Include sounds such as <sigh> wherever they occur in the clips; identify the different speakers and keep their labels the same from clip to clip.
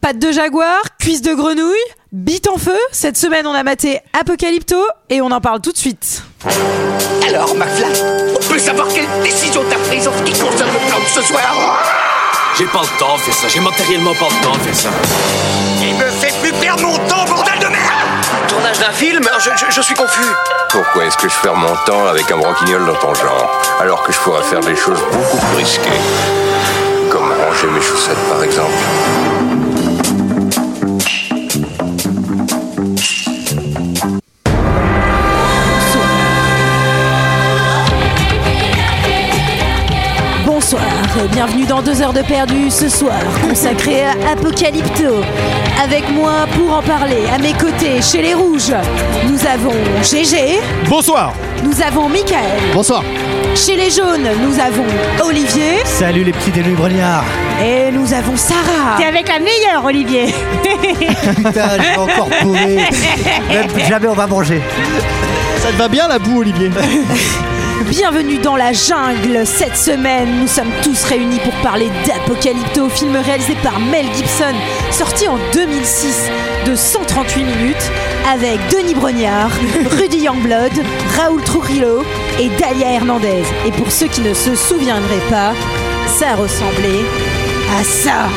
Speaker 1: pattes de jaguar, cuisses de grenouille, bite en feu. Cette semaine, on a maté Apocalypto et on en parle tout de suite.
Speaker 2: Alors, McFly, on peut savoir quelle décision t'as prise en ce qui concerne le plan de ce soir
Speaker 3: J'ai pas le temps de faire ça, j'ai matériellement pas le temps de faire ça.
Speaker 2: Il me fait plus perdre mon temps, bordel de merde
Speaker 4: Tournage d'un film hein, je, je- je suis confus.
Speaker 5: Pourquoi est-ce que je perds mon temps avec un branquignol dans ton genre Alors que je pourrais faire des choses beaucoup plus risquées. Comme ranger mes chaussettes par exemple.
Speaker 6: Bonsoir et bienvenue dans 2 heures de perdu ce soir consacré à Apocalypto. Avec moi pour en parler, à mes côtés, chez les Rouges, nous avons GG,
Speaker 7: Bonsoir
Speaker 6: nous avons Michael.
Speaker 8: Bonsoir.
Speaker 6: Chez les Jaunes, nous avons Olivier
Speaker 7: Salut les petits délunes brognards
Speaker 6: et nous avons Sarah.
Speaker 9: T'es avec la meilleure, Olivier.
Speaker 8: Putain, je vais encore pourrir.
Speaker 7: Jamais on va manger.
Speaker 8: Ça te va bien la boue, Olivier
Speaker 6: Bienvenue dans la jungle. Cette semaine, nous sommes tous réunis pour parler d'Apocalypto, film réalisé par Mel Gibson, sorti en 2006 de 138 minutes, avec Denis Brognard, Rudy Youngblood, Raoul Trujillo et Dalia Hernandez. Et pour ceux qui ne se souviendraient pas, ça ressemblait à ça.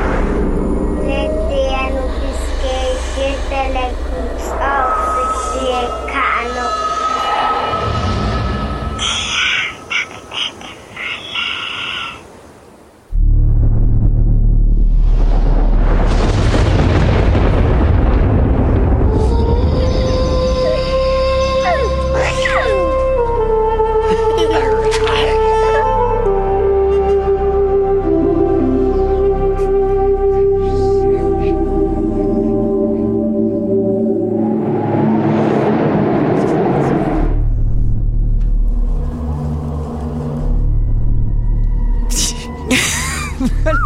Speaker 10: Let the obfuscate get the legs off the canoe.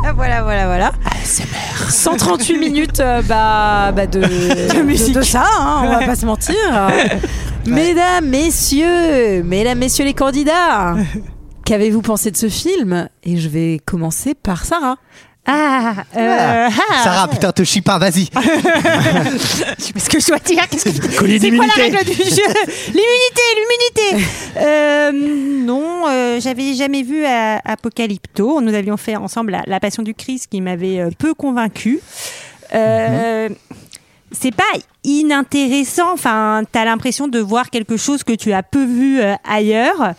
Speaker 1: Ah, voilà, voilà, voilà. 138 minutes euh, bah, bah, de, de- de ça, hein, on va pas se mentir. Mesdames, messieurs, mesdames, messieurs les candidats, qu'avez-vous pensé de ce film Et je vais commencer par Sarah.
Speaker 9: Ah, euh, ah.
Speaker 8: Sarah, putain, te chie pas, <laughs> vas-y.
Speaker 9: Qu'est-ce que je dois dire Qu'est-ce que- C'est quoi la règle du jeu L'immunité, l'immunité. Euh, non, euh, j'avais jamais vu euh, Apocalypto. Nous avions fait ensemble la, la Passion du Christ, qui m'avait euh, peu convaincue. Euh, c'est pas inintéressant. Enfin, t'as l'impression de voir quelque chose que tu as peu vu euh, ailleurs.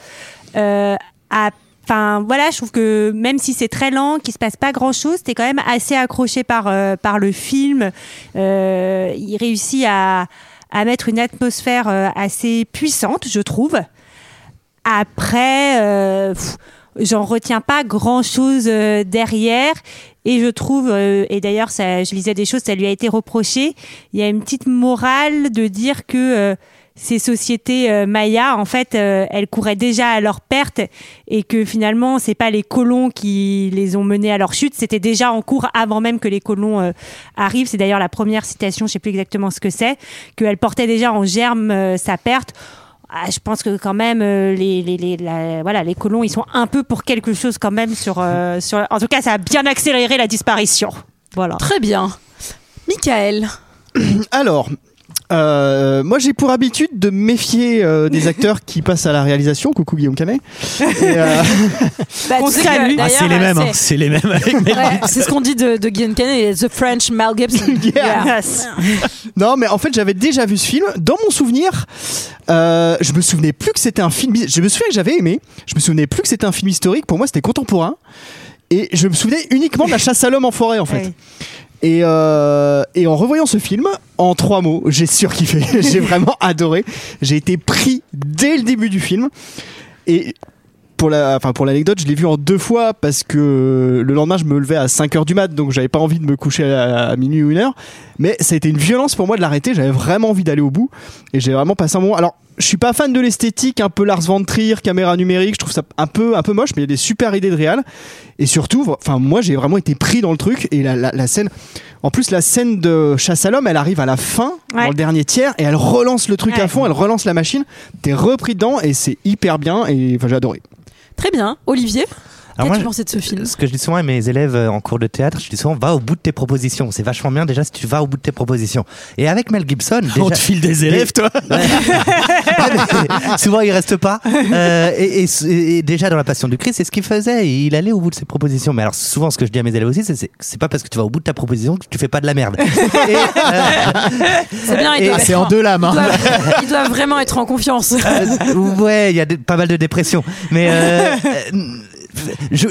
Speaker 9: Euh, à- Enfin, voilà, je trouve que même si c'est très lent, qu'il se passe pas grand chose, t'es quand même assez accroché par euh, par le film. Euh, il réussit à à mettre une atmosphère euh, assez puissante, je trouve. Après, euh, pff, j'en retiens pas grand chose derrière. Et je trouve, euh, et d'ailleurs, ça, je lisais des choses, ça lui a été reproché. Il y a une petite morale de dire que euh, ces sociétés euh, mayas, en fait, euh, elles couraient déjà à leur perte et que finalement, c'est pas les colons qui les ont menés à leur chute. C'était déjà en cours avant même que les colons euh, arrivent. C'est d'ailleurs la première citation, je sais plus exactement ce que c'est, qu'elle portait déjà en germe euh, sa perte. Ah, je pense que quand même euh, les, les, les- la- voilà les colons ils sont un peu pour quelque chose quand même sur euh, sur en tout cas ça a bien accéléré la disparition voilà
Speaker 1: Très bien. Michael.
Speaker 8: Alors, euh, moi j'ai pour habitude de me méfier euh, des acteurs qui passent à la réalisation. Coucou Guillaume Canet. Et,
Speaker 1: <laughs>
Speaker 8: euh,
Speaker 1: Bah, tu sais que,
Speaker 8: Ah,
Speaker 1: d'ailleurs, euh,
Speaker 7: c'est les mêmes, hein,
Speaker 1: c'est-
Speaker 7: c'est les mêmes avec
Speaker 1: <laughs>
Speaker 7: Mel
Speaker 1: Ouais, c'est ce qu'on dit de, de Guillaume Canet, il est The French Mel Gibson. Yeah.
Speaker 9: Yes.
Speaker 8: non, mais en fait j'avais déjà vu ce film. Dans mon souvenir, euh, je me souvenais plus que c'était un film. Je me souviens que j'avais aimé. Je me souvenais plus que c'était un film historique. Pour moi, c'était contemporain. Et je me souvenais uniquement de la chasse à l'homme en forêt, en fait.
Speaker 9: Oui.
Speaker 8: Et, euh, et en revoyant ce film, en trois mots, j'ai surkiffé, <laughs> j'ai vraiment adoré, j'ai été pris dès le début du film. Et pour la, enfin pour l'anecdote, je l'ai vu en deux fois parce que le lendemain, je me levais à 5 heures du mat, donc j'avais pas envie de me coucher à, à minuit ou une heure. Mais ça a été une violence pour moi de l'arrêter, j'avais vraiment envie d'aller au bout et j'ai vraiment passé un moment. Alors, je suis pas fan de l'esthétique, un peu Lars von Trier, caméra numérique, je trouve ça un peu, un peu moche, mais il y a des super idées de réal. Et surtout, enfin moi j'ai vraiment été pris dans le truc et la, la- la scène. En plus la scène de chasse à l'homme, elle arrive à la fin,
Speaker 9: Ouais.
Speaker 8: dans le dernier tiers, et elle relance le truc
Speaker 9: Ouais.
Speaker 8: à fond, elle relance la machine. T'es repris dedans et c'est hyper bien et enfin j'ai adoré.
Speaker 1: Très bien. Olivier. Qu'as-tu
Speaker 7: Ah, moi, euh, je-
Speaker 1: pensé de ce film
Speaker 7: ce que je dis souvent à mes élèves euh, en cours de théâtre, je dis souvent, va au bout de tes propositions. C'est vachement bien déjà si tu vas au bout de tes propositions. Et avec Mel Gibson,
Speaker 11: On te
Speaker 7: déjà-
Speaker 11: file des élèves, toi
Speaker 7: <laughs> Ah, mais souvent il reste pas. Euh, et, et- et déjà dans la Passion du Christ, c'est ce qu'il faisait. Il allait au bout de ses propositions. Mais alors souvent, ce que je dis à mes élèves aussi, c'est c'est- c'est pas parce que tu vas au bout de ta proposition que tu fais pas de
Speaker 11: <laughs>
Speaker 7: la merde. Et, euh,
Speaker 1: C'est bien, ils
Speaker 7: Et
Speaker 1: doivent,
Speaker 7: c'est
Speaker 1: être
Speaker 11: en deux lames.
Speaker 1: ils
Speaker 11: hein.
Speaker 1: <laughs> doivent- ils doivent vraiment être en confiance.
Speaker 7: Euh, ouais, il y a des- pas mal de dépression. Mais euh,
Speaker 11: <laughs>
Speaker 7: euh, je.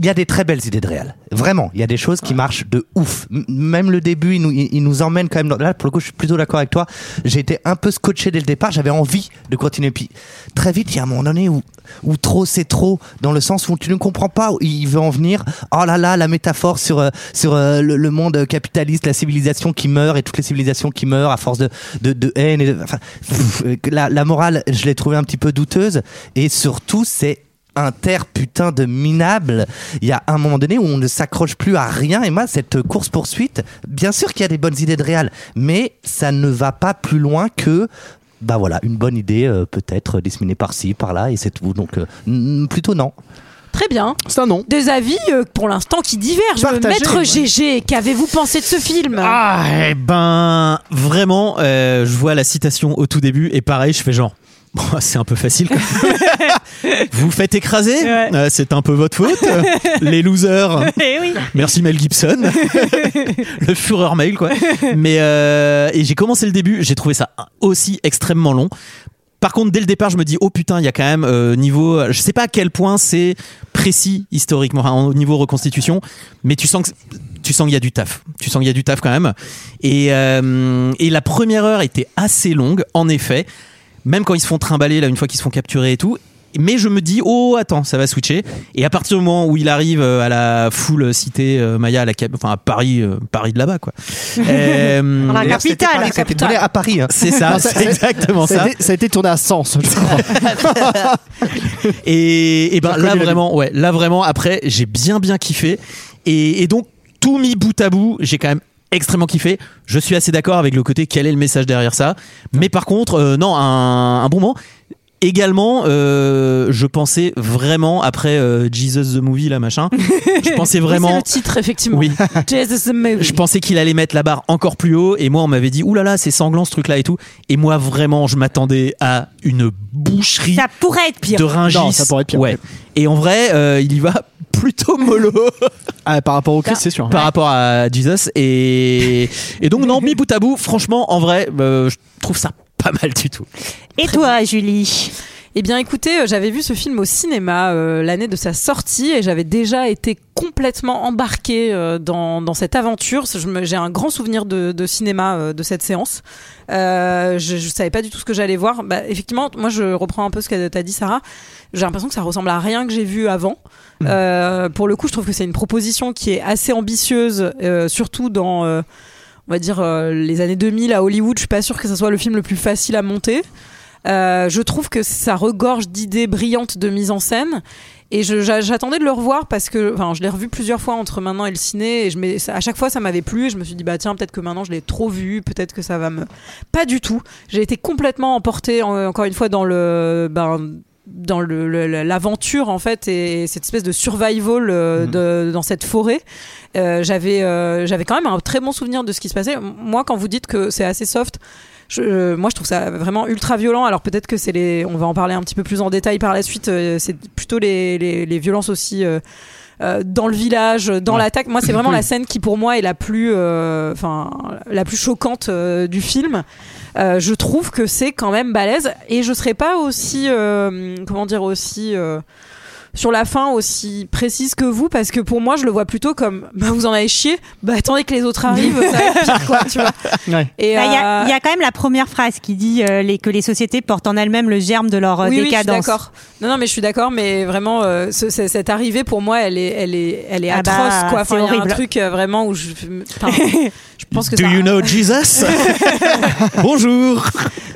Speaker 7: Il y a des très belles idées de réal. Vraiment, il y a des choses qui marchent de ouf. M- même le début, il nous, il- il nous emmène quand même. dans- Là, pour le coup, je suis plutôt d'accord avec toi. J'ai été un peu scotché dès le départ. J'avais envie de continuer. Puis très vite, il y a un moment donné où, où trop, c'est trop. Dans le sens où tu ne comprends pas où il veut en venir. Oh là là, la métaphore sur euh, sur euh, le, le monde capitaliste, la civilisation qui meurt et toutes les civilisations qui meurent à force de de, de haine. Et de- enfin, pff, euh, la, la morale, je l'ai trouvée un petit peu douteuse. Et surtout, c'est inter putain de minable. Il y a un moment donné où on ne s'accroche plus à rien et moi cette course poursuite, bien sûr qu'il y a des bonnes idées de réal, mais ça ne va pas plus loin que bah voilà, une bonne idée euh, peut-être disséminée par-ci, par-là et c'est tout. Donc euh, mm, plutôt non.
Speaker 1: Très bien.
Speaker 8: C'est un non.
Speaker 1: Des avis euh, pour l'instant qui divergent. Euh,
Speaker 8: Partagés,
Speaker 1: Maître
Speaker 8: ouais.
Speaker 1: GG, qu'avez-vous pensé de ce film
Speaker 11: Ah, eh ben, vraiment, euh, je vois la citation au tout début et pareil, je fais genre. Bon, <laughs> c'est un peu facile. quoi. Vous faites écraser,
Speaker 9: Ouais.
Speaker 11: Euh, c'est un peu votre faute. Les losers,
Speaker 9: <laughs> Eh oui.
Speaker 11: merci Mel Gibson, le Führer mail quoi. Mais euh, et j'ai commencé le début, j'ai trouvé ça aussi extrêmement long. Par contre, dès le départ, je me dis oh putain, il y a quand même euh, niveau, je sais pas à quel point c'est précis historiquement enfin, au niveau reconstitution, mais tu sens que tu sens qu'il y a du taf, tu sens qu'il y a du taf quand même. Et euh, et la première heure était assez longue, en effet. Même quand ils se font trimballer là, une fois qu'ils se font capturer et tout. Mais je me dis oh attends, ça va switcher. Et à partir du moment où il arrive euh, à la foule cité euh, Maya, à la cap- enfin à Paris, euh, Paris de là-bas quoi.
Speaker 9: <laughs>
Speaker 11: Euh,
Speaker 9: La
Speaker 7: D'ailleurs, c'était pas
Speaker 9: capitale.
Speaker 7: là, c'était tourné à Paris. hein.
Speaker 11: c'est ça,
Speaker 8: Non, ça-
Speaker 11: c'est exactement
Speaker 8: Ça
Speaker 11: ça.
Speaker 8: a, été, ça a été tourné à Sens, je crois.
Speaker 11: <laughs> Et, et ben
Speaker 8: J'ai
Speaker 11: là
Speaker 8: reconnu la
Speaker 11: vraiment, ouais, là vraiment, après, j'ai bien bien kiffé. Et, et donc, tout mis bout à bout, j'ai quand même extrêmement kiffé. Je suis assez d'accord avec le côté quel est le message derrière ça. Mais par contre, euh, non, un, un bon moment. Également, euh, je pensais vraiment, après euh, Jesus the Movie,
Speaker 1: <laughs>
Speaker 11: là, machin, je pensais
Speaker 1: C'est
Speaker 11: vraiment...
Speaker 1: le titre, effectivement. <laughs>
Speaker 11: Oui.
Speaker 1: Jesus the Movie.
Speaker 11: Je pensais qu'il allait mettre la barre encore plus haut et moi on m'avait dit oulala c'est sanglant ce truc là et tout et moi vraiment je m'attendais à une boucherie
Speaker 9: Ça pourrait être pire.
Speaker 11: de Ringis.
Speaker 8: Non, ça pourrait être pire.
Speaker 11: Ouais. Et en vrai, euh, il y va <laughs> plutôt mollo
Speaker 8: Ah, par rapport au Christ, c'est sûr.
Speaker 11: par rapport à Jesus. Et, et donc, non, mis bout à bout, franchement, en vrai, euh, je trouve ça pas mal du tout.
Speaker 9: Et toi, Julie
Speaker 1: Eh bien, écoutez, euh, j'avais vu ce film au cinéma euh, l'année de sa sortie et j'avais déjà été complètement embarquée euh, dans, dans cette aventure. Je me- J'ai un grand souvenir de, de cinéma euh, de cette séance. Euh, je, je savais pas du tout ce que j'allais voir. Bah, effectivement, moi, je reprends un peu ce que t'as dit, Sarah. J'ai l'impression que ça ressemble à rien que j'ai vu avant. Euh, pour le coup, je trouve que c'est une proposition qui est assez ambitieuse, euh, surtout dans. euh, on va dire euh, les années 2000 à Hollywood, je suis pas sûre que ce soit le film le plus facile à monter. Euh, je trouve que ça regorge d'idées brillantes de mise en scène. Et je- j'a- j'attendais de le revoir parce que, enfin, je l'ai revu plusieurs fois entre maintenant et le ciné. Et je m'ai- ça- à chaque fois, ça m'avait plu. Et je me suis dit, bah tiens, peut-être que maintenant je l'ai trop vu. Peut-être que ça va me. Pas du tout. J'ai été complètement emportée, en- encore une fois, dans le. ben, dans le- le- le- l'aventure en fait et cette espèce de survival euh, de- dans cette forêt Euh, j'avais euh, j'avais quand même un très bon souvenir de ce qui se passait moi quand vous dites que c'est assez soft je- euh, moi, je trouve ça vraiment ultra violent. Alors peut-être que c'est les, on va en parler un petit peu plus en détail par la suite. euh, c'est plutôt les, les, les violences aussi euh, euh, dans le village, dans l'attaque. Moi, c'est vraiment la scène qui pour moi est la plus, euh, enfin, la plus choquante euh, du film. Euh, je trouve que c'est quand même balèze et je serais pas aussi, euh, comment dire aussi. euh, sur la fin aussi précise que vous parce que pour moi je le vois plutôt comme bah vous en avez chié bah attendez que les autres arrivent ça va être pire quoi tu vois
Speaker 8: Ouais.
Speaker 1: et
Speaker 9: Bah, Il y, a-
Speaker 1: euh,
Speaker 9: il y a quand même la première phrase qui dit euh, les, que les sociétés portent en elles-mêmes le germe de leur euh,
Speaker 1: Oui, oui, je suis
Speaker 9: décadence.
Speaker 1: d'accord. Non, non, mais je suis d'accord, mais vraiment, euh, ce- ce- cette arrivée pour moi, elle est, elle est, elle est
Speaker 9: Ah bah,
Speaker 1: atroce, quoi. Enfin,
Speaker 9: c'est
Speaker 1: il y a un
Speaker 9: horrible.
Speaker 1: truc euh, vraiment où je,
Speaker 9: <laughs>
Speaker 1: enfin, je pense que
Speaker 11: Do
Speaker 1: ça-
Speaker 11: you know
Speaker 7: <laughs>
Speaker 11: Jesus Bonjour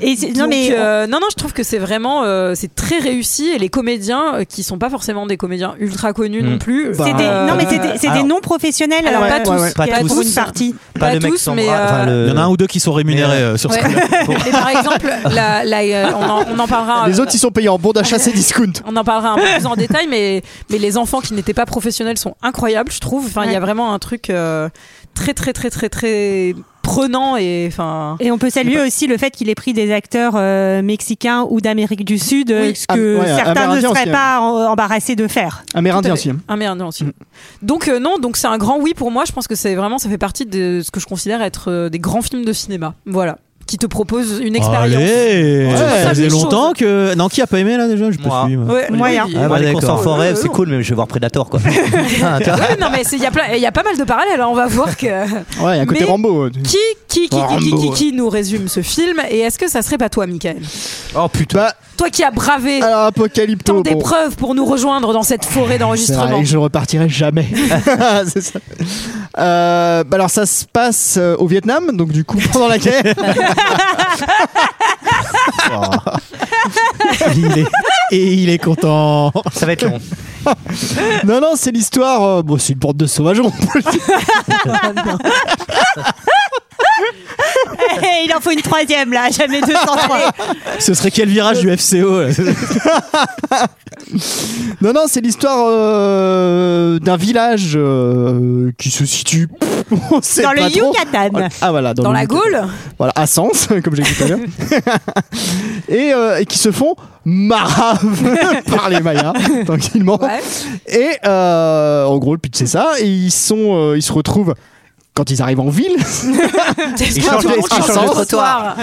Speaker 9: Et c'est- non
Speaker 1: Donc,
Speaker 9: mais
Speaker 1: euh, non, non, je trouve que c'est vraiment, euh, c'est très réussi et les comédiens euh, qui sont pas forcément des comédiens ultra connus
Speaker 11: Mm.
Speaker 1: non plus.
Speaker 9: C'est des-
Speaker 1: Euh,
Speaker 9: non, mais c'est des, c'est des
Speaker 7: alors-
Speaker 9: non euh, professionnels.
Speaker 1: Alors, pas tous,
Speaker 7: pas
Speaker 9: Il y a
Speaker 7: tous.
Speaker 9: toute une partie.
Speaker 1: pas
Speaker 7: le mec
Speaker 1: tous,
Speaker 7: sans
Speaker 1: mais,
Speaker 7: bras, enfin,
Speaker 11: Il
Speaker 7: le-
Speaker 11: y en a un ou deux qui sont rémunérés
Speaker 7: Mais,
Speaker 11: euh, sur
Speaker 1: ouais.
Speaker 11: ce
Speaker 7: <laughs>
Speaker 1: mais par exemple, la- la, euh, on, en, on en parlera. euh,
Speaker 8: Les autres, ils sont payés en bon d'achat,
Speaker 9: <laughs>
Speaker 8: c'est discount.
Speaker 1: On en parlera un peu plus en détail, mais, mais les enfants qui n'étaient pas professionnels sont incroyables, je trouve. Enfin, il y a
Speaker 9: Ouais.
Speaker 1: vraiment un truc euh, très, très, très, très, très prenant et enfin.
Speaker 9: Et on peut saluer aussi le fait qu'il ait pris des acteurs euh, mexicains ou d'Amérique du Sud, euh, ce
Speaker 8: Ah,
Speaker 9: que
Speaker 8: ouais,
Speaker 9: certains ne
Speaker 8: Amérindiens
Speaker 9: seraient
Speaker 8: aussi,
Speaker 9: pas en- embarrassés de faire.
Speaker 8: Amérindien aussi. hein. Mm.
Speaker 1: Un merde aussi. Donc euh, non, donc c'est un grand oui pour moi. Je pense que c'est vraiment, ça fait partie de ce que je considère être euh, des grands films de cinéma. Voilà, qui te proposent une expérience.
Speaker 11: Allez, ça
Speaker 1: Ça fait
Speaker 11: faisait longtemps
Speaker 1: chose.
Speaker 11: que. Non, qui a pas aimé là déjà Je peux
Speaker 7: Moi.
Speaker 11: suivre.
Speaker 1: Ouais,
Speaker 9: Moyen.
Speaker 1: oui.
Speaker 7: Ah,
Speaker 11: Ouais,
Speaker 7: moi, les
Speaker 11: d'accord.
Speaker 7: courses en forêt,
Speaker 1: Ouais,
Speaker 7: c'est
Speaker 1: ouais,
Speaker 7: cool, mais je vais voir Predator quoi. Ah, tu vois.
Speaker 1: Ouais, non mais c'est- il y a plein- il y a pas mal de parallèles. hein. On va voir
Speaker 8: <laughs>
Speaker 1: que.
Speaker 8: Ouais, il y a un côté
Speaker 1: Mais-
Speaker 8: Rambo. hein,
Speaker 1: Qui, qui, qui,
Speaker 8: Oh,
Speaker 1: qui, qui,
Speaker 8: Rambo,
Speaker 1: qui,
Speaker 8: ouais.
Speaker 1: qui nous résume ce film Et est-ce que ça serait pas toi, Michael
Speaker 8: Oh putain.
Speaker 1: Toi qui as bravé
Speaker 8: Bah, alors,
Speaker 1: tant
Speaker 8: Apocalypto. bon.
Speaker 1: d'épreuves pour nous rejoindre dans cette forêt
Speaker 8: C'est vrai,
Speaker 1: d'enregistrement.
Speaker 8: et je ne repartirai jamais. <laughs> c'est ça. Euh, bah alors ça se passe euh, au Vietnam, donc du coup pendant la
Speaker 7: <laughs>
Speaker 8: guerre.
Speaker 11: Il est- Et il est content.
Speaker 7: Ça va être long.
Speaker 8: non non, c'est l'histoire. euh, bon, c'est une bande de sauvageons.
Speaker 9: <laughs> il en faut une troisième là, jamais 203.
Speaker 11: Ce serait quel virage du FCO là
Speaker 8: <laughs> non non, c'est l'histoire euh, d'un village euh, qui se situe. <laughs> on sait
Speaker 9: Dans
Speaker 8: pas
Speaker 9: le
Speaker 8: trop.
Speaker 9: Yucatan.
Speaker 8: Ah voilà, dans,
Speaker 1: Dans
Speaker 8: le
Speaker 1: la
Speaker 8: Yucatan.
Speaker 1: Gaule
Speaker 8: Voilà, à Sens, <laughs> comme j'ai dit tout à l'heure. et, euh, et qui se font marave <laughs> par les Mayas, tranquillement.
Speaker 1: Ouais.
Speaker 8: Et euh, en gros, le pitch c'est ça. Et ils sont, euh, ils se retrouvent quand ils arrivent en ville. <laughs>
Speaker 1: Ils
Speaker 8: changent les- ils changent les
Speaker 1: trottoir.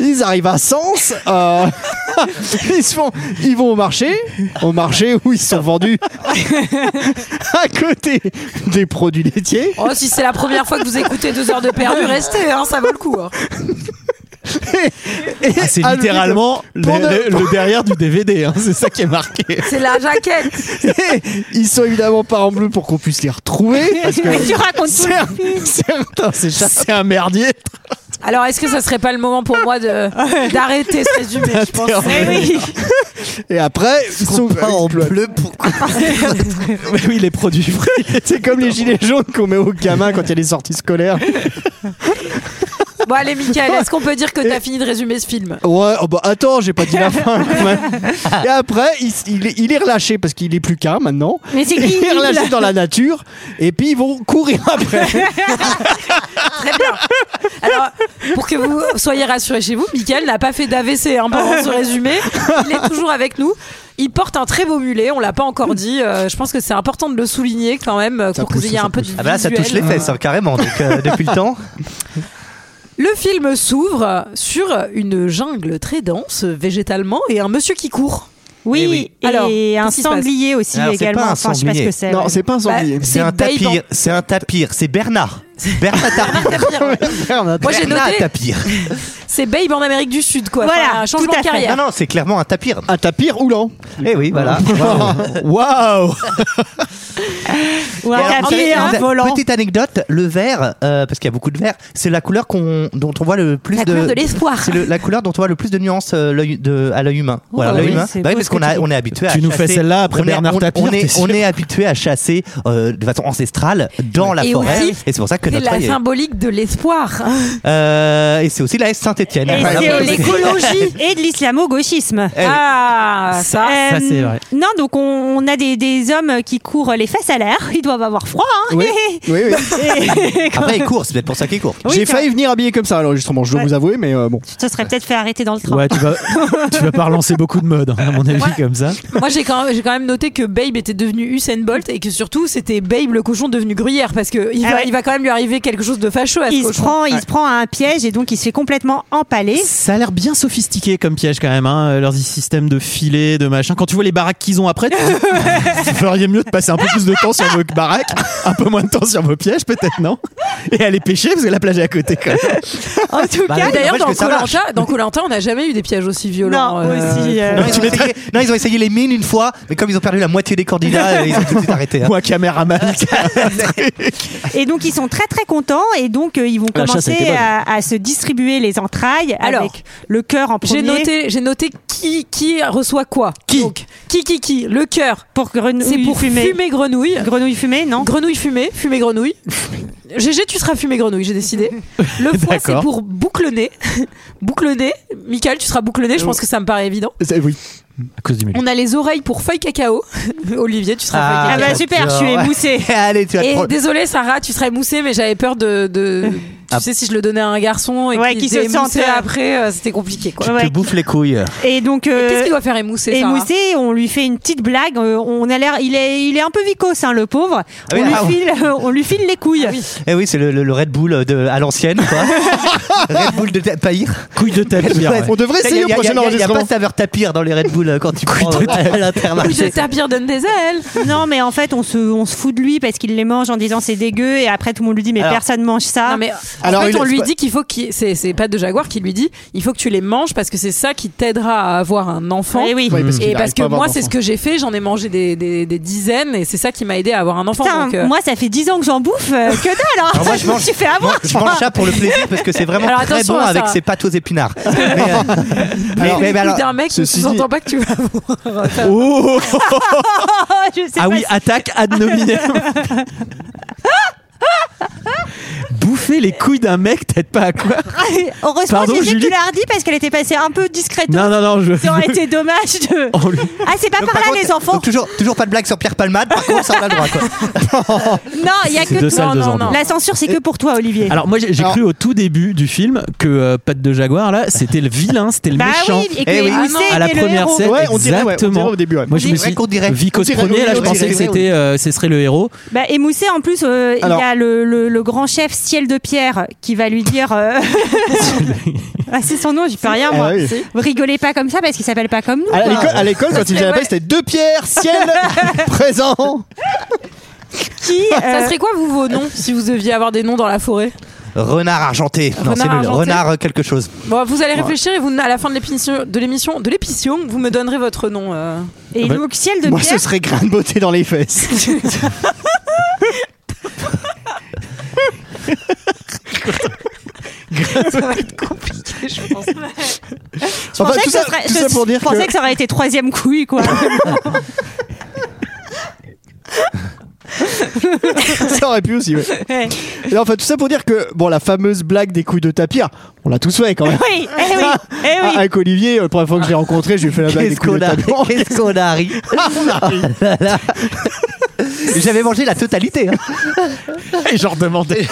Speaker 8: Ils arrivent à Sens. euh, <laughs> ils se font, ils vont au marché, au marché où ils sont vendus <laughs> à côté des produits laitiers.
Speaker 1: Oh, si c'est la première fois que vous écoutez deux heures de perdu, restez, hein, ça vaut le coup. hein.
Speaker 11: Ah, C'est
Speaker 8: Ah, le
Speaker 11: littéralement le,
Speaker 8: pour ne-
Speaker 11: le- le derrière du DVD. hein, C'est ça qui est marqué.
Speaker 1: C'est la jaquette.
Speaker 8: <laughs> Et ils sont évidemment pas en bleu pour qu'on puisse les <laughs> retrouver parce que
Speaker 9: <laughs> tu racontes tout.
Speaker 8: Cer- Certains s'échappent.
Speaker 11: C'est un merdier.
Speaker 1: Alors, est-ce que ça serait pas le moment pour moi de- d'arrêter ce résumé Je pense.
Speaker 9: Eh oui.
Speaker 8: Et après, ils sont pas en bleu.
Speaker 11: Mais <laughs> oui, les produits
Speaker 8: <laughs>
Speaker 11: frais.
Speaker 8: C'est comme les gilets jaunes qu'on met aux gamins quand il y a les sorties scolaires.
Speaker 1: Bon, allez, Michael, est-ce qu'on peut dire que t'as fini de résumer ce film
Speaker 8: Ouais, oh bah attends, j'ai pas dit la fin. quand même.
Speaker 9: <laughs>
Speaker 8: Et après, il, s- il est- il est relâché parce qu'il est plus qu'un maintenant.
Speaker 9: Mais c'est qui
Speaker 8: Il est relâché dans la nature. Et puis ils vont
Speaker 9: <laughs>
Speaker 8: courir après.
Speaker 1: Très bien. Alors, pour que vous soyez rassurés chez vous, Michael n'a pas fait d'AVC hein, pendant ce résumé. Il est toujours avec nous. Il porte un très beau mulet, on l'a pas encore dit. Euh, je pense que c'est important de le souligner quand même euh,
Speaker 8: Ça
Speaker 1: pour que
Speaker 8: pousse,
Speaker 1: vous ayez
Speaker 8: ça
Speaker 1: un peu de
Speaker 7: Ah bah là, ça
Speaker 1: visuel.
Speaker 7: touche les fesses hein, carrément. Donc, euh, depuis le temps,
Speaker 1: Le film s'ouvre sur une jungle très dense végétalement et un monsieur qui court.
Speaker 9: Oui,
Speaker 7: Eh oui.
Speaker 9: et
Speaker 1: Alors,
Speaker 9: un
Speaker 1: qu'est-ce qui se passe
Speaker 9: sanglier aussi
Speaker 7: Alors, c'est
Speaker 9: également.
Speaker 7: pas un
Speaker 9: enfin, je sais pas ce que
Speaker 7: sanglier.
Speaker 9: c'est.
Speaker 8: non, c'est pas un sanglier.
Speaker 1: Bah,
Speaker 7: c'est un
Speaker 1: Dave
Speaker 7: tapir. C'est un tapir. C'est Bernard. Bernard tapir.
Speaker 9: Bah,
Speaker 8: <laughs>
Speaker 1: Tapir. Moi, j'ai
Speaker 7: Bernard
Speaker 1: noté-
Speaker 7: tapir.
Speaker 1: C'est Babe en Amérique du Sud, quoi.
Speaker 9: Voilà,
Speaker 1: Enfin, un changement
Speaker 9: tout à
Speaker 1: de
Speaker 9: fait.
Speaker 1: carrière.
Speaker 7: Non, non, c'est clairement un tapir.
Speaker 8: Un tapir houlant.
Speaker 7: Eh
Speaker 11: <laughs>
Speaker 7: oui, voilà.
Speaker 11: Waouh
Speaker 9: Ou un
Speaker 7: Et alors,
Speaker 9: tapis,
Speaker 7: en
Speaker 9: un
Speaker 7: fait,
Speaker 9: volant.
Speaker 7: Petite anecdote, le vert, euh, parce qu'il y a beaucoup de vert, c'est la couleur qu'on, dont on voit le plus
Speaker 1: La
Speaker 7: de.
Speaker 1: couleur de l'espoir.
Speaker 7: c'est le- la couleur dont on voit le plus de nuances euh, l'œil- de- à l'œil humain. Voilà,
Speaker 9: Oh,
Speaker 7: l'œil
Speaker 9: oui,
Speaker 7: humain.
Speaker 9: c'est
Speaker 7: Bah oui,
Speaker 9: beau
Speaker 7: parce
Speaker 9: ce que
Speaker 7: qu'on a,
Speaker 9: tu dis.
Speaker 7: on est habitué à
Speaker 11: Tu nous fais
Speaker 7: chasser-
Speaker 11: celle-là après
Speaker 7: on est-
Speaker 11: Bernard
Speaker 7: on-
Speaker 11: Tapie,
Speaker 7: On
Speaker 11: t'es
Speaker 7: est,
Speaker 11: sûr
Speaker 7: on est habitué à chasser euh, de façon ancestrale dans la
Speaker 1: Et
Speaker 7: forêt.
Speaker 1: aussi,
Speaker 7: et c'est pour ça que
Speaker 1: C'est
Speaker 7: notre
Speaker 1: la
Speaker 7: œil est-
Speaker 1: symbolique de l'espoir.
Speaker 7: Euh, et c'est aussi la S Saint-Etienne.
Speaker 9: Et
Speaker 1: Voilà.
Speaker 9: c'est
Speaker 1: Et
Speaker 9: l'écologie et de l'islamo-gauchisme.
Speaker 1: Ah, ça.
Speaker 9: Euh,
Speaker 11: ça, c'est vrai.
Speaker 9: Non, donc on, on a des, des hommes qui courent les fesses à l'air. Ils doivent avoir froid. hein. <laughs>
Speaker 8: Oui, oui, oui.
Speaker 7: Après, il court, c'est peut-être pour ça qu'il court.
Speaker 9: Oui,
Speaker 8: J'ai
Speaker 9: c'est
Speaker 8: failli venir habillé comme ça à l'enregistrement, je dois
Speaker 9: Ouais.
Speaker 8: vous avouer, mais euh, bon.
Speaker 9: Tu te serais peut-être fait arrêter dans le train.
Speaker 11: Ouais, tu vas, <laughs> tu vas pas relancer beaucoup de mode, hein, à mon avis, comme ça.
Speaker 1: Moi, j'ai quand, même- j'ai quand même noté que Babe était devenu Usain Bolt et que surtout c'était Babe le cochon devenu gruyère parce que il va,
Speaker 9: Ah ouais.
Speaker 1: il va quand même lui arriver quelque chose de fâcheux à ce
Speaker 9: Il se,
Speaker 1: cochon.
Speaker 9: prend, il se prend à un piège et donc il se fait complètement empaler.
Speaker 11: Ça a l'air bien sophistiqué comme piège quand même, hein,
Speaker 9: <laughs>
Speaker 11: leurs systèmes de filets, de machin. Quand tu vois les baraques qu'ils ont après, tu te dis, vous feriez mieux de passer un peu plus
Speaker 8: de temps sur vos baraques, un peu moins de temps sur vos pièges, peut-être, non Et aller pêcher, parce que la plage est à côté, quand même.
Speaker 9: <laughs> En tout
Speaker 7: Bah,
Speaker 9: cas,
Speaker 7: oui,
Speaker 1: D'ailleurs,
Speaker 7: n'empêche
Speaker 1: dans
Speaker 7: que ça marche.
Speaker 1: Koh-Lanta, dans Koh-Lanta, on n'a jamais eu des pièges aussi violents.
Speaker 9: non, aussi. euh,
Speaker 7: Non ils, ont essayé, non, ils ont essayé les mines une fois, mais comme ils ont perdu la moitié des candidats, euh, ils ont tout de suite arrêté. hein.
Speaker 8: Moi, caméraman.
Speaker 9: <laughs> Et donc ils sont très très contents et donc euh, ils vont
Speaker 11: La chasse a été
Speaker 9: commencer
Speaker 11: bonne.
Speaker 9: à, à se distribuer les entrailles
Speaker 1: Alors,
Speaker 9: avec le cœur en premier
Speaker 1: J'ai noté, j'ai noté qui, qui reçoit quoi.
Speaker 11: Qui
Speaker 1: Donc, qui, qui, qui Le cœur.
Speaker 9: pour grenouille
Speaker 1: C'est pour
Speaker 9: fumée.
Speaker 1: fumer grenouille.
Speaker 9: Grenouille fumée, non
Speaker 1: Grenouille fumée, fumée grenouille. GG, tu seras fumée grenouille, j'ai
Speaker 7: <laughs>
Speaker 1: décidé. Le foie, c'est
Speaker 11: D'accord.
Speaker 1: pour boucle <laughs> nez. boucle nez. Michael, tu seras boucle nez, je pense que ça me paraît évident.
Speaker 8: Oui.
Speaker 11: à cause du
Speaker 1: On a les oreilles pour feuille cacao. <laughs> Olivier, tu seras
Speaker 9: Ah,
Speaker 1: feuille cacao.
Speaker 9: bah super, je suis émoussée.
Speaker 7: <laughs> Allez, tu vas te
Speaker 1: Et
Speaker 7: pro-
Speaker 1: désolé Sarah, tu serais moussée, mais j'avais peur de. de-
Speaker 8: <laughs>
Speaker 1: Tu
Speaker 11: Ah.
Speaker 1: sais, si je le donnais à un garçon et
Speaker 9: Ouais,
Speaker 1: qu'il
Speaker 9: qu'il se
Speaker 1: se
Speaker 9: sente, euh,
Speaker 1: après, euh, c'était compliqué quoi.
Speaker 9: Ouais, ouais.
Speaker 11: bouffe les couilles.
Speaker 9: Et donc euh,
Speaker 1: Qu'est-ce qu'il doit faire émousser Sarah
Speaker 9: émoussé, on lui fait une petite blague. euh, on a l'air, il est, il est un peu vicose, hein, le pauvre.
Speaker 7: Ah oui,
Speaker 9: on, lui
Speaker 7: ah bon.
Speaker 9: file, <laughs> on lui file les couilles.
Speaker 1: Ah
Speaker 7: Eh oui, c'est le, le- le Red Bull de, à l'ancienne, quoi. Red Bull de ta- Païr.
Speaker 11: Couilles de tapir.
Speaker 7: Ouais.
Speaker 8: On devrait
Speaker 7: Il y a-
Speaker 8: essayer au
Speaker 7: il y a-
Speaker 8: prochain
Speaker 7: il y a- Il n'y a pas
Speaker 8: enregistrement.
Speaker 7: de saveur tapir dans les Red Bull euh, quand tu prends euh, à
Speaker 9: <laughs>
Speaker 1: Ou je
Speaker 7: l'intermarché.
Speaker 1: tapir donne des ailes.
Speaker 9: Non, mais en fait, on se, on se fout de lui parce qu'il les mange en disant c'est dégueu et après tout le monde lui dit mais
Speaker 7: Alors-
Speaker 9: personne mange ça.
Speaker 1: Non, mais
Speaker 8: Alors,
Speaker 1: en fait,
Speaker 8: il-
Speaker 1: on lui dit qu'il faut qu'il. C'est, c'est pas de Jaguar qui lui dit il faut que tu les manges parce que c'est ça qui t'aidera à avoir un enfant.
Speaker 9: Eh oui.
Speaker 8: Ouais, parce qu'il
Speaker 1: et
Speaker 8: arrive
Speaker 1: parce
Speaker 8: pas
Speaker 1: que
Speaker 8: à avoir
Speaker 1: moi, c'est
Speaker 8: d'enfant.
Speaker 1: ce que j'ai fait. J'en ai mangé des, des- des dizaines et c'est ça qui m'a aidé à avoir un enfant.
Speaker 9: Putain,
Speaker 1: donc, euh,
Speaker 9: moi ça fait 10 ans que j'en bouffe, euh, que dalle hein. <laughs>
Speaker 7: Alors moi, je
Speaker 9: me
Speaker 7: mange-
Speaker 9: suis fait avoir
Speaker 7: Moi, je mange ça pour le plaisir parce que c'est vraiment
Speaker 1: Alors,
Speaker 7: très
Speaker 1: attention
Speaker 7: bon
Speaker 1: à ça.
Speaker 7: avec ses pâtes
Speaker 9: <laughs>
Speaker 7: aux épinards. Mais, euh, mais-
Speaker 1: le
Speaker 7: mais- mais
Speaker 1: coup
Speaker 7: alors,
Speaker 1: d'un mec,
Speaker 8: ceci
Speaker 1: tu n'entends
Speaker 8: dit-
Speaker 1: pas que tu vas avoir.
Speaker 11: Oh
Speaker 9: Oh, <laughs> je sais
Speaker 11: ah
Speaker 9: pas
Speaker 11: oui,
Speaker 9: si-
Speaker 11: attaque ad
Speaker 9: <laughs>
Speaker 11: nominem. Bouffer les couilles d'un mec, peut-être pas à quoi.
Speaker 9: <laughs> Heureusement
Speaker 11: Pardon,
Speaker 9: j'ai vu que
Speaker 11: Julie
Speaker 9: tu l'as dit parce qu'elle était passée un peu discrète.
Speaker 11: Non, non, non, je.
Speaker 9: Ça aurait été dommage de.
Speaker 11: <laughs> On lui-
Speaker 9: Ah, c'est pas
Speaker 7: donc,
Speaker 9: par là
Speaker 7: par contre,
Speaker 9: les enfants.
Speaker 7: donc, toujours, toujours pas de blague sur Pierre Palmade, par contre, ça on a le droit. Quoi.
Speaker 9: Non,
Speaker 1: Ah,
Speaker 9: il y a
Speaker 11: C'est
Speaker 9: que
Speaker 11: deux
Speaker 9: toi.
Speaker 11: salles, deux
Speaker 9: Non, non.
Speaker 11: endroits.
Speaker 9: La censure, c'est que pour toi, Olivier.
Speaker 11: Alors moi j'ai j'ai
Speaker 8: Alors-
Speaker 11: cru au tout début du film que euh, Patte de Jaguar là c'était le vilain, c'était le
Speaker 9: bah
Speaker 11: méchant.
Speaker 9: oui, et que
Speaker 7: Eh oui.
Speaker 1: Ah
Speaker 9: les Moussets
Speaker 11: à la
Speaker 9: étaient le
Speaker 11: première
Speaker 9: héros.
Speaker 11: scène,
Speaker 8: Ouais, on dirait, ouais, on
Speaker 11: exactement.
Speaker 8: dirait au début. ouais.
Speaker 11: Moi je me
Speaker 7: C'est vrai
Speaker 11: suis
Speaker 7: qu'on dirait.
Speaker 11: Vicos
Speaker 8: On dirait-
Speaker 11: premier là je
Speaker 8: on dirait-
Speaker 11: pensais que
Speaker 8: on dirait-
Speaker 11: c'était euh, ce serait le héros.
Speaker 9: Bah, et Mousset, en plus, euh, il
Speaker 8: Alors-
Speaker 9: y a le, le- le grand chef Ciel de Pierre qui va lui dire. euh,
Speaker 1: <laughs>
Speaker 9: ah, c'est son nom, j'y peux rien, moi.
Speaker 8: Ah oui.
Speaker 9: Vous rigolez pas comme ça parce qu'il s'appelle pas comme nous.
Speaker 8: À
Speaker 9: quoi.
Speaker 8: l'école, à l'école, quand il faisait la paix, c'était deux pierres,
Speaker 9: <laughs>
Speaker 8: ciel, présent.
Speaker 9: Qui, euh,
Speaker 1: Ça serait quoi, vous, vos noms, si vous deviez avoir des noms dans la forêt
Speaker 7: Renard argenté. Non,
Speaker 1: Renard
Speaker 7: c'est nul.
Speaker 1: argenté.
Speaker 7: Renard euh, quelque chose.
Speaker 1: Bon, vous allez réfléchir et vous, à la fin de l'émission, de l'émission, de l'émission, vous me donnerez votre nom. euh.
Speaker 9: Et donc, Ciel de
Speaker 8: Ah ben, Moi, ce
Speaker 9: Pierre.
Speaker 8: serait grain de beauté dans les fesses.
Speaker 1: Ça va être compliqué, <laughs> je pense.
Speaker 9: Je pensais
Speaker 8: Enfin,
Speaker 9: que
Speaker 8: tout
Speaker 9: ce
Speaker 8: ça,
Speaker 9: serait-
Speaker 8: tout ça
Speaker 9: je-
Speaker 8: pour dire
Speaker 9: je pensais
Speaker 8: que.
Speaker 9: que ça aurait été troisième
Speaker 8: <laughs>
Speaker 9: couille, quoi.
Speaker 8: Ça aurait pu aussi, ouais.
Speaker 9: Ouais.
Speaker 8: Et enfin, tout ça pour dire que, bon, la fameuse blague des couilles de tapir, on l'a tous fait quand même.
Speaker 9: Oui, eh oui, eh
Speaker 8: Ah,
Speaker 9: oui.
Speaker 8: Avec Olivier, euh, la première fois que je l'ai rencontré, j'ai fait la blague des
Speaker 7: Qu'est-ce
Speaker 8: couilles de
Speaker 7: qu'on a,
Speaker 8: tapir.
Speaker 7: <laughs> qu'est-ce qu'on a
Speaker 8: <laughs>
Speaker 7: ri Ah là là. J'avais mangé la totalité. hein.
Speaker 8: <laughs> Et j'en demandais.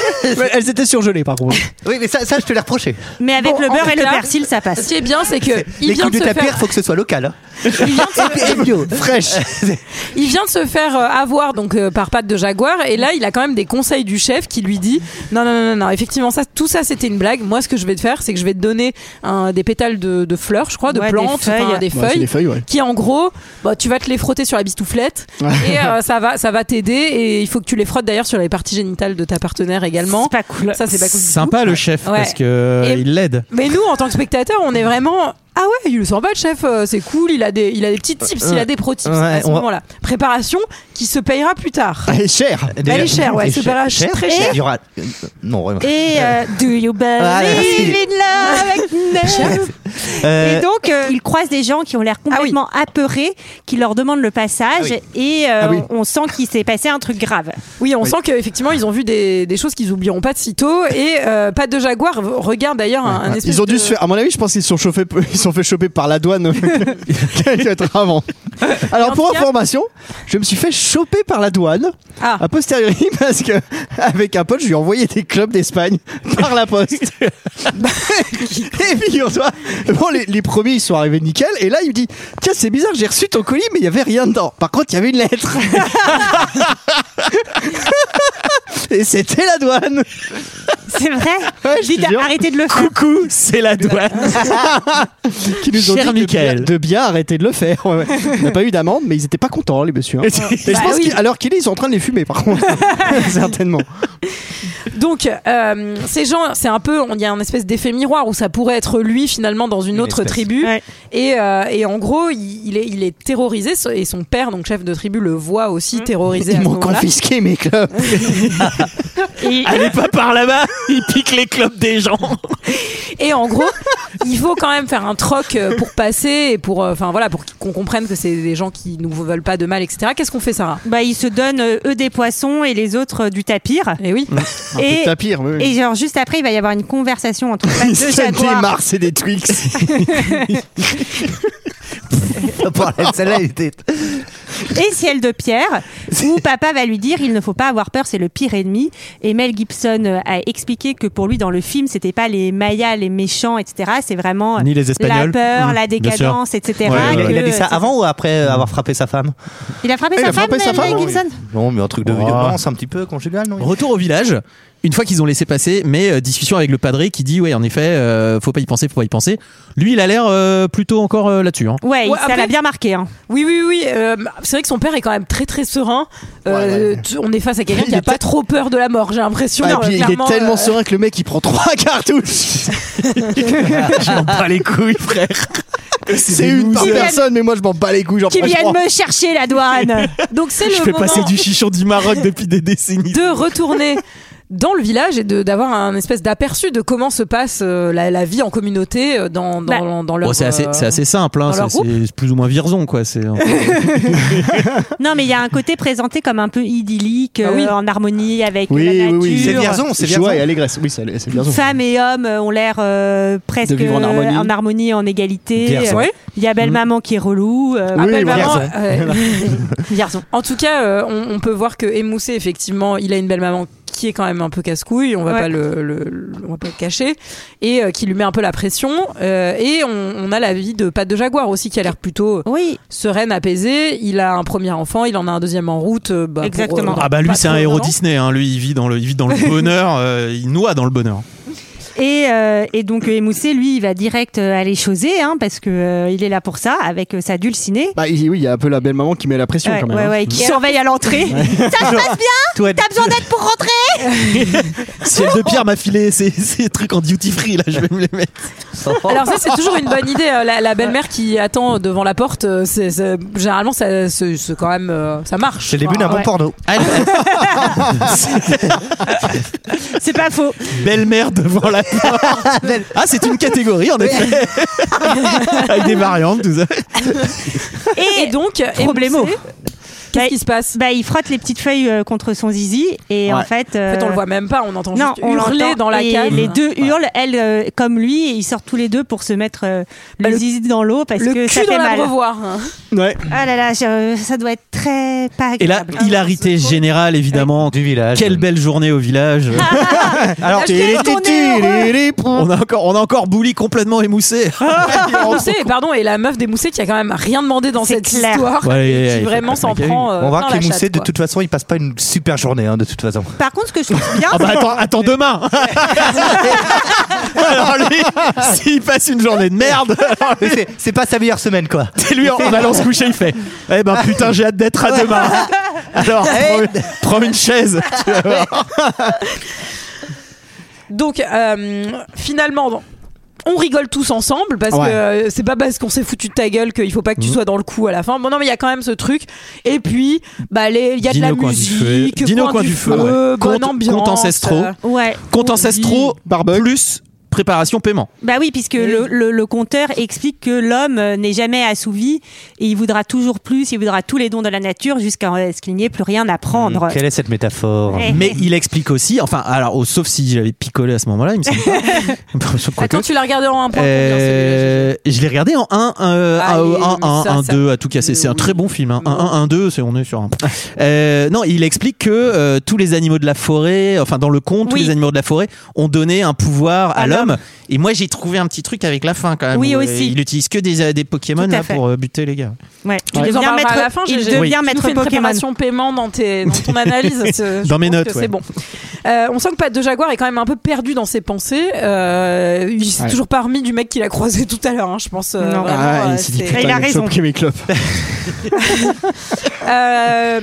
Speaker 8: Elles étaient surgelées, par contre.
Speaker 7: Oui, mais ça, ça je te l'ai reproché.
Speaker 9: Mais avec
Speaker 1: Bon,
Speaker 9: le
Speaker 1: en
Speaker 9: beurre et
Speaker 1: tout
Speaker 9: le
Speaker 1: cas,
Speaker 9: persil, ça
Speaker 1: Ce
Speaker 9: passe.
Speaker 1: qui est bien, c'est que il
Speaker 7: Les
Speaker 1: vient,
Speaker 7: coups
Speaker 1: de
Speaker 7: de
Speaker 1: se
Speaker 7: tapir,
Speaker 1: faire,
Speaker 7: faut que ce soit local. hein.
Speaker 1: il, vient de se,
Speaker 7: Et bio.
Speaker 8: Fraîche.
Speaker 7: Euh,
Speaker 1: il vient de se faire euh, avoir donc euh, par patte de jaguar et là il a quand même des conseils du chef qui lui dit non non non non, non effectivement ça tout ça c'était une blague moi ce que je vais te faire c'est que je vais te donner un- des pétales de, de fleurs je crois de
Speaker 9: Ouais, des
Speaker 1: plantes
Speaker 9: feuilles.
Speaker 1: enfin, des
Speaker 8: Ouais, c'est
Speaker 1: feuilles
Speaker 8: des feuilles, ouais.
Speaker 1: qui en gros bah, tu vas te les frotter sur la bistouflette et euh, ça va ça va t'aider et il faut que tu les frottes d'ailleurs sur les parties génitales de ta partenaire également
Speaker 9: C'est pas cool.
Speaker 1: ça c'est pas cool du tout.
Speaker 11: Sympa le chef
Speaker 1: Ouais.
Speaker 11: parce que euh,
Speaker 1: Et-
Speaker 11: il l'aide.
Speaker 1: Mais nous, en tant que spectateurs, on est vraiment. Ah ouais, il le sent pas, le chef, euh, c'est cool, il a, des, il a des petits tips, il a des pro tips
Speaker 7: Ouais,
Speaker 1: à ce
Speaker 7: on va-
Speaker 1: moment-là. Préparation qui se payera plus tard.
Speaker 8: Elle est chère.
Speaker 1: Elle est chère, ouais,
Speaker 7: Et
Speaker 1: c'est pas cher, très cher.
Speaker 7: Il y aura. euh, Non, vraiment.
Speaker 9: Et euh, do you believe
Speaker 7: Ah, merci.
Speaker 9: in love?
Speaker 7: Euh,
Speaker 9: Et donc, euh, Ah ils croisent des gens qui ont l'air complètement apeurés, qui leur demandent le passage, et euh,
Speaker 8: Ah oui.
Speaker 9: on on sent qu'il s'est passé un truc <laughs> grave.
Speaker 1: Oui, on sent qu'effectivement, ils ont vu des, des choses qu'ils oublieront pas de sitôt. Et euh, pas de jaguar, regarde d'ailleurs un, un espèce
Speaker 8: Ils ont dû
Speaker 1: de-
Speaker 8: se faire, à mon avis, je pense qu'ils se sont chauffés, ils se sont fait choper par
Speaker 1: <laughs>
Speaker 8: la douane quelques heures avant. Alors,
Speaker 1: En
Speaker 8: pour
Speaker 1: tout cas-
Speaker 8: information, je me suis fait choper par la douane
Speaker 1: Ah.
Speaker 8: a posteriori <laughs> parce que, avec un pote, je lui ai envoyé des clubs d'Espagne <laughs> par
Speaker 1: <laughs>
Speaker 8: la poste. et figure-toi, bon, les, les premiers, ils sont arrivés nickel. Et là, il me dit Tiens, c'est bizarre, j'ai reçu ton colis, mais il n'y avait rien dedans. Par contre, il y avait une
Speaker 1: <laughs>
Speaker 8: lettre. et c'était la douane.
Speaker 9: C'est vrai Dites,
Speaker 8: te jure.
Speaker 9: arrêtez de le faire.
Speaker 7: Coucou, c'est <laughs> la douane.
Speaker 8: qui nous ont
Speaker 7: Cher
Speaker 8: dit de bien,
Speaker 7: Michael.
Speaker 8: de bien arrêter de le faire. Ouais, ouais. On n'a pas eu d'amende, mais ils étaient pas contents, les messieurs. hein.
Speaker 1: <laughs>
Speaker 8: Et je pense qu'ils- alors qu'ils ils sont en train de les fumer, par contre. Certainement.
Speaker 1: Donc, euh, ces gens, c'est un peu, il y a un espèce d'effet miroir où ça pourrait être lui finalement dans une,
Speaker 12: Une
Speaker 1: autre
Speaker 12: espèce.
Speaker 1: tribu.
Speaker 9: Ouais.
Speaker 1: Et, euh, et en gros, il, il est, il est terrorisé so- et son père, donc chef de tribu, le voit aussi terrorisé. à
Speaker 8: Ils
Speaker 1: ce
Speaker 8: m'ont
Speaker 1: moment-là.
Speaker 8: confisqué mes clubs.
Speaker 7: Allez pas par là-bas, il pique les clubs des gens.
Speaker 1: Et en gros, il faut quand même faire un troc euh, pour passer et pour, euh, enfin voilà, pour qu'on comprenne que c'est des gens qui nous veulent pas de mal, etc. Qu'est-ce qu'on fait, Sarah
Speaker 9: Bah, ils se donnent euh, eux des poissons et les autres euh, du tapir.
Speaker 1: Et oui.
Speaker 9: Et,
Speaker 8: C'est pire. oui, oui.
Speaker 9: et genre juste après, il va y avoir une
Speaker 8: <laughs>
Speaker 9: conversation entre
Speaker 8: Ils
Speaker 9: les deux
Speaker 8: se
Speaker 9: jaguars.
Speaker 8: démarrent, c'est
Speaker 12: <laughs>
Speaker 8: des Twix.
Speaker 12: Pour la- Celle-là, il était.
Speaker 9: et ciel de
Speaker 8: <laughs>
Speaker 9: pierre où papa va lui dire il ne faut pas avoir peur c'est le pire ennemi et Mel Gibson euh, a expliqué que pour lui dans le film c'était pas les Mayas les méchants etc c'est vraiment euh,
Speaker 7: Ni les Espagnols.
Speaker 9: la peur
Speaker 7: Mmh,
Speaker 9: la
Speaker 7: bien sûr.
Speaker 9: décadence etc
Speaker 7: Ouais, ouais,
Speaker 9: que,
Speaker 7: ouais.
Speaker 12: Il a dit ça
Speaker 9: euh,
Speaker 12: avant ou après euh, avoir frappé sa femme
Speaker 9: il a frappé
Speaker 8: Il
Speaker 9: sa
Speaker 8: a
Speaker 9: femme
Speaker 8: frappé sa
Speaker 9: Mel
Speaker 8: femme, oui.
Speaker 9: Gibson
Speaker 12: Non, mais un truc de
Speaker 7: Oh.
Speaker 12: violence un petit peu conjugal, non
Speaker 7: Retour au village. Une fois qu'ils ont laissé passer, mais euh, discussion avec le padré qui dit ouais en effet euh, faut pas y penser, faut pas y penser. Lui il a l'air euh, plutôt encore euh, <laughs> là-dessus. hein.
Speaker 9: ouais, il-
Speaker 1: Ouais,
Speaker 9: ça
Speaker 1: après-
Speaker 9: l'a bien marqué hein.
Speaker 1: Oui, oui, oui. euh, c'est vrai que son père est quand même très, très serein. Euh, tu- On est face à quelqu'un qui a pas trop peur de la mort, j'ai l'impression.
Speaker 8: Ah, et puis, il est
Speaker 1: Clairement,
Speaker 8: tellement
Speaker 1: euh,
Speaker 8: serein que le mec il prend trois <laughs> cartouches.
Speaker 7: Je m'en bats les couilles frère.
Speaker 8: C'est une par
Speaker 9: Kylian-
Speaker 8: personne, mais moi je m'en bats les couilles. J'en
Speaker 9: qui
Speaker 8: prends
Speaker 9: viennent
Speaker 8: trois.
Speaker 9: me chercher la douane
Speaker 1: Donc c'est
Speaker 7: Je
Speaker 1: le
Speaker 7: fais
Speaker 1: moment
Speaker 7: passer du chichon du Maroc depuis des décennies. <laughs>
Speaker 1: de retourner dans le village et de- d'avoir un espèce d'aperçu de comment se passe euh, la, la vie en communauté euh, dans, dans,
Speaker 9: Bah.
Speaker 1: dans, dans leur...
Speaker 7: Bon, c'est assez,
Speaker 1: euh,
Speaker 7: c'est assez simple, hein,
Speaker 1: dans leur
Speaker 7: c'est c'est plus ou moins virzon quoi. C'est hein.
Speaker 9: non mais il y a un côté présenté comme un peu idyllique
Speaker 1: Ah oui.
Speaker 9: euh, en harmonie avec
Speaker 8: Oui,
Speaker 9: la
Speaker 8: oui,
Speaker 9: nature
Speaker 8: oui.
Speaker 12: C'est Vierzon, c'est
Speaker 8: Joie et
Speaker 12: Vierzon.
Speaker 8: allégresse. Oui, c'est c'est Vierzon.
Speaker 9: Femmes et hommes euh, ont l'air euh, presque
Speaker 8: De vivre en harmonie.
Speaker 9: en harmonie, en égalité.
Speaker 12: Vierzon.
Speaker 9: Euh, Il y a belle maman qui est relou. euh, <laughs>
Speaker 1: Ah,
Speaker 8: Oui,
Speaker 1: bah,
Speaker 8: voilà.
Speaker 1: vraiment, euh,
Speaker 9: Vierzon.
Speaker 1: en tout cas, euh, on, on peut voir que Emoussé, effectivement, il a une belle maman qui est quand même un peu casse-couille, on va
Speaker 9: Ouais.
Speaker 1: pas le, le- le- on va pas le cacher, et euh, qui lui met un peu la pression. euh, et on, on a la vie de Pat de Jaguar aussi, qui a l'air plutôt
Speaker 9: Oui,
Speaker 1: sereine, apaisée. Il a un premier enfant, il en a un deuxième en route. euh, bah, pour, euh,
Speaker 9: Exactement.
Speaker 7: <laughs> ah bah lui
Speaker 1: pas
Speaker 7: c'est
Speaker 1: trop
Speaker 7: un héros
Speaker 1: longtemps.
Speaker 7: Disney, hein. lui il vit dans le, il vit dans
Speaker 1: <laughs>
Speaker 7: le bonheur, euh, il noie dans le bonheur.
Speaker 9: et, euh, et donc euh, Émoussé, lui, il va direct euh, aller choser, hein, parce que euh, il est là pour ça, avec euh, sa dulcinée.
Speaker 8: Bah, il- oui, il y a un peu la belle maman qui met la pression
Speaker 9: Ouais,
Speaker 8: quand même.
Speaker 9: ouais,
Speaker 8: hein.
Speaker 9: ouais, qui surveille à l'entrée. ça se passe bien
Speaker 7: Toi,
Speaker 9: T'as besoin d'aide pour rentrer
Speaker 7: ciel de pierre m'a filé ces, ces trucs en duty free là, je vais me les mettre.
Speaker 1: Alors ça c'est toujours une bonne idée. euh, La, la belle-mère qui attend devant la porte, euh, c'est- c'est- généralement ça, c'est- c'est quand même euh, ça marche.
Speaker 12: C'est le début d'un bon
Speaker 9: Ouais.
Speaker 12: porno.
Speaker 9: C'est pas faux.
Speaker 7: Belle-mère
Speaker 9: <laughs>
Speaker 7: devant la porte. ah c'est une catégorie en effet. Avec des variantes tout ça.
Speaker 1: Et, donc euh,
Speaker 9: Problémo.
Speaker 1: émoussé, Qu'est-ce qui se passe
Speaker 9: Bah, il frotte les petites feuilles euh, contre son zizi, et en fait...
Speaker 1: En fait on
Speaker 9: euh,
Speaker 1: le voit même pas, on entend
Speaker 9: Non,
Speaker 1: juste
Speaker 9: on
Speaker 1: hurler
Speaker 9: l'entend.
Speaker 1: dans la
Speaker 9: Et
Speaker 1: cave.
Speaker 9: Les deux hurlent, elle euh, comme lui, et ils sortent tous les deux pour se mettre euh, le,
Speaker 1: Bah, le-
Speaker 9: zizi dans l'eau parce
Speaker 1: le
Speaker 9: que ça
Speaker 1: cul
Speaker 9: fait
Speaker 1: dans la
Speaker 9: mal.
Speaker 1: brevoir. hein.
Speaker 8: Ouais.
Speaker 9: Ah là là, je- ça doit être très pas
Speaker 7: Et là,
Speaker 9: agréable.
Speaker 7: hilarité générale évidemment.
Speaker 12: Du village.
Speaker 7: Quelle belle journée
Speaker 9: <laughs>
Speaker 7: au village.
Speaker 9: Ah,
Speaker 7: <laughs>
Speaker 12: Alors,
Speaker 8: Télé,
Speaker 9: qu'on est
Speaker 8: télé, télé, pou-
Speaker 7: on a encore, on a encore bouli complètement émoussé.
Speaker 9: Ah.
Speaker 1: Moussé, et pardon, et la meuf des moussés qui a quand même rien demandé dans
Speaker 9: C'est
Speaker 1: cette
Speaker 9: clair.
Speaker 1: histoire,
Speaker 7: Ouais, ouais, ouais,
Speaker 1: qui
Speaker 7: il faut
Speaker 1: vraiment
Speaker 7: pas
Speaker 1: s'en
Speaker 7: se moquer.
Speaker 1: prend. euh,
Speaker 12: on va voir
Speaker 1: plein la
Speaker 12: qu'Emoussé,
Speaker 1: chatte,
Speaker 12: de
Speaker 1: quoi.
Speaker 12: toute façon, il passe pas une super journée, hein, de toute façon.
Speaker 9: Par contre, ce que je trouve bien,
Speaker 7: Ah bah attends, attends demain. alors lui, s'il passe une journée de merde,
Speaker 8: Ah
Speaker 7: alors lui,
Speaker 12: Mais c'est- C'est pas sa meilleure semaine, quoi.
Speaker 7: <laughs> c'est lui en, en allant se coucher, il fait. Eh ben putain, j'ai hâte d'être à demain.
Speaker 9: <laughs>
Speaker 7: Alors
Speaker 12: <laughs>
Speaker 7: prends, une- prends une chaise. Tu vas voir.
Speaker 1: Donc euh, finalement. On rigole tous ensemble parce
Speaker 8: Ouais.
Speaker 1: que euh, c'est pas parce qu'on s'est foutu de ta gueule qu'il faut pas
Speaker 7: Mmh.
Speaker 1: que tu sois dans le coup à la fin. Bon non mais il y a quand même ce truc. Et puis bah les- il y a de
Speaker 7: Dîner
Speaker 1: la
Speaker 7: au coin du
Speaker 1: musique,
Speaker 7: feu. Dîner au coin du feu, ouais.
Speaker 1: bonne
Speaker 7: Compte-
Speaker 1: ambiance.
Speaker 7: compte ancestraux.
Speaker 1: euh,
Speaker 9: ouais,
Speaker 7: Compte ancestraux
Speaker 8: Barbecue.
Speaker 7: plus préparation paiement.
Speaker 9: bah oui, puisque le, le- le conteur explique que l'homme euh, n'est jamais assouvi et il voudra toujours plus, il voudra tous les dons de la nature jusqu'à euh, ce qu'il n'y ait plus rien à
Speaker 11: Mmh,
Speaker 9: prendre.
Speaker 12: Quelle est cette métaphore
Speaker 9: Ouais.
Speaker 7: Mais il explique aussi, enfin alors oh, sauf si j'avais picolé à ce moment-là, il me semble
Speaker 9: <laughs>
Speaker 7: pas. Je crois que-
Speaker 1: Attends tu l'as regardé en un point. combien, celui-là,
Speaker 7: Euh, je l'ai regardé en 1
Speaker 1: Ah, oui,
Speaker 7: 1
Speaker 1: mais
Speaker 7: 1
Speaker 1: ça,
Speaker 7: 1
Speaker 1: ça-
Speaker 7: 2 à tout casser, c'est un
Speaker 1: Oui.
Speaker 7: très bon film hein. 1
Speaker 1: Non.
Speaker 7: 1 1 2, c'est on est
Speaker 9: <laughs>
Speaker 7: sur un. Euh, non, il explique que euh, tous les animaux de la forêt, enfin dans le conte, tous
Speaker 9: Oui.
Speaker 7: les animaux de la forêt ont donné un pouvoir à,
Speaker 9: À l'homme.
Speaker 7: l'homme et moi j'ai trouvé un petit truc avec la fin quand même.
Speaker 9: Oui,
Speaker 7: où, euh,
Speaker 9: aussi.
Speaker 7: Il utilise que des euh, des Pokémon
Speaker 9: Tout à
Speaker 7: là,
Speaker 9: fait.
Speaker 7: pour euh, buter les gars.
Speaker 9: Ouais.
Speaker 1: Tu
Speaker 9: Il
Speaker 1: nous en
Speaker 9: devient
Speaker 1: parleras à la
Speaker 9: maître,
Speaker 1: fin,
Speaker 9: il
Speaker 1: Gégé.
Speaker 9: devient
Speaker 1: Tu nous
Speaker 9: maître
Speaker 1: fais une
Speaker 9: Pokémon.
Speaker 7: <laughs>
Speaker 1: préparation paiement dans, tes, dans ton analyse. c'est- je
Speaker 7: Dans mes
Speaker 1: pense
Speaker 7: notes,
Speaker 1: que
Speaker 7: ouais.
Speaker 1: C'est bon. Euh, on sent que Pat de Jaguar est quand même un peu perdu dans ses pensées. Euh, il s'est
Speaker 8: Ouais.
Speaker 1: toujours pas remis du mec qu'il a croisé tout à l'heure, hein, je pense. euh,
Speaker 9: Non.
Speaker 1: vraiment,
Speaker 8: Ah,
Speaker 1: euh,
Speaker 8: il s'est dit,
Speaker 1: c'est-
Speaker 8: putain,
Speaker 9: Il a
Speaker 8: j'ai
Speaker 9: raison.
Speaker 8: chopé
Speaker 12: <laughs>
Speaker 8: mes clopes.
Speaker 1: Euh,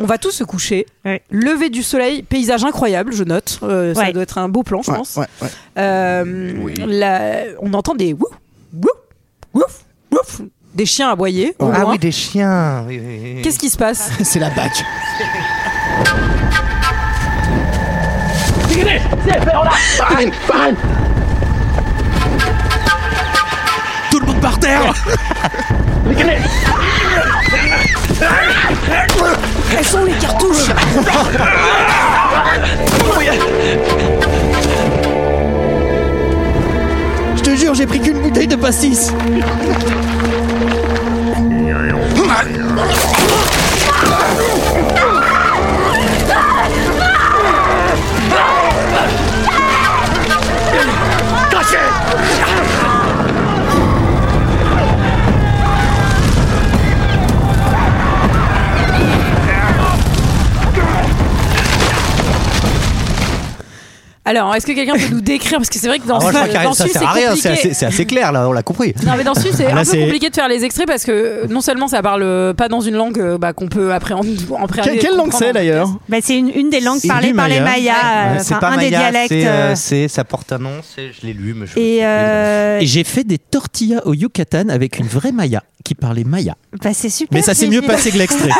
Speaker 1: on va tous se coucher.
Speaker 9: Ouais.
Speaker 1: Lever du soleil, paysage incroyable, je note. Euh, Ça
Speaker 9: Ouais.
Speaker 1: doit être un beau plan, je
Speaker 8: Ouais,
Speaker 1: pense.
Speaker 8: ouais, ouais.
Speaker 1: Euh, la- on entend des wouf, wouf, wouf, wouf, des chiens aboyer. au
Speaker 7: Ah
Speaker 1: loin.
Speaker 9: Hein
Speaker 7: oui, des chiens. oui, oui, oui.
Speaker 1: Qu'est-ce qui se passe
Speaker 8: C'est la bac.
Speaker 11: Tout le monde par terre
Speaker 1: Elles sont les cartouches
Speaker 8: Je te jure, j'ai pris qu'une bouteille de pastis.
Speaker 1: Alors, est-ce que quelqu'un peut nous décrire Parce que c'est vrai que dans
Speaker 7: Ah, moi, je crois
Speaker 1: ce
Speaker 7: que
Speaker 1: dans
Speaker 7: ça
Speaker 1: celui,
Speaker 7: sert à rien, c'est
Speaker 1: compliqué.
Speaker 7: assez, Ah, c'est assez clair là, on l'a compris.
Speaker 1: Non mais dans celui c'est
Speaker 11: Là,
Speaker 1: un peu
Speaker 11: c'est-
Speaker 1: compliqué de faire les extraits parce que euh, non seulement ça parle euh, pas dans une langue euh, bah, qu'on peut appréhender. appréhender
Speaker 8: Quelle,
Speaker 1: et
Speaker 8: langue
Speaker 1: comprendre.
Speaker 8: c'est d'ailleurs
Speaker 9: Bah, c'est une, une des langues
Speaker 11: C'est
Speaker 9: parlées
Speaker 11: du
Speaker 9: par les
Speaker 11: maya.
Speaker 9: Mayas, euh,
Speaker 7: Ouais, c'est
Speaker 9: enfin,
Speaker 7: pas
Speaker 9: un des
Speaker 7: Maya,
Speaker 9: dialectes.
Speaker 7: c'est, euh,
Speaker 9: euh,
Speaker 7: c'est- ça porte un nom, c'est- je l'ai lu, mais je.
Speaker 9: et euh,
Speaker 11: Et j'ai fait des tortillas au Yucatan avec une vraie Maya qui parlait Maya.
Speaker 9: bah, c'est super.
Speaker 11: Mais ça s'est mieux
Speaker 9: Brigitte.
Speaker 11: passé que
Speaker 9: <laughs>
Speaker 7: <laughs>
Speaker 11: l'extrait.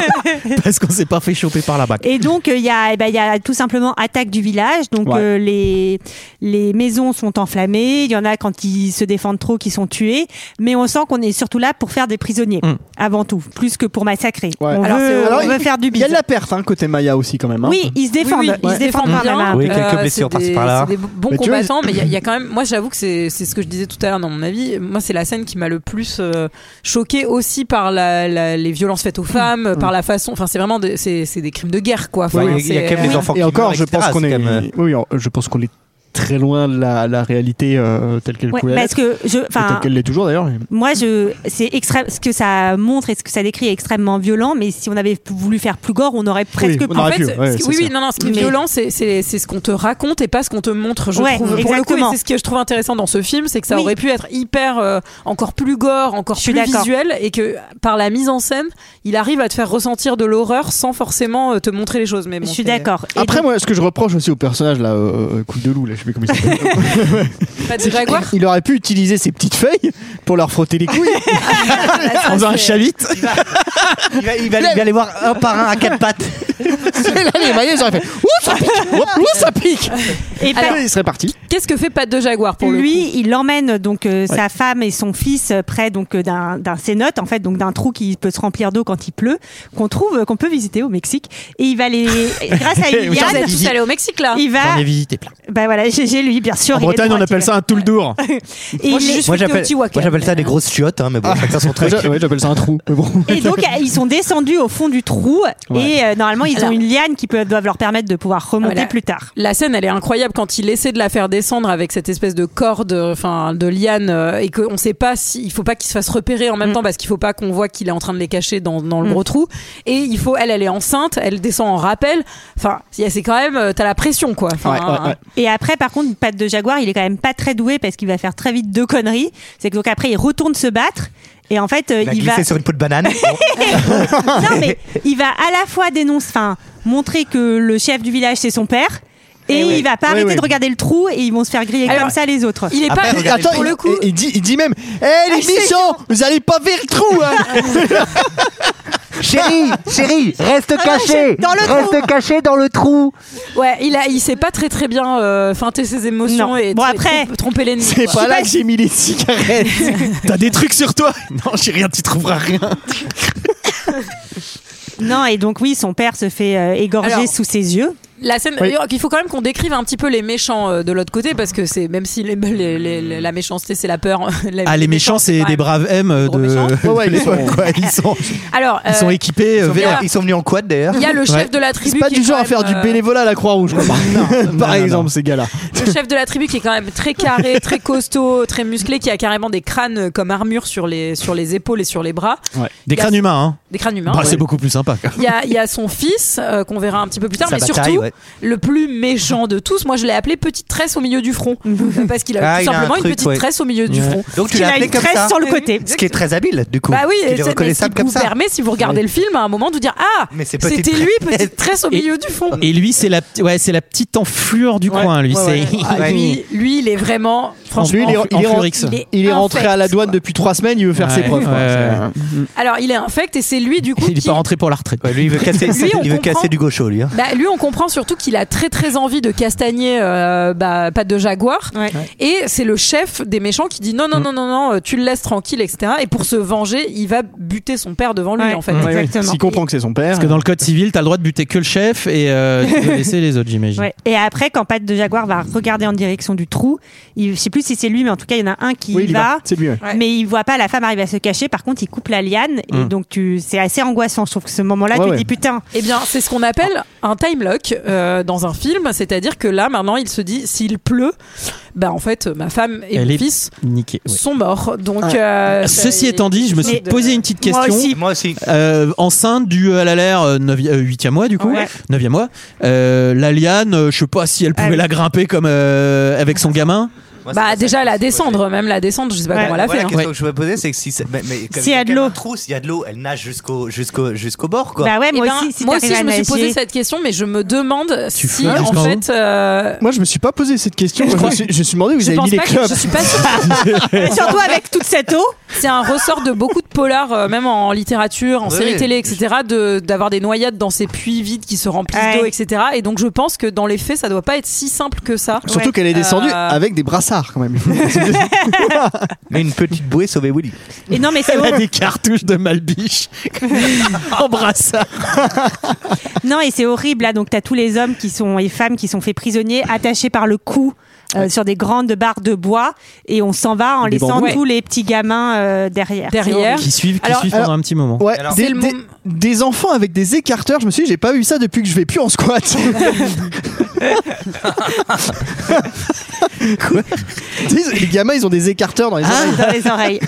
Speaker 11: Parce qu'on s'est pas fait choper par la bac.
Speaker 9: Et donc, il y, a- eh ben, il y a tout simplement attaque du village. Donc,
Speaker 8: Ouais.
Speaker 9: euh, les, les maisons sont enflammées. Il y en a, quand ils se défendent trop, qui sont tués. Mais on sent qu'on est surtout là pour faire des prisonniers,
Speaker 11: Mm.
Speaker 9: avant tout, plus que pour massacrer.
Speaker 8: Ouais.
Speaker 9: On
Speaker 1: Alors,
Speaker 9: veut,
Speaker 1: c'est-
Speaker 9: on
Speaker 1: alors,
Speaker 9: veut faire du
Speaker 8: Il y a
Speaker 9: bise.
Speaker 8: de la perte, hein, côté Maya aussi quand même. hein.
Speaker 9: Oui, ils se défendent.
Speaker 1: Oui, oui,
Speaker 9: ils se défendent quand même.
Speaker 1: bien. Euh,
Speaker 9: hein.
Speaker 7: Oui, quelques
Speaker 1: c'est
Speaker 7: blessures
Speaker 1: des-
Speaker 7: par-ci, par-là.
Speaker 1: C'est des bons
Speaker 8: Mais tu vois,
Speaker 1: combattants, mais il y a- il y, a quand même. Moi, j'avoue que c'est c'est ce que je disais tout à l'heure dans mon avis. Moi, c'est la scène qui m'a le plus choqué aussi par la, la- les violences faites aux femmes, par la façon. Enfin, c'est vraiment des, c'est c'est des crimes de guerre, quoi. Enfin,
Speaker 7: Mm. Ouais, il y a
Speaker 1: c'est-
Speaker 7: quand même
Speaker 1: oui.
Speaker 7: des enfants qui
Speaker 8: Et encore,
Speaker 7: meurent,
Speaker 8: je
Speaker 7: etc.,
Speaker 8: pense qu'on
Speaker 7: c'est
Speaker 8: est.
Speaker 7: quand même, euh,
Speaker 8: Oui, en- je pense qu'on est très loin de la, la réalité euh, telle qu'elle
Speaker 9: Ouais,
Speaker 8: pouvait
Speaker 9: parce
Speaker 8: l'être.
Speaker 9: que je,
Speaker 8: Et telle
Speaker 9: enfin,
Speaker 8: qu'elle l'est toujours d'ailleurs. mais-
Speaker 9: moi, je, c'est extrême. Ce que ça montre et ce que ça décrit est extrêmement violent. Mais si on avait voulu faire plus gore, on aurait presque.
Speaker 8: on
Speaker 9: pu-
Speaker 8: aurait
Speaker 1: En fait,
Speaker 8: pu,
Speaker 1: ce-
Speaker 8: ouais,
Speaker 1: ce-
Speaker 8: c'est
Speaker 1: oui,
Speaker 8: ça.
Speaker 1: oui, non, non, ce qui est
Speaker 9: Mais-
Speaker 1: violent, c'est, c'est, c'est ce qu'on te raconte et pas ce qu'on te montre, je
Speaker 9: Ouais,
Speaker 1: trouve. Pour le
Speaker 9: exactement.
Speaker 1: coup, et c'est ce que je trouve intéressant dans ce film, c'est que ça
Speaker 9: Oui.
Speaker 1: aurait pu être hyper, euh, encore plus gore, encore
Speaker 9: Je suis
Speaker 1: plus
Speaker 9: d'accord.
Speaker 1: visuel, et que par la mise en scène, il arrive à te faire ressentir de l'horreur sans forcément euh, te montrer les choses. Mais bon,
Speaker 9: Je suis
Speaker 1: c'est-
Speaker 9: d'accord. Et
Speaker 8: Après, moi, ce que je reproche aussi au personnage là, euh, euh, coupe de loup, là, je sais plus comment il s'appelle.
Speaker 1: Pas de jaguar.
Speaker 8: Il aurait pu utiliser ses petites feuilles pour leur
Speaker 1: <laughs>
Speaker 8: frotter les couilles.
Speaker 7: Bah,
Speaker 11: En faisant un chavite.
Speaker 7: Il va, il va- il va les voir un par un à quatre pattes.
Speaker 8: Et là, les maillots, ils auraient fait Ouh, ça
Speaker 1: <laughs>
Speaker 8: pique Ouh, ouh, ça pique
Speaker 9: Et
Speaker 1: Alors,
Speaker 8: Il serait parti.
Speaker 1: Qu'est-ce que fait Pat de Jaguar pour le coup
Speaker 9: lui, il emmène donc euh, sa femme et son fils euh, près donc euh, d'un d'un cénote en fait donc d'un trou qui peut se remplir d'eau quand il pleut qu'on trouve euh, qu'on peut visiter au Mexique et il va les grâce à
Speaker 1: Vous êtes
Speaker 9: Iliad
Speaker 1: tous allés au Mexique là
Speaker 9: il va
Speaker 11: J'en ai visité plein.
Speaker 9: bah voilà j'ai j'ai lui bien sûr
Speaker 11: En
Speaker 9: il est
Speaker 11: Bretagne,
Speaker 9: droit,
Speaker 11: on appelle
Speaker 9: il
Speaker 11: ça un tout le dour.
Speaker 9: est- et
Speaker 1: Moi,
Speaker 9: il
Speaker 1: j'ai
Speaker 9: est-
Speaker 1: juste
Speaker 7: Moi
Speaker 1: fait au
Speaker 7: j'appelle,
Speaker 1: Teotihuacan.
Speaker 7: moi, j'appelle ça des grosses chiottes, hein, mais bon, chacun son
Speaker 8: Ouais,
Speaker 7: truc.
Speaker 8: j'a- ouais, j'appelle ça un trou. Mais bon.
Speaker 9: <laughs> et donc euh, ils sont descendus au fond du trou et euh, normalement ils
Speaker 1: Alors-
Speaker 9: ont une liane qui peut, doivent leur permettre de pouvoir remonter
Speaker 1: Voilà.
Speaker 9: plus tard
Speaker 1: La scène, elle est incroyable quand il essaie de la faire descendre avec cette espèce de corde, euh, enfin de liane, euh, et qu'on ne sait pas si il faut pas qu'il se fasse repérer en même
Speaker 9: Mm.
Speaker 1: temps parce qu'il faut pas qu'on voit qu'il est en train de les cacher dans, dans le
Speaker 9: Mm.
Speaker 1: gros trou. Et il faut, elle, elle est enceinte, elle descend en rappel. Enfin, il y a- c'est quand même, euh, t'as la pression quoi. Enfin,
Speaker 8: Ouais, ouais,
Speaker 1: hein,
Speaker 8: ouais.
Speaker 9: Et après, par contre, Pat de Jaguar, il est quand même pas très doué parce qu'il va faire très vite deux conneries. C'est que donc après, il retourne se battre. Et en fait, euh,
Speaker 7: Il a
Speaker 9: il
Speaker 7: glissé
Speaker 9: va.
Speaker 7: sur une peau
Speaker 1: <laughs>
Speaker 7: de banane.
Speaker 9: Non, mais il va à la fois dénoncer, enfin, montrer que le chef du village, c'est son père. Et, il va pas
Speaker 8: Ouais,
Speaker 9: arrêter
Speaker 8: ouais.
Speaker 9: de regarder le trou et ils vont se faire griller
Speaker 1: Alors,
Speaker 9: comme ça les autres. Ah.
Speaker 1: Il est
Speaker 7: Après,
Speaker 1: pas
Speaker 7: regardez,
Speaker 1: pour
Speaker 8: il,
Speaker 1: le coup. Ah,
Speaker 8: il- il dit, il dit même Hé les méchants, vous allez pas vers le trou
Speaker 1: <laughs>
Speaker 8: hein.
Speaker 7: chérie, chérie, reste
Speaker 9: caché, dans le trou. reste
Speaker 7: caché dans le trou.
Speaker 1: Ouais, il a, il sait pas très très bien euh, feinter ses émotions
Speaker 9: Non.
Speaker 1: et
Speaker 9: Bon,
Speaker 1: tr-
Speaker 9: après,
Speaker 1: trom- tromper l'ennemi.
Speaker 8: C'est
Speaker 1: quoi.
Speaker 8: pas là que j'ai mis les cigarettes.
Speaker 11: T'as des trucs sur toi Non, j'ai rien, tu trouveras rien.
Speaker 9: Non, et donc oui, son père se fait euh, égorger
Speaker 1: Alors-
Speaker 9: sous ses yeux.
Speaker 1: La scène,
Speaker 8: Oui.
Speaker 1: il faut quand même qu'on décrive un petit peu les méchants euh, de l'autre côté parce que c'est même si les- les- les- la méchanceté c'est la peur. <laughs> la-
Speaker 11: Ah, les méchants, c'est
Speaker 1: quand
Speaker 11: des
Speaker 1: même-
Speaker 11: braves M euh,
Speaker 1: Gros
Speaker 11: de.
Speaker 1: méchants.
Speaker 8: Ouais, ouais,
Speaker 11: de
Speaker 8: ils sont-
Speaker 11: l'époque, quoi. Ils sont,
Speaker 1: Alors,
Speaker 11: ils sont
Speaker 1: euh,
Speaker 11: équipés, euh,
Speaker 1: sont
Speaker 11: vénères.
Speaker 1: bien.
Speaker 7: Ils sont venus en quad d'ailleurs.
Speaker 1: il y a le chef
Speaker 11: Ouais.
Speaker 1: de la tribu.
Speaker 8: C'est pas
Speaker 1: qui
Speaker 8: du
Speaker 1: est
Speaker 8: genre
Speaker 1: quand
Speaker 8: à faire
Speaker 1: même,
Speaker 8: du
Speaker 1: euh,
Speaker 8: bénévolat à la Croix-Rouge, quoi.
Speaker 11: <laughs> non, non,
Speaker 8: Par exemple,
Speaker 11: non.
Speaker 8: ces gars-là.
Speaker 1: Le chef de la tribu qui est quand même très carré, très costaud, très musclé, qui a carrément des crânes comme armure sur les sur les épaules et sur les bras.
Speaker 11: Des crânes humains, hein.
Speaker 1: Des crânes humains.
Speaker 11: Bah,
Speaker 1: ouais.
Speaker 11: C'est beaucoup plus sympa. quoi.
Speaker 1: Il y, a, il y a son fils, euh, qu'on verra un petit peu plus tard, mais
Speaker 7: Sabataille,
Speaker 1: surtout,
Speaker 7: ouais.
Speaker 1: le plus méchant de tous, moi je l'ai appelé petite tresse au milieu du front. Euh, parce qu'il a
Speaker 7: Ah,
Speaker 1: tout
Speaker 7: il a un
Speaker 1: simplement une
Speaker 7: truc,
Speaker 1: petite
Speaker 7: ouais.
Speaker 1: tresse au milieu du
Speaker 11: Ouais.
Speaker 1: front.
Speaker 7: Donc tu
Speaker 9: Il
Speaker 7: l'as
Speaker 9: a
Speaker 7: appelé
Speaker 9: une
Speaker 7: comme
Speaker 9: tresse
Speaker 7: ça.
Speaker 9: sur le côté.
Speaker 7: Ce qui est très habile, du coup.
Speaker 1: Bah oui,
Speaker 7: il est
Speaker 1: c'est-
Speaker 7: reconnaissable
Speaker 1: mais ce qui vous
Speaker 7: comme ça.
Speaker 1: permet, si vous regardez le film, à un moment de vous dire Ah,
Speaker 7: Mais c'est petite
Speaker 1: c'était lui,
Speaker 7: tresse.
Speaker 1: petite tresse au
Speaker 11: Et-
Speaker 1: milieu du fond.
Speaker 11: Et lui, c'est la, p'ti- ouais, c'est la petite enflure du coin, lui.
Speaker 1: Ouais,
Speaker 11: c'est-
Speaker 1: ouais. Ah,
Speaker 7: Ouais.
Speaker 1: lui, lui, il est vraiment. Franchement,
Speaker 8: Lui, il est-
Speaker 11: Enf-
Speaker 8: il est-
Speaker 11: Enflurix.
Speaker 1: il est,
Speaker 8: Il est rentré
Speaker 1: infect,
Speaker 8: à la douane
Speaker 1: quoi.
Speaker 8: depuis trois semaines, il veut faire
Speaker 11: Ouais,
Speaker 8: ses preuves. quoi.
Speaker 11: ouais,
Speaker 8: C'est-
Speaker 11: ouais.
Speaker 1: Alors, il est infect et c'est lui, du coup,
Speaker 11: Il n'est
Speaker 1: qui-
Speaker 11: pas rentré pour la retraite.
Speaker 7: Ouais, lui, il veut
Speaker 1: <laughs>
Speaker 7: casser,
Speaker 1: Lui, on
Speaker 7: il veut
Speaker 1: comprend.
Speaker 7: casser du gaucho, lui. hein.
Speaker 1: Bah, lui, on comprend surtout qu'il a très très envie de castagner euh, bah, Patte de Jaguar.
Speaker 9: Ouais.
Speaker 1: Et c'est le chef des méchants qui dit non,
Speaker 11: Mm.
Speaker 1: non, non, non, non, euh, tu le laisses tranquille, etc. Et pour se venger, il va buter son père devant lui,
Speaker 9: Ouais.
Speaker 1: en fait.
Speaker 9: Ouais, ouais. Exactement.
Speaker 8: S'il comprend que c'est son père.
Speaker 11: Parce que dans le code civil, t'as le droit de buter que le chef et euh, de
Speaker 1: <laughs>
Speaker 11: laisser les autres, j'imagine.
Speaker 9: Ouais. Et après, quand Pat de Jaguar va regarder en direction du trou, il, je sais plus si c'est lui, mais en tout cas, il y en a un qui
Speaker 8: Oui,
Speaker 9: y
Speaker 8: il y
Speaker 9: va.
Speaker 8: va. C'est lui. ouais.
Speaker 1: Ouais.
Speaker 9: Mais il voit pas la femme arriver à se cacher. Par contre, il coupe la liane et
Speaker 11: Mm.
Speaker 9: donc tu, c'est assez angoissant. Je trouve que ce moment-là,
Speaker 8: Ouais,
Speaker 9: tu
Speaker 8: ouais.
Speaker 9: dis putain.
Speaker 1: Eh bien, c'est ce qu'on appelle un time lock euh, dans un film. C'est-à-dire que là, maintenant, il se dit s'il pleut, bah en fait, ma femme et
Speaker 11: Elle
Speaker 1: mon
Speaker 11: est-
Speaker 1: fils
Speaker 11: Niqué. ouais. Ah.
Speaker 1: sont morts. Donc, euh,
Speaker 11: Ceci
Speaker 1: ça-
Speaker 11: étant dit, je me suis
Speaker 1: de-
Speaker 11: posé une petite
Speaker 9: Moi
Speaker 11: question.
Speaker 9: aussi.
Speaker 7: Moi aussi.
Speaker 11: Euh, enceinte du euh, à la l'air 8e mois du coup
Speaker 9: Ouais.
Speaker 11: 9e mois Euh, la liane euh, je sais pas si elle pouvait
Speaker 9: Ah oui.
Speaker 11: la grimper comme euh, avec son gamin
Speaker 7: Moi, c'est
Speaker 1: Bah,
Speaker 7: ça
Speaker 1: déjà,
Speaker 7: que
Speaker 1: la
Speaker 7: je me suis posé.
Speaker 1: descendre, même la descendre, je sais pas
Speaker 9: Ouais.
Speaker 1: comment elle a
Speaker 7: Voilà,
Speaker 1: fait.
Speaker 7: la
Speaker 1: hein.
Speaker 7: question que je me posais, c'est que si, ça- mais- mais comme
Speaker 9: S'il y a de
Speaker 7: quelqu'un
Speaker 9: l'eau.
Speaker 7: un trou, s'il y a de l'eau, elle nage jusqu'au jusqu'au jusqu'au bord, quoi.
Speaker 9: Bah ouais,
Speaker 1: Eh
Speaker 9: moi
Speaker 1: ben,
Speaker 9: aussi, si
Speaker 1: moi
Speaker 9: t'arrives
Speaker 1: aussi, je
Speaker 9: à
Speaker 1: me suis posé
Speaker 9: nager.
Speaker 1: cette question, mais je me demande
Speaker 11: Tu
Speaker 1: si,
Speaker 11: flottes
Speaker 1: en
Speaker 11: jusqu'en
Speaker 1: fait, euh,
Speaker 8: Moi, je me suis pas posé cette question. Je me suis, je me suis demandé où vous
Speaker 1: je
Speaker 8: avez mis
Speaker 1: pense
Speaker 8: les
Speaker 1: pas que
Speaker 8: clubs.
Speaker 1: je suis pas
Speaker 8: <laughs>
Speaker 1: sûre.
Speaker 9: Surtout avec toute cette eau.
Speaker 1: C'est un ressort de beaucoup de polars, euh, même en littérature, en
Speaker 7: Oui,
Speaker 1: série
Speaker 7: oui.
Speaker 1: télé, etc., de- d'avoir des noyades dans ces puits vides qui se remplissent
Speaker 9: Ouais.
Speaker 1: d'eau, etc. Et donc, je pense que dans les faits, ça doit pas être si simple que ça.
Speaker 8: Surtout
Speaker 9: Ouais.
Speaker 8: qu'elle est descendue
Speaker 1: Euh,
Speaker 8: avec des brassards
Speaker 1: <laughs>
Speaker 8: quand même.
Speaker 7: Mais une petite bouée sauvait Willy.
Speaker 9: Et non, mais c'est
Speaker 11: elle a
Speaker 9: horrible.
Speaker 11: des cartouches
Speaker 1: <laughs>
Speaker 11: de Malbiche en brassard
Speaker 9: Non, et c'est horrible là. Donc t'as tous les hommes qui sont et femmes qui sont faits prisonniers, attachés par le cou. euh, sur des grandes barres de bois et on s'en va en
Speaker 8: Des
Speaker 9: laissant
Speaker 8: bambous.
Speaker 9: tous les petits gamins euh, derrière.
Speaker 1: Derrière.
Speaker 11: qui suivent qui
Speaker 1: Alors-
Speaker 11: suivent pendant un petit moment
Speaker 8: Ouais,
Speaker 7: Alors-
Speaker 1: C'est
Speaker 8: des,
Speaker 1: le
Speaker 8: des-
Speaker 1: mom-
Speaker 8: des enfants avec des écarteurs, je me suis dit, j'ai pas vu ça depuis que je vais plus en squat.
Speaker 1: <laughs>
Speaker 8: Quoi Dis- Les gamins, ils ont des écarteurs
Speaker 1: Ah.
Speaker 8: dans les
Speaker 9: C'est
Speaker 8: oreilles.
Speaker 9: horrible. dans les
Speaker 8: <laughs>
Speaker 9: oreilles.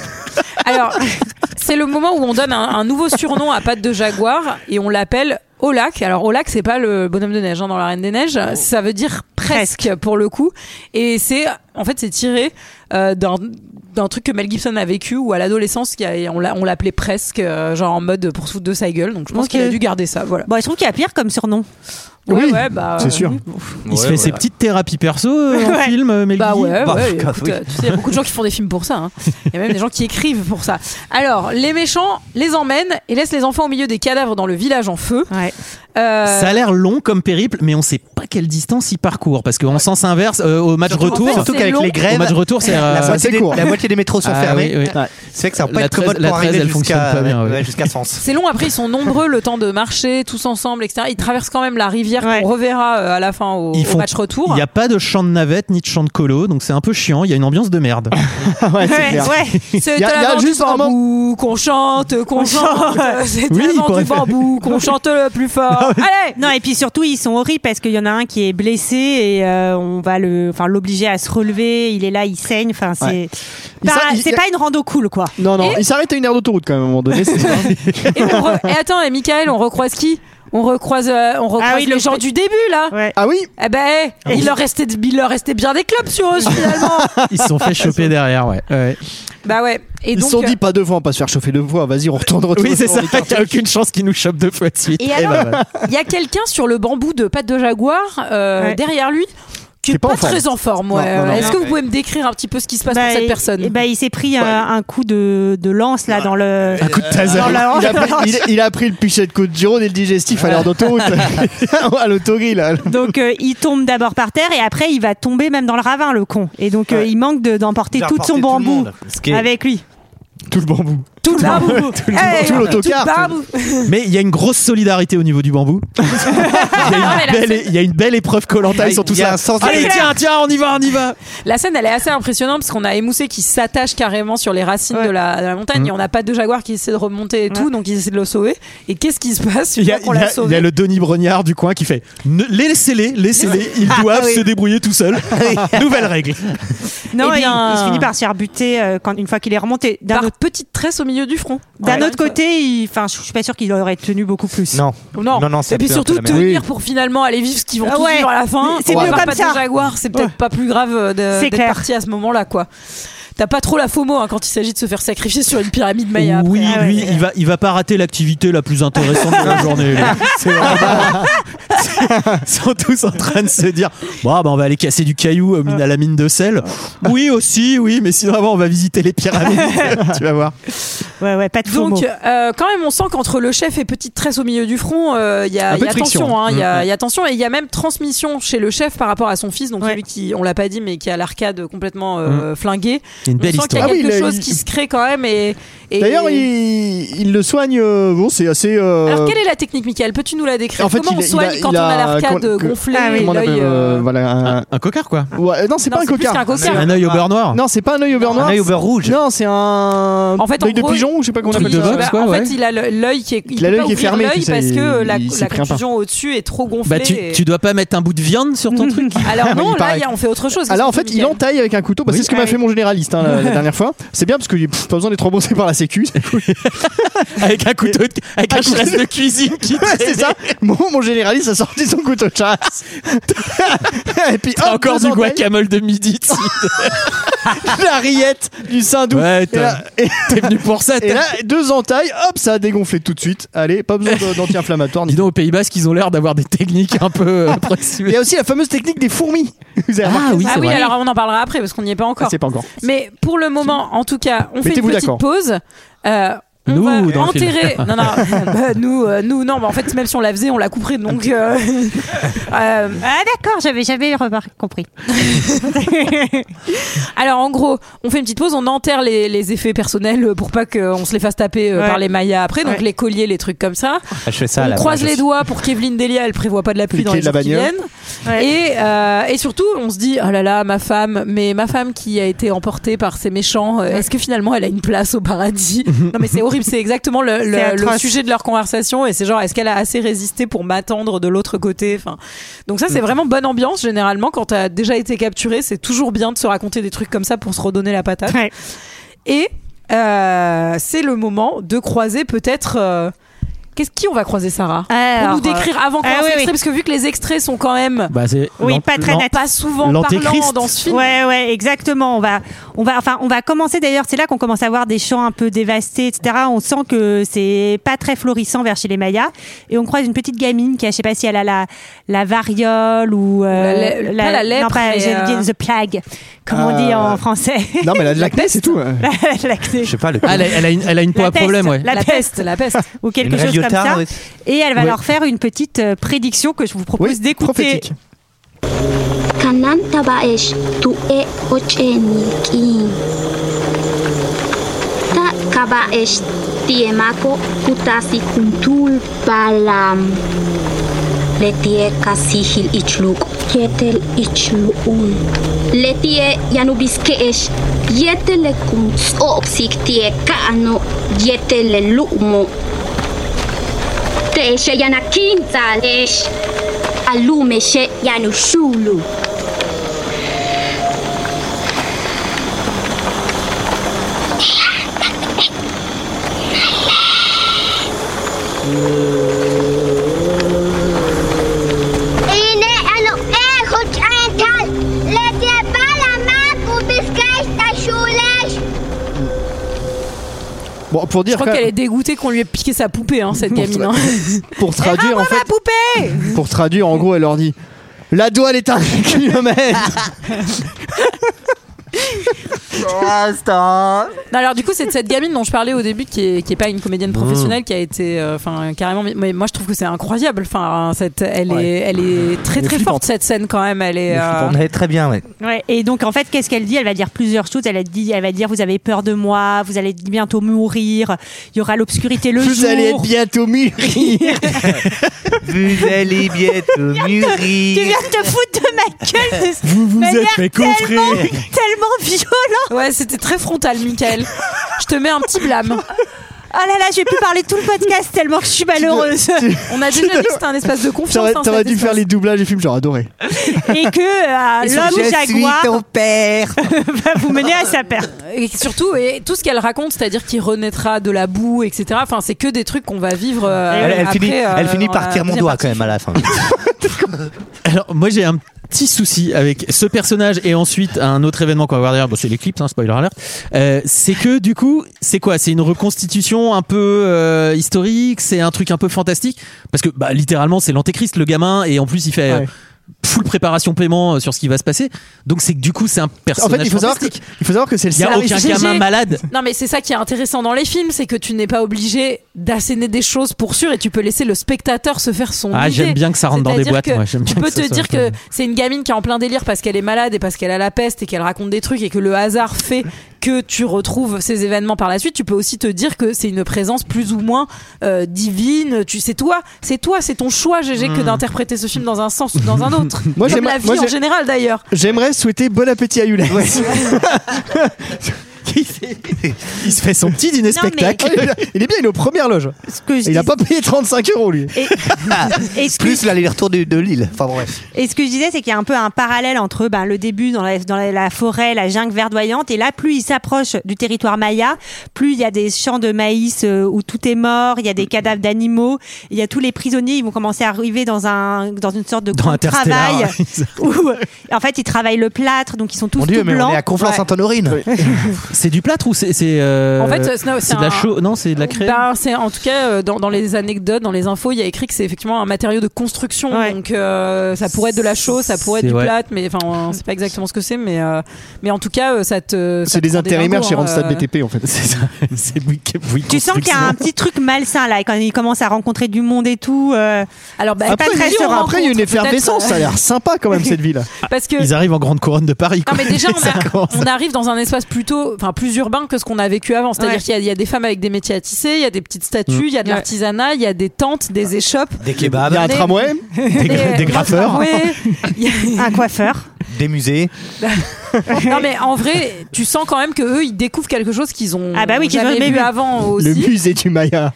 Speaker 1: Alors, <laughs> c'est le moment où on donne un, un nouveau surnom à Patte de Jaguar et on l'appelle Olac. Alors, Olac, c'est pas le bonhomme de neige hein, dans La Reine des Neiges, ça veut dire presque, pour le coup. Et c'est, en fait, c'est tiré euh, d'un d'un truc que Mel Gibson a vécu où à l'adolescence il y a- on l'a- on l'appelait presque euh, genre en mode pour se foutre de sa gueule donc je pense
Speaker 9: Ok.
Speaker 1: qu'il a dû garder ça voilà
Speaker 9: Bon, je trouve qu'il y a pire comme surnom.
Speaker 1: ouais
Speaker 8: Oui,
Speaker 1: ouais bah euh,
Speaker 8: C'est sûr.
Speaker 11: il se fait ses petites thérapies perso euh, en
Speaker 9: Ouais.
Speaker 11: film euh, Mel
Speaker 1: Bah
Speaker 11: Gibson.
Speaker 1: ouais,
Speaker 7: Bah,
Speaker 1: ouais,
Speaker 7: grave,
Speaker 1: écoute,
Speaker 7: oui.
Speaker 1: euh, tu sais, il y a beaucoup de gens qui font des films pour ça. hein. Il y a même des gens qui écrivent pour ça. Alors, les méchants les emmènent et laissent les enfants au milieu des cadavres dans le village en feu.
Speaker 9: Ouais.
Speaker 1: Euh,
Speaker 11: Ça a l'air long comme périple, mais on sait pas quelle distance il parcourt. Parce qu'en sens inverse, euh, au match
Speaker 7: Surtout-
Speaker 11: retour,
Speaker 1: en fait,
Speaker 7: Surtout
Speaker 1: c'est
Speaker 7: qu'avec
Speaker 1: long.
Speaker 7: les
Speaker 11: au
Speaker 7: grèves,
Speaker 11: match retour, c'est euh,
Speaker 7: la, moitié
Speaker 8: c'est
Speaker 7: des,
Speaker 8: court.
Speaker 7: la moitié des métros sont
Speaker 11: Ah
Speaker 7: fermés.
Speaker 11: oui, oui.
Speaker 8: Ouais.
Speaker 7: C'est vrai que ça va pas
Speaker 11: La
Speaker 7: être très
Speaker 11: 13,
Speaker 7: mode
Speaker 11: la
Speaker 7: pour
Speaker 11: 13,
Speaker 7: arriver
Speaker 11: elle fonctionne
Speaker 7: jusqu'à
Speaker 11: pas bien, ouais.
Speaker 7: ouais, jusqu'à Sens.
Speaker 1: C'est long, après ils sont nombreux le temps de marcher tous ensemble, etc. Ils traversent quand même la rivière
Speaker 9: Ouais.
Speaker 1: qu'on reverra euh, à la fin au,
Speaker 11: Ils
Speaker 1: au
Speaker 11: font-
Speaker 1: match retour.
Speaker 11: Il n'y a pas de chant de navette ni de chant de colo, donc c'est un peu chiant. Il y a une ambiance de
Speaker 7: <laughs>
Speaker 11: merde.
Speaker 8: Ouais, c'est
Speaker 9: Ouais,
Speaker 8: clair.
Speaker 9: ouais.
Speaker 8: <laughs>
Speaker 1: C'est
Speaker 8: y a-
Speaker 1: à
Speaker 8: y a
Speaker 1: la vente du
Speaker 8: juste un moment-
Speaker 1: bambou qu'on chante, qu'on chante. <laughs> C'est
Speaker 11: Oui,
Speaker 1: à la
Speaker 11: il
Speaker 1: vente
Speaker 11: pourrait
Speaker 1: du
Speaker 11: faire-
Speaker 1: bambou qu'on chante le plus
Speaker 9: <laughs>
Speaker 1: fort. Allez
Speaker 9: Non et puis surtout ils sont horribles parce qu'il y en a un qui est blessé et euh, on va le, enfin l'obliger à se relever. Il est là, il saigne. Enfin c'est,
Speaker 8: Il
Speaker 9: Pas-
Speaker 8: s'a- il-
Speaker 9: c'est pas une rando cool quoi.
Speaker 8: Non, non,
Speaker 1: Et-
Speaker 8: il s'arrête à une aire d'autoroute quand même à un moment donné.
Speaker 1: <laughs>
Speaker 8: c'est-
Speaker 1: et, on re- et attends, et Michael, on recroise qui on recroise, euh, on recroise
Speaker 9: Ah oui,
Speaker 1: les
Speaker 9: le-
Speaker 1: gens du début là.
Speaker 9: Ouais.
Speaker 8: Ah oui
Speaker 1: Eh ben, eh, il, leur restait, il leur restait bien des clubs sur eux finalement.
Speaker 11: <laughs> Ils se sont fait choper derrière, ouais. ouais.
Speaker 1: bah ouais. Et
Speaker 8: Ils se
Speaker 1: donc,
Speaker 8: sont
Speaker 1: euh,
Speaker 8: dit pas deux fois, on va pas se faire chauffer deux fois, vas-y, on retourne retourne,
Speaker 11: Oui, c'est ça.
Speaker 8: retourne. <laughs>
Speaker 11: Il n'y a aucune chance qu'ils nous chopent deux fois de suite.
Speaker 1: et alors, il y a quelqu'un sur le bambou de patte de jaguar euh,
Speaker 9: Ouais.
Speaker 1: derrière lui qui
Speaker 8: Qui
Speaker 1: est
Speaker 8: est pas
Speaker 1: pas,
Speaker 8: en forme.
Speaker 1: très en forme. ouais.
Speaker 8: Non, non, non.
Speaker 1: Est-ce que vous pouvez me décrire un petit peu ce qui se passe
Speaker 9: Bah,
Speaker 1: pour cette
Speaker 9: il-
Speaker 1: personne
Speaker 9: eh ben, il s'est pris un, un coup de, de lance là dans le.
Speaker 11: Un coup de taser.
Speaker 9: dans la-
Speaker 8: Il a, pris, il- il a pris le pichet de côte Gironde et le digestif à
Speaker 11: <laughs>
Speaker 8: l'air d'autoroute. à l'autogrill. là.
Speaker 9: <laughs> Donc euh, il tombe d'abord par terre et après il va tomber même dans le ravin le con. Et donc euh,
Speaker 7: Ouais.
Speaker 9: il manque de- d'emporter
Speaker 7: Il a
Speaker 9: tout
Speaker 7: emporté
Speaker 9: son
Speaker 7: tout le
Speaker 9: bambou
Speaker 7: monde, ce qui est-
Speaker 9: avec lui.
Speaker 8: Tout le bambou.
Speaker 1: Tout le bambou. Eh,
Speaker 8: tout l'autocar,
Speaker 1: tout le bambou.
Speaker 11: Mais il y a une grosse solidarité au niveau du bambou. Il y a
Speaker 1: Non, Ah, mais
Speaker 11: une
Speaker 1: la
Speaker 11: belle,
Speaker 1: scène-
Speaker 11: il y a une belle épreuve Colanta. Ils sont
Speaker 7: Il
Speaker 11: tous
Speaker 7: y a
Speaker 11: là.
Speaker 7: un sens de-
Speaker 11: Allez, tiens, tiens, on y va, on y va.
Speaker 1: La scène, elle est assez impressionnante parce qu'on a Émoussé qui s'attache carrément sur les racines de, la, de la montagne
Speaker 11: Mm.
Speaker 1: et on n'a pas de jaguar qui essaie de remonter et tout, donc ils essaient de le sauver. Et qu'est-ce qui se passe une
Speaker 11: Il y, a,
Speaker 1: fois qu'on
Speaker 11: il y a-
Speaker 1: l'a sauvé
Speaker 11: il y a le Denis Brognard du coin qui fait Ne- Laissez-les, laissez-les, ils
Speaker 8: Ah
Speaker 11: doivent se débrouiller tout
Speaker 8: <laughs>
Speaker 11: seuls. Nouvelle règle.
Speaker 9: Non,
Speaker 1: Eh
Speaker 9: et
Speaker 1: bien-
Speaker 9: il, il se finit par se faire buter euh, quand, une fois qu'il est remonté. D'un
Speaker 1: par
Speaker 9: autre-
Speaker 1: petite tresse au milieu milieu du front.
Speaker 9: D'un autre côté, il- enfin, je je suis pas sûr qu'il aurait tenu beaucoup plus.
Speaker 7: Non.
Speaker 1: Non.
Speaker 7: non, ça
Speaker 1: Et puis
Speaker 7: pue un peu
Speaker 1: surtout
Speaker 7: la merde.
Speaker 1: tenir pour finalement aller vivre ce qu'ils vont
Speaker 9: Ah
Speaker 1: tous
Speaker 9: ouais.
Speaker 1: vivre à la fin.
Speaker 9: C'est
Speaker 1: On
Speaker 9: mieux
Speaker 1: part
Speaker 9: comme
Speaker 1: pas
Speaker 9: ça.
Speaker 1: de Jaguar, c'est peut-être pas plus grave euh, de-
Speaker 9: C'est
Speaker 1: d'être
Speaker 9: clair.
Speaker 1: parti à ce moment-là, quoi. T'as pas trop la FOMO hein, quand il s'agit de se faire sacrifier sur une pyramide maya. après.
Speaker 11: Oui,
Speaker 9: Ah ouais.
Speaker 11: lui, il va, il va pas rater l'activité la plus intéressante de <laughs> la journée. lui. C'est vraiment- Ils sont tous en train de se dire bon, bah, on va aller casser du caillou au mine- à la mine de sel. Oui, aussi, oui, mais sinon, avant, on va visiter les <laughs> pyramides. tu vas voir.
Speaker 9: Ouais, ouais, pas de faux
Speaker 1: Donc,
Speaker 9: mots.
Speaker 1: euh, quand même, on sent qu'entre le chef et petite tresse au milieu du front, euh, il y a
Speaker 8: Un
Speaker 1: il
Speaker 8: peu
Speaker 1: y a
Speaker 8: de friction.
Speaker 1: tension. hein, Il y, a-
Speaker 8: Mhm.
Speaker 1: il y a tension et il y a même transmission chez le chef par rapport à son fils, donc
Speaker 9: Ouais.
Speaker 1: celui qui, on l'a pas dit, mais qui a l'arcade complètement euh, flingué.
Speaker 11: Il y a une
Speaker 1: On sent
Speaker 11: belle
Speaker 1: qu'il y
Speaker 11: histoire.
Speaker 1: a
Speaker 8: Ah oui,
Speaker 1: quelque
Speaker 8: il a-
Speaker 1: chose
Speaker 8: il-
Speaker 1: qui se crée quand même. Et, et-
Speaker 8: D'ailleurs, il, il le soigne. euh, bon, c'est assez. euh,
Speaker 1: Alors, quelle est la technique, Michael Peux-tu nous la décrire
Speaker 8: En fait,
Speaker 1: Comment
Speaker 8: il
Speaker 1: on
Speaker 8: a- il
Speaker 1: soigne
Speaker 8: a-
Speaker 1: quand
Speaker 8: il
Speaker 1: on a
Speaker 8: a-
Speaker 1: l'arcade
Speaker 8: con- que-
Speaker 1: gonflée
Speaker 9: Ah oui,
Speaker 1: et
Speaker 8: comment on
Speaker 1: l'œil,
Speaker 8: appelle, euh,
Speaker 1: euh,
Speaker 8: voilà, un-
Speaker 11: Un, un cocard, quoi.
Speaker 8: Ouais, non, c'est
Speaker 1: Non,
Speaker 8: pas
Speaker 1: c'est plus
Speaker 8: un coquin.
Speaker 1: qu'un
Speaker 11: Ah. C'est
Speaker 1: coquin.
Speaker 11: un œil au beurre noir.
Speaker 8: Non, c'est pas un œil au beurre
Speaker 7: Ah. Un
Speaker 8: noir.
Speaker 7: œil au beurre rouge.
Speaker 8: Non, c'est un
Speaker 1: En fait, en
Speaker 8: œil de
Speaker 1: gros,
Speaker 8: pigeon, je sais pas comment on
Speaker 11: truc
Speaker 8: appelle
Speaker 11: de
Speaker 8: ça.
Speaker 11: boxe.
Speaker 1: Bah,
Speaker 11: quoi,
Speaker 1: en
Speaker 11: ouais.
Speaker 1: fait, il a le- l'œil qui est, il
Speaker 8: Il a
Speaker 1: peut
Speaker 8: l'œil
Speaker 1: pas
Speaker 8: qui est
Speaker 1: ouvrir
Speaker 8: fermé,
Speaker 1: l'œil
Speaker 8: tu sais,
Speaker 1: parce que euh, la,
Speaker 8: il s'y
Speaker 1: la
Speaker 8: prend pas.
Speaker 1: contusion au-dessus est trop gonflée.
Speaker 11: Bah, tu,
Speaker 1: et-
Speaker 11: tu dois pas mettre un bout de viande sur ton truc.
Speaker 1: Alors non, là,
Speaker 8: paraît.
Speaker 1: il y a- on fait autre chose.
Speaker 8: Ah là, en
Speaker 1: qu'est-ce que
Speaker 8: fait,
Speaker 1: tu
Speaker 8: il
Speaker 1: dis,
Speaker 8: entaille avec un couteau. Bah,
Speaker 11: Oui.
Speaker 8: c'est ce que m'a fait mon généraliste hein, la, la dernière fois. C'est bien parce que pff, pas besoin d'être remboursé par la
Speaker 11: <laughs>
Speaker 8: Sécu.
Speaker 11: avec un couteau, de- avec un
Speaker 8: Ah, je-
Speaker 11: chasse de cuisine <laughs> qui
Speaker 8: Ouais, c'est ça. Mon, mon généraliste a sorti son couteau de chasse. <laughs> Et puis
Speaker 11: T'as
Speaker 8: hop,
Speaker 11: encore
Speaker 8: deux
Speaker 11: du
Speaker 8: entailles,
Speaker 11: guacamole de midi. dessus.
Speaker 8: La rillette du
Speaker 11: <laughs>
Speaker 8: Saint-Doux.
Speaker 11: ouais,
Speaker 8: et, là,
Speaker 11: t'as-
Speaker 8: et-
Speaker 11: t'es venu pour ça.
Speaker 8: <laughs> et
Speaker 11: t'as-
Speaker 8: là, deux entailles, hop, ça a dégonflé tout de suite. Allez, pas besoin de- d'anti-inflammatoire. ni-
Speaker 11: Dis donc, aux Pays-Bas, qu'ils ont l'air d'avoir des techniques un peu euh,
Speaker 8: Il y
Speaker 11: approximées.
Speaker 8: a aussi la fameuse technique des fourmis. Vous avez remarqué
Speaker 11: oui,
Speaker 1: Ah
Speaker 11: c'est
Speaker 1: oui,
Speaker 11: vrai.
Speaker 1: alors on en parlera après parce qu'on n'y est pas encore.
Speaker 8: Ah, C'est pas encore.
Speaker 1: Mais pour le moment, en tout cas, on fait une
Speaker 8: Mettez-vous
Speaker 1: petite
Speaker 8: d'accord.
Speaker 1: pause. Euh, on
Speaker 11: Nous,
Speaker 1: va
Speaker 11: ou dans le film
Speaker 1: enterrer. Non, non, bah, nous, euh, nous, non, mais en fait, même si on la faisait, on la couperait. Donc, euh, euh,
Speaker 9: Ah d'accord, j'avais jamais remarqué, compris.
Speaker 1: alors en gros, on fait une petite pause, on enterre les, les effets personnels pour pas qu'on se les fasse taper euh,
Speaker 9: Ouais.
Speaker 1: par les Mayas après, donc
Speaker 9: Ouais.
Speaker 1: les colliers, les trucs comme ça.
Speaker 7: Ah, je fais ça à
Speaker 1: on
Speaker 7: la
Speaker 1: croise
Speaker 8: hein,
Speaker 7: fin,
Speaker 1: les
Speaker 7: je-
Speaker 1: doigts pour qu'Evelyne Delia elle prévoit pas de la pluie
Speaker 8: Les
Speaker 1: dans
Speaker 8: clés
Speaker 1: les
Speaker 8: de la
Speaker 1: jours qui
Speaker 8: bagnole.
Speaker 1: viennent et, euh, et surtout on se dit oh là là ma femme mais ma femme qui a été emportée par ces méchants euh, est-ce que finalement elle a une place au
Speaker 8: <laughs>
Speaker 1: paradis non mais c'est horrible c'est exactement le, le-
Speaker 9: C'est
Speaker 1: le
Speaker 9: atroce.
Speaker 1: sujet de leur conversation et c'est genre est-ce qu'elle a assez résisté pour m'attendre de l'autre côté enfin donc ça
Speaker 8: Mm.
Speaker 1: c'est vraiment bonne ambiance généralement quand t'as déjà été capturé c'est toujours bien de se raconter des trucs comme ça pour se redonner la patate
Speaker 9: Ouais.
Speaker 1: et euh, c'est le moment de croiser peut-être euh, qu'est-ce qui on va croiser Sarah pour
Speaker 9: Alors,
Speaker 1: nous décrire avant qu'on
Speaker 9: ah
Speaker 1: lance
Speaker 9: oui,
Speaker 1: l'extrait,
Speaker 9: oui.
Speaker 1: parce que vu que les extraits sont quand même
Speaker 11: Bah, c'est-
Speaker 9: Oui,
Speaker 11: l'an-
Speaker 9: pas très
Speaker 11: l'an-
Speaker 9: net.
Speaker 1: pas souvent parlants
Speaker 11: L'Antéchrist.
Speaker 1: dans ce film.
Speaker 9: Ouais, ouais, exactement. On va, on va, enfin, on va commencer d'ailleurs. C'est là qu'on commence à voir des champs un peu dévastés, etc. On sent que c'est pas très florissant vers chez les Mayas. Et on croise une petite gamine qui a, je sais pas si elle a la, la variole ou euh,
Speaker 1: La lè- pas la lèpre,
Speaker 9: non, pas,
Speaker 1: mais,
Speaker 9: j'ai
Speaker 1: euh,
Speaker 9: dit the plague, comme on
Speaker 11: Ah,
Speaker 9: dit en français. <laughs>
Speaker 8: Non, mais elle a de l'acné, c'est tout. hein.
Speaker 9: L'acné.
Speaker 7: Je sais pas, le
Speaker 11: Ah, elle a, elle a une, elle a une peau
Speaker 9: La
Speaker 11: à problème,
Speaker 9: peste,
Speaker 11: ouais.
Speaker 9: La,
Speaker 1: La
Speaker 9: peste,
Speaker 1: peste, la peste.
Speaker 9: ou quelque
Speaker 7: Une
Speaker 9: chose comme
Speaker 7: Réliotard,
Speaker 9: ça.
Speaker 7: oui.
Speaker 9: Et elle va
Speaker 11: Ouais.
Speaker 9: leur faire une petite euh, prédiction que je vous propose
Speaker 8: Oui,
Speaker 9: d'écouter.
Speaker 8: prophétique.
Speaker 10: Kanan tabaesh tu e ochenil kin. Ta kabaesh tiemako kutasi kuntul balam. Letie kasihil ichluk, ketel ichluun. Letie yanubiskeesh, yetele kunts oksik tie kaano, yetele lumo. Teeshe yanakintanesh. alume she yanushulu
Speaker 13: Ine anu ehut ental, let je bala mapu biskajta šuleš.
Speaker 8: Bon, pour
Speaker 1: Je
Speaker 8: dire,
Speaker 9: <laughs>
Speaker 1: crois
Speaker 8: quand
Speaker 1: qu'elle
Speaker 8: même,
Speaker 1: est dégoûtée qu'on lui ait piqué sa poupée, hein, cette gamine. hein.
Speaker 8: pour traduire, en fait,
Speaker 1: poupée
Speaker 8: pour traduire, en gros, elle leur dit La douane est un kilomètre.
Speaker 1: <laughs>
Speaker 7: Oh,
Speaker 1: Non, alors du coup, c'est de cette gamine dont je parlais au début, qui est, qui est pas une
Speaker 8: Mmh.
Speaker 1: comédienne professionnelle, qui a été, euh, enfin, carrément. Mais, mais moi, je trouve que c'est incroyable. Enfin, cette, elle
Speaker 8: Ouais.
Speaker 1: est, elle est très
Speaker 8: Elle est
Speaker 1: très
Speaker 8: flippante.
Speaker 1: forte cette scène quand même. Elle est. euh,
Speaker 7: On allait très bien, ouais.
Speaker 9: Ouais, et donc en fait, qu'est-ce qu'elle dit Elle va dire plusieurs choses. Elle, a dit, elle va dire Vous avez peur de moi, vous allez bientôt mourir, il y aura l'obscurité le
Speaker 8: Vous
Speaker 9: jour.
Speaker 8: allez être bientôt mûrir.
Speaker 7: Vous allez
Speaker 9: Tu
Speaker 7: bientôt
Speaker 9: viens
Speaker 7: mûrir.
Speaker 9: de te foutre de ma gueule
Speaker 8: <laughs>
Speaker 9: de cette
Speaker 11: Vous vous
Speaker 9: manière
Speaker 11: fait
Speaker 9: tellement, tellement violente.
Speaker 1: Ouais, c'était très frontal, Michael. je te mets un petit blâme.
Speaker 9: Oh là là, je vais plus parler tout le
Speaker 8: <laughs>
Speaker 9: podcast tellement que je suis malheureuse.
Speaker 1: On a déjà dit que c'était un espace de confiance. hein,
Speaker 8: T'aurais
Speaker 1: cet
Speaker 8: dû faire
Speaker 1: espace.
Speaker 8: les doublages des films, j'aurais adoré.
Speaker 9: Et que euh,
Speaker 1: Ils sont
Speaker 9: l'homme
Speaker 1: juste
Speaker 9: jaguar
Speaker 1: ton
Speaker 7: père
Speaker 9: va vous mener à sa perte.
Speaker 1: Et surtout, et tout ce qu'elle raconte, c'est-à-dire qu'il renaîtra de la boue, etc. Enfin, c'est que des trucs qu'on va vivre. euh,
Speaker 7: Elle, elle
Speaker 1: après,
Speaker 7: finit,
Speaker 1: euh,
Speaker 7: elle finit
Speaker 1: dans
Speaker 7: par
Speaker 1: la
Speaker 7: tirer mon
Speaker 1: deuxième
Speaker 7: doigt quand même à la fin.
Speaker 11: Alors, moi, j'ai un petit souci avec ce personnage et ensuite un autre événement qu'on va voir derrière. Bon, c'est l'éclipse, hein, spoiler alert. Euh, c'est que, du coup, c'est quoi C'est une reconstitution un peu euh, historique C'est un truc un peu fantastique Parce que, bah, littéralement, c'est l'antéchrist, le gamin, et en plus, il fait. euh, Full préparation paiement euh, sur ce qui va se passer. Donc, c'est que du coup, c'est un
Speaker 8: En
Speaker 11: personnage.
Speaker 8: fait, il faut savoir que,
Speaker 11: fantastique.
Speaker 8: il faut savoir que c'est le
Speaker 11: Il y a
Speaker 8: scénariste.
Speaker 11: aucun
Speaker 1: GG.
Speaker 11: gamin malade.
Speaker 1: Non, mais c'est ça qui est intéressant dans les films, c'est que tu n'es pas obligé d'asséner des choses pour sûr et tu peux laisser le spectateur se faire son
Speaker 11: Ah,
Speaker 1: idée.
Speaker 11: j'aime bien que ça rentre dans des
Speaker 1: C'est-à-dire
Speaker 11: boîtes,
Speaker 1: que
Speaker 11: moi, j'aime
Speaker 1: tu
Speaker 8: <laughs>
Speaker 11: bien
Speaker 1: peux
Speaker 11: que ça
Speaker 1: te
Speaker 11: soit
Speaker 1: dire
Speaker 11: comme
Speaker 1: que c'est une gamine qui est en plein délire parce qu'elle est malade et parce qu'elle a la peste et qu'elle raconte des trucs et que le hasard fait que tu retrouves ces événements par la suite. Tu peux aussi te dire que c'est une présence plus ou moins euh, divine. Tu sais toi, c'est toi, c'est ton choix, GG, que
Speaker 8: Mm.
Speaker 1: d'interpréter ce film dans un sens ou dans un autre.
Speaker 8: Moi,
Speaker 1: Comme
Speaker 8: j'aimerais-
Speaker 1: la vie
Speaker 8: moi,
Speaker 1: en
Speaker 8: j'ai-
Speaker 1: général d'ailleurs.
Speaker 8: J'aimerais souhaiter bon appétit à Yulès.
Speaker 11: il se fait son petit dîner
Speaker 9: Non, mais- spectacle.
Speaker 8: Il est bien, il est aux premières loges.
Speaker 9: que je
Speaker 8: il a pas payé 35 euros lui. <laughs>
Speaker 9: Et ce que
Speaker 7: Plus l'aller-retour de, de Lille. Enfin bref.
Speaker 9: Et ce que je disais, c'est qu'il y a un peu un parallèle entre ben, le début dans, la, dans la, la forêt, la jungle verdoyante, et là, plus il s'approche du territoire maya, plus il y a des champs de maïs euh, où tout est mort, il y a des cadavres d'animaux, il y a tous les prisonniers, ils vont commencer à arriver dans, un, dans une sorte de
Speaker 11: Dans
Speaker 9: camp de
Speaker 11: Interstellar.
Speaker 9: travail. où, euh, en fait, ils travaillent le plâtre, donc ils sont tous
Speaker 7: Mon dieu,
Speaker 9: tout
Speaker 7: mais
Speaker 9: blancs.
Speaker 7: on est à Conflans-Sainte-Honorine.
Speaker 11: c'est du plâtre ou c'est. c'est, euh,
Speaker 1: En fait, c'est- c'est
Speaker 11: c'est de la
Speaker 1: un-
Speaker 11: chaux. Non, c'est de la crème.
Speaker 1: Ben, c'est en tout cas euh, dans, dans les anecdotes, dans les infos, il y a écrit que c'est effectivement un matériau de construction. Donc euh, ça pourrait être de la chaux, ça pourrait être
Speaker 11: C'est
Speaker 1: du
Speaker 11: vrai.
Speaker 1: plâtre, mais enfin on sait pas exactement ce que c'est, mais euh, mais en tout cas euh, ça te. ça
Speaker 8: C'est
Speaker 1: te
Speaker 8: des
Speaker 1: rend des
Speaker 8: intérimaires
Speaker 1: dingos,
Speaker 8: chez
Speaker 1: hein,
Speaker 8: Randstad
Speaker 1: euh.
Speaker 8: BTP en fait.
Speaker 11: C'est ça. <laughs> C'est Bouygues- Bouygues
Speaker 9: Tu sens qu'il y a un petit truc malsain là, et quand ils commencent à rencontrer du monde et tout. euh,
Speaker 1: Alors bah,
Speaker 9: c'est
Speaker 1: pas
Speaker 8: Après,
Speaker 1: très
Speaker 8: il y a-
Speaker 1: sûr, hein,
Speaker 8: après, il y a une
Speaker 1: peut-être,
Speaker 8: effervescence, ça a l'air sympa quand même cette ville.
Speaker 1: Parce que
Speaker 11: Ils arrivent en grande couronne de Paris.
Speaker 1: Non
Speaker 11: quoi.
Speaker 1: mais
Speaker 11: <laughs>
Speaker 8: <laughs>
Speaker 1: déjà on,
Speaker 11: Ça
Speaker 1: a-
Speaker 11: commence.
Speaker 1: on arrive dans un espace plutôt, enfin plus urbain que ce qu'on a vécu avant. C'est-à-dire
Speaker 9: Ouais.
Speaker 1: qu'il y a- il y, a des femmes avec des métiers à tisser, il y a des petites statues, il y a de
Speaker 9: Ouais.
Speaker 1: l'artisanat, il y a des tentes, des échoppes,
Speaker 7: Des
Speaker 8: Mm. Il y a un
Speaker 7: kebabs,
Speaker 1: Mais-
Speaker 8: tramway.
Speaker 11: Des,
Speaker 1: des-
Speaker 11: des graffeurs.
Speaker 1: ouais, il y a-
Speaker 9: un coiffeur.
Speaker 7: des musées.
Speaker 1: Non mais en vrai, tu sens quand même que eux ils découvrent quelque chose qu'ils ont
Speaker 9: Ah bah oui, qu'ils ont
Speaker 1: jamais
Speaker 9: jamais
Speaker 1: vu
Speaker 9: vu.
Speaker 1: avant
Speaker 8: Le
Speaker 1: aussi.
Speaker 8: musée du Maya.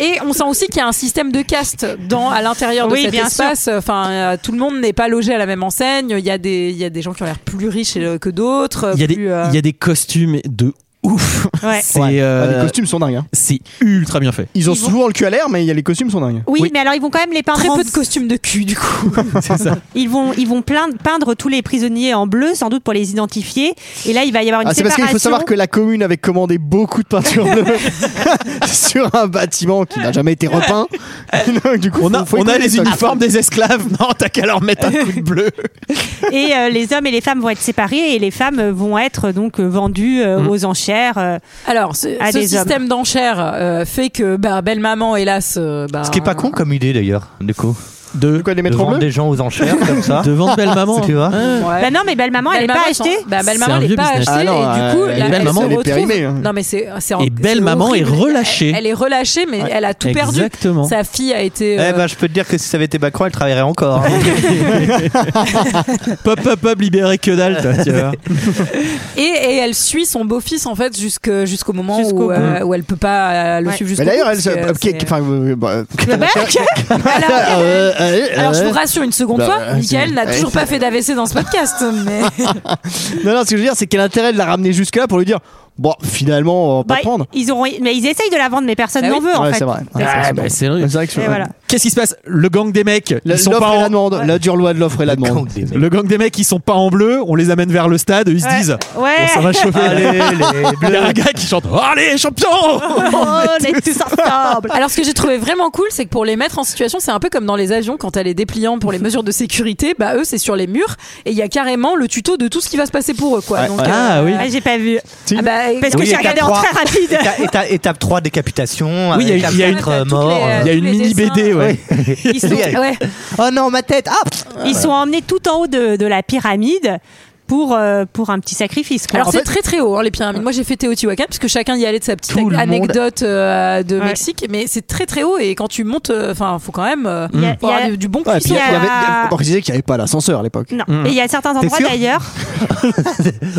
Speaker 1: Et on sent aussi qu'il y a un système de caste dans à l'intérieur de
Speaker 9: Oui,
Speaker 1: cet
Speaker 9: bien
Speaker 1: espace. Enfin, euh, tout le monde n'est pas logé à la même enseigne. Il y a des il y a des gens qui ont l'air plus riches euh, que d'autres.
Speaker 11: Il y, a des,
Speaker 1: plus, euh,
Speaker 11: il y a des costumes de ouf.
Speaker 9: Ouais.
Speaker 11: C'est
Speaker 8: Ouais.
Speaker 11: euh,
Speaker 8: Ah, les costumes sont dingues. hein.
Speaker 11: c'est ultra bien fait.
Speaker 8: Ils ont
Speaker 9: Ils vont-
Speaker 8: souvent le cul à l'air, mais il y a les costumes sont dingues.
Speaker 9: Oui,
Speaker 11: Oui.
Speaker 9: mais alors ils vont quand même les peindre
Speaker 1: Très
Speaker 9: en
Speaker 1: peu de costumes de cul du coup.
Speaker 11: C'est ça.
Speaker 9: Ils vont, ils vont plein- peindre tous les prisonniers en bleu, sans doute pour les identifier. Et là, il va y avoir une
Speaker 8: Ah, c'est parce
Speaker 9: séparation.
Speaker 8: qu'il faut savoir que la commune avait commandé beaucoup de peinture bleue sur un bâtiment qui n'a jamais été repeint. Donc, du coup,
Speaker 11: On a,
Speaker 8: faut- faut
Speaker 11: on a
Speaker 8: écouter
Speaker 11: les
Speaker 8: stocks.
Speaker 11: uniformes des esclaves. Non, t'as qu'à leur mettre un coup de bleu.
Speaker 9: <laughs> Et euh, les hommes et les femmes vont être séparés et les femmes euh, vont être euh, donc euh, vendues
Speaker 11: Mmh.
Speaker 9: euh, aux enchères. euh.
Speaker 1: Alors ce,
Speaker 9: À
Speaker 1: ce
Speaker 9: des
Speaker 1: système d'enchères euh, fait que bah, belle maman hélas. euh, bah,
Speaker 7: Ce qui est pas con comme idée d'ailleurs, du coup.
Speaker 11: De,
Speaker 8: De quoi les
Speaker 7: De
Speaker 8: mettre en
Speaker 7: vendre
Speaker 8: bleu
Speaker 7: des gens aux enchères comme ça.
Speaker 11: <laughs> de vendre belle maman.
Speaker 7: <laughs> Tu vois
Speaker 11: Ouais.
Speaker 1: Ouais.
Speaker 9: Bah non, mais belle maman, elle n'est
Speaker 1: Belle
Speaker 9: pas
Speaker 1: maman,
Speaker 9: achetée.
Speaker 1: sans- Bah, belle
Speaker 11: C'est
Speaker 1: maman,
Speaker 11: un
Speaker 1: elle n'est
Speaker 11: vieux
Speaker 1: pas
Speaker 11: business.
Speaker 1: achetée.
Speaker 8: Ah non,
Speaker 1: et du coup,
Speaker 8: euh,
Speaker 1: la,
Speaker 11: belle
Speaker 1: elle
Speaker 11: maman,
Speaker 1: se
Speaker 11: elle
Speaker 8: est
Speaker 1: retrouve-
Speaker 8: périmée, hein.
Speaker 1: Non, mais c'est, c'est en-
Speaker 11: Et belle
Speaker 1: c'est
Speaker 11: maman est
Speaker 1: horrible.
Speaker 11: relâchée.
Speaker 1: Elle, elle est relâchée, mais elle a tout perdu.
Speaker 11: Exactement.
Speaker 1: Sa fille a été.
Speaker 7: Eh
Speaker 1: euh,
Speaker 7: ben, je peux te dire que si ça avait été Macron, elle travaillerait encore. hein.
Speaker 11: <laughs> Pop, pop, pop, libérer que dalle. toi, tu vois.
Speaker 1: et, et elle suit son beau-fils en fait jusqu'au jusqu'au moment
Speaker 9: Jusqu'au
Speaker 1: où, euh, où elle peut pas euh, le
Speaker 9: Ouais.
Speaker 1: suivre
Speaker 8: Mais
Speaker 1: jusqu'au
Speaker 8: d'ailleurs,
Speaker 1: bout,
Speaker 8: elle.
Speaker 1: parce que
Speaker 8: se-
Speaker 1: c'est-
Speaker 8: ok, enfin, euh, bah,
Speaker 1: Alors,
Speaker 8: <laughs> euh, euh,
Speaker 1: alors, je
Speaker 8: euh,
Speaker 1: vous rassure une seconde
Speaker 8: Bah,
Speaker 1: fois,
Speaker 8: euh,
Speaker 1: Michael
Speaker 8: c'est-
Speaker 1: n'a toujours
Speaker 8: euh,
Speaker 1: pas fait d'AVC dans ce podcast. Mais...
Speaker 8: Non, non, ce que je veux dire, c'est quel intérêt de la ramener jusque-là pour lui dire Bon, finalement, on va
Speaker 9: Bah,
Speaker 8: pas prendre.
Speaker 9: ils auront, mais ils essayent de la vendre, mais personne
Speaker 1: Ah
Speaker 9: n'en
Speaker 1: oui.
Speaker 9: veut en
Speaker 8: Ouais,
Speaker 9: fait.
Speaker 8: c'est vrai.
Speaker 9: Ouais,
Speaker 8: Ah,
Speaker 11: Ah,
Speaker 8: c'est
Speaker 11: bah,
Speaker 8: vrai.
Speaker 11: c'est vrai.
Speaker 8: Ouais, c'est vrai que je-
Speaker 9: Et voilà.
Speaker 11: Qu'est-ce qui se passe Le gang des mecs,
Speaker 8: La-
Speaker 11: ils sont
Speaker 8: L'offre
Speaker 11: pas
Speaker 8: et la
Speaker 11: en...
Speaker 8: demande, la dure loi de l'offre et la demande.
Speaker 11: Le gang des mecs, ils sont pas en bleu. On les amène vers le stade. Ils se
Speaker 9: Ouais.
Speaker 1: <laughs>
Speaker 11: disent
Speaker 9: Ouais.
Speaker 11: Bon,
Speaker 9: <laughs>
Speaker 11: ça va chauffer.
Speaker 7: Allez, les
Speaker 11: <laughs> Il y a
Speaker 7: bleus.
Speaker 11: un gars qui chante oh, Allez, champion
Speaker 7: <laughs>
Speaker 9: Oh, on est tous
Speaker 1: <laughs>
Speaker 9: ensemble.
Speaker 1: Alors, ce que j'ai trouvé vraiment cool, c'est que pour les mettre en situation, c'est un peu comme dans les avions, quand t'as les dépliants pour les mesures de sécurité, bah eux, c'est sur les murs, et il y a carrément le tuto de tout ce qui va se passer pour eux, quoi.
Speaker 8: Ouais.
Speaker 1: Donc, euh,
Speaker 11: Ah oui.
Speaker 9: Ah, j'ai pas vu.
Speaker 1: ah bah,
Speaker 9: Parce que
Speaker 7: Oui,
Speaker 9: j'ai
Speaker 7: étape
Speaker 9: regardé en
Speaker 7: trois.
Speaker 9: très
Speaker 11: <laughs>
Speaker 9: rapide.
Speaker 7: Éta- éta- étape 3, décapitation.
Speaker 11: Oui, il y a-
Speaker 7: avec
Speaker 11: il y a
Speaker 7: un
Speaker 11: une-
Speaker 7: prêtre,
Speaker 1: Toutes les-
Speaker 7: mort.
Speaker 1: euh,
Speaker 11: Il y a
Speaker 1: Tous
Speaker 11: une
Speaker 1: les
Speaker 11: mini
Speaker 1: dessins.
Speaker 11: BD, ouais.
Speaker 9: Ils sont,
Speaker 1: Ouais.
Speaker 7: <laughs> Oh non, ma tête Ah
Speaker 9: ils sont emmenés tout en haut de, de la pyramide pour, euh, pour un petit sacrifice. quoi.
Speaker 1: Alors
Speaker 9: En
Speaker 1: c'est
Speaker 9: fait-
Speaker 1: très très haut hein, les pyramides. Moi j'ai fait Teotihuacan parce que chacun y allait de sa petite
Speaker 9: Tout le
Speaker 1: anecdote euh, de
Speaker 9: Ouais.
Speaker 1: Mexique, mais c'est très très haut et quand tu montes, enfin faut quand même euh,
Speaker 8: Il y a-
Speaker 1: faut
Speaker 9: il y a-
Speaker 1: avoir du- du bon
Speaker 8: Ouais, puis
Speaker 1: cuisson.
Speaker 8: il
Speaker 1: quoi.
Speaker 8: y avait- on disait qu'il n'y avait pas l'ascenseur à l'époque.
Speaker 9: Non.
Speaker 11: Mmh.
Speaker 9: Et il y a certains
Speaker 8: T'es
Speaker 9: endroits
Speaker 8: sûr
Speaker 9: d'ailleurs,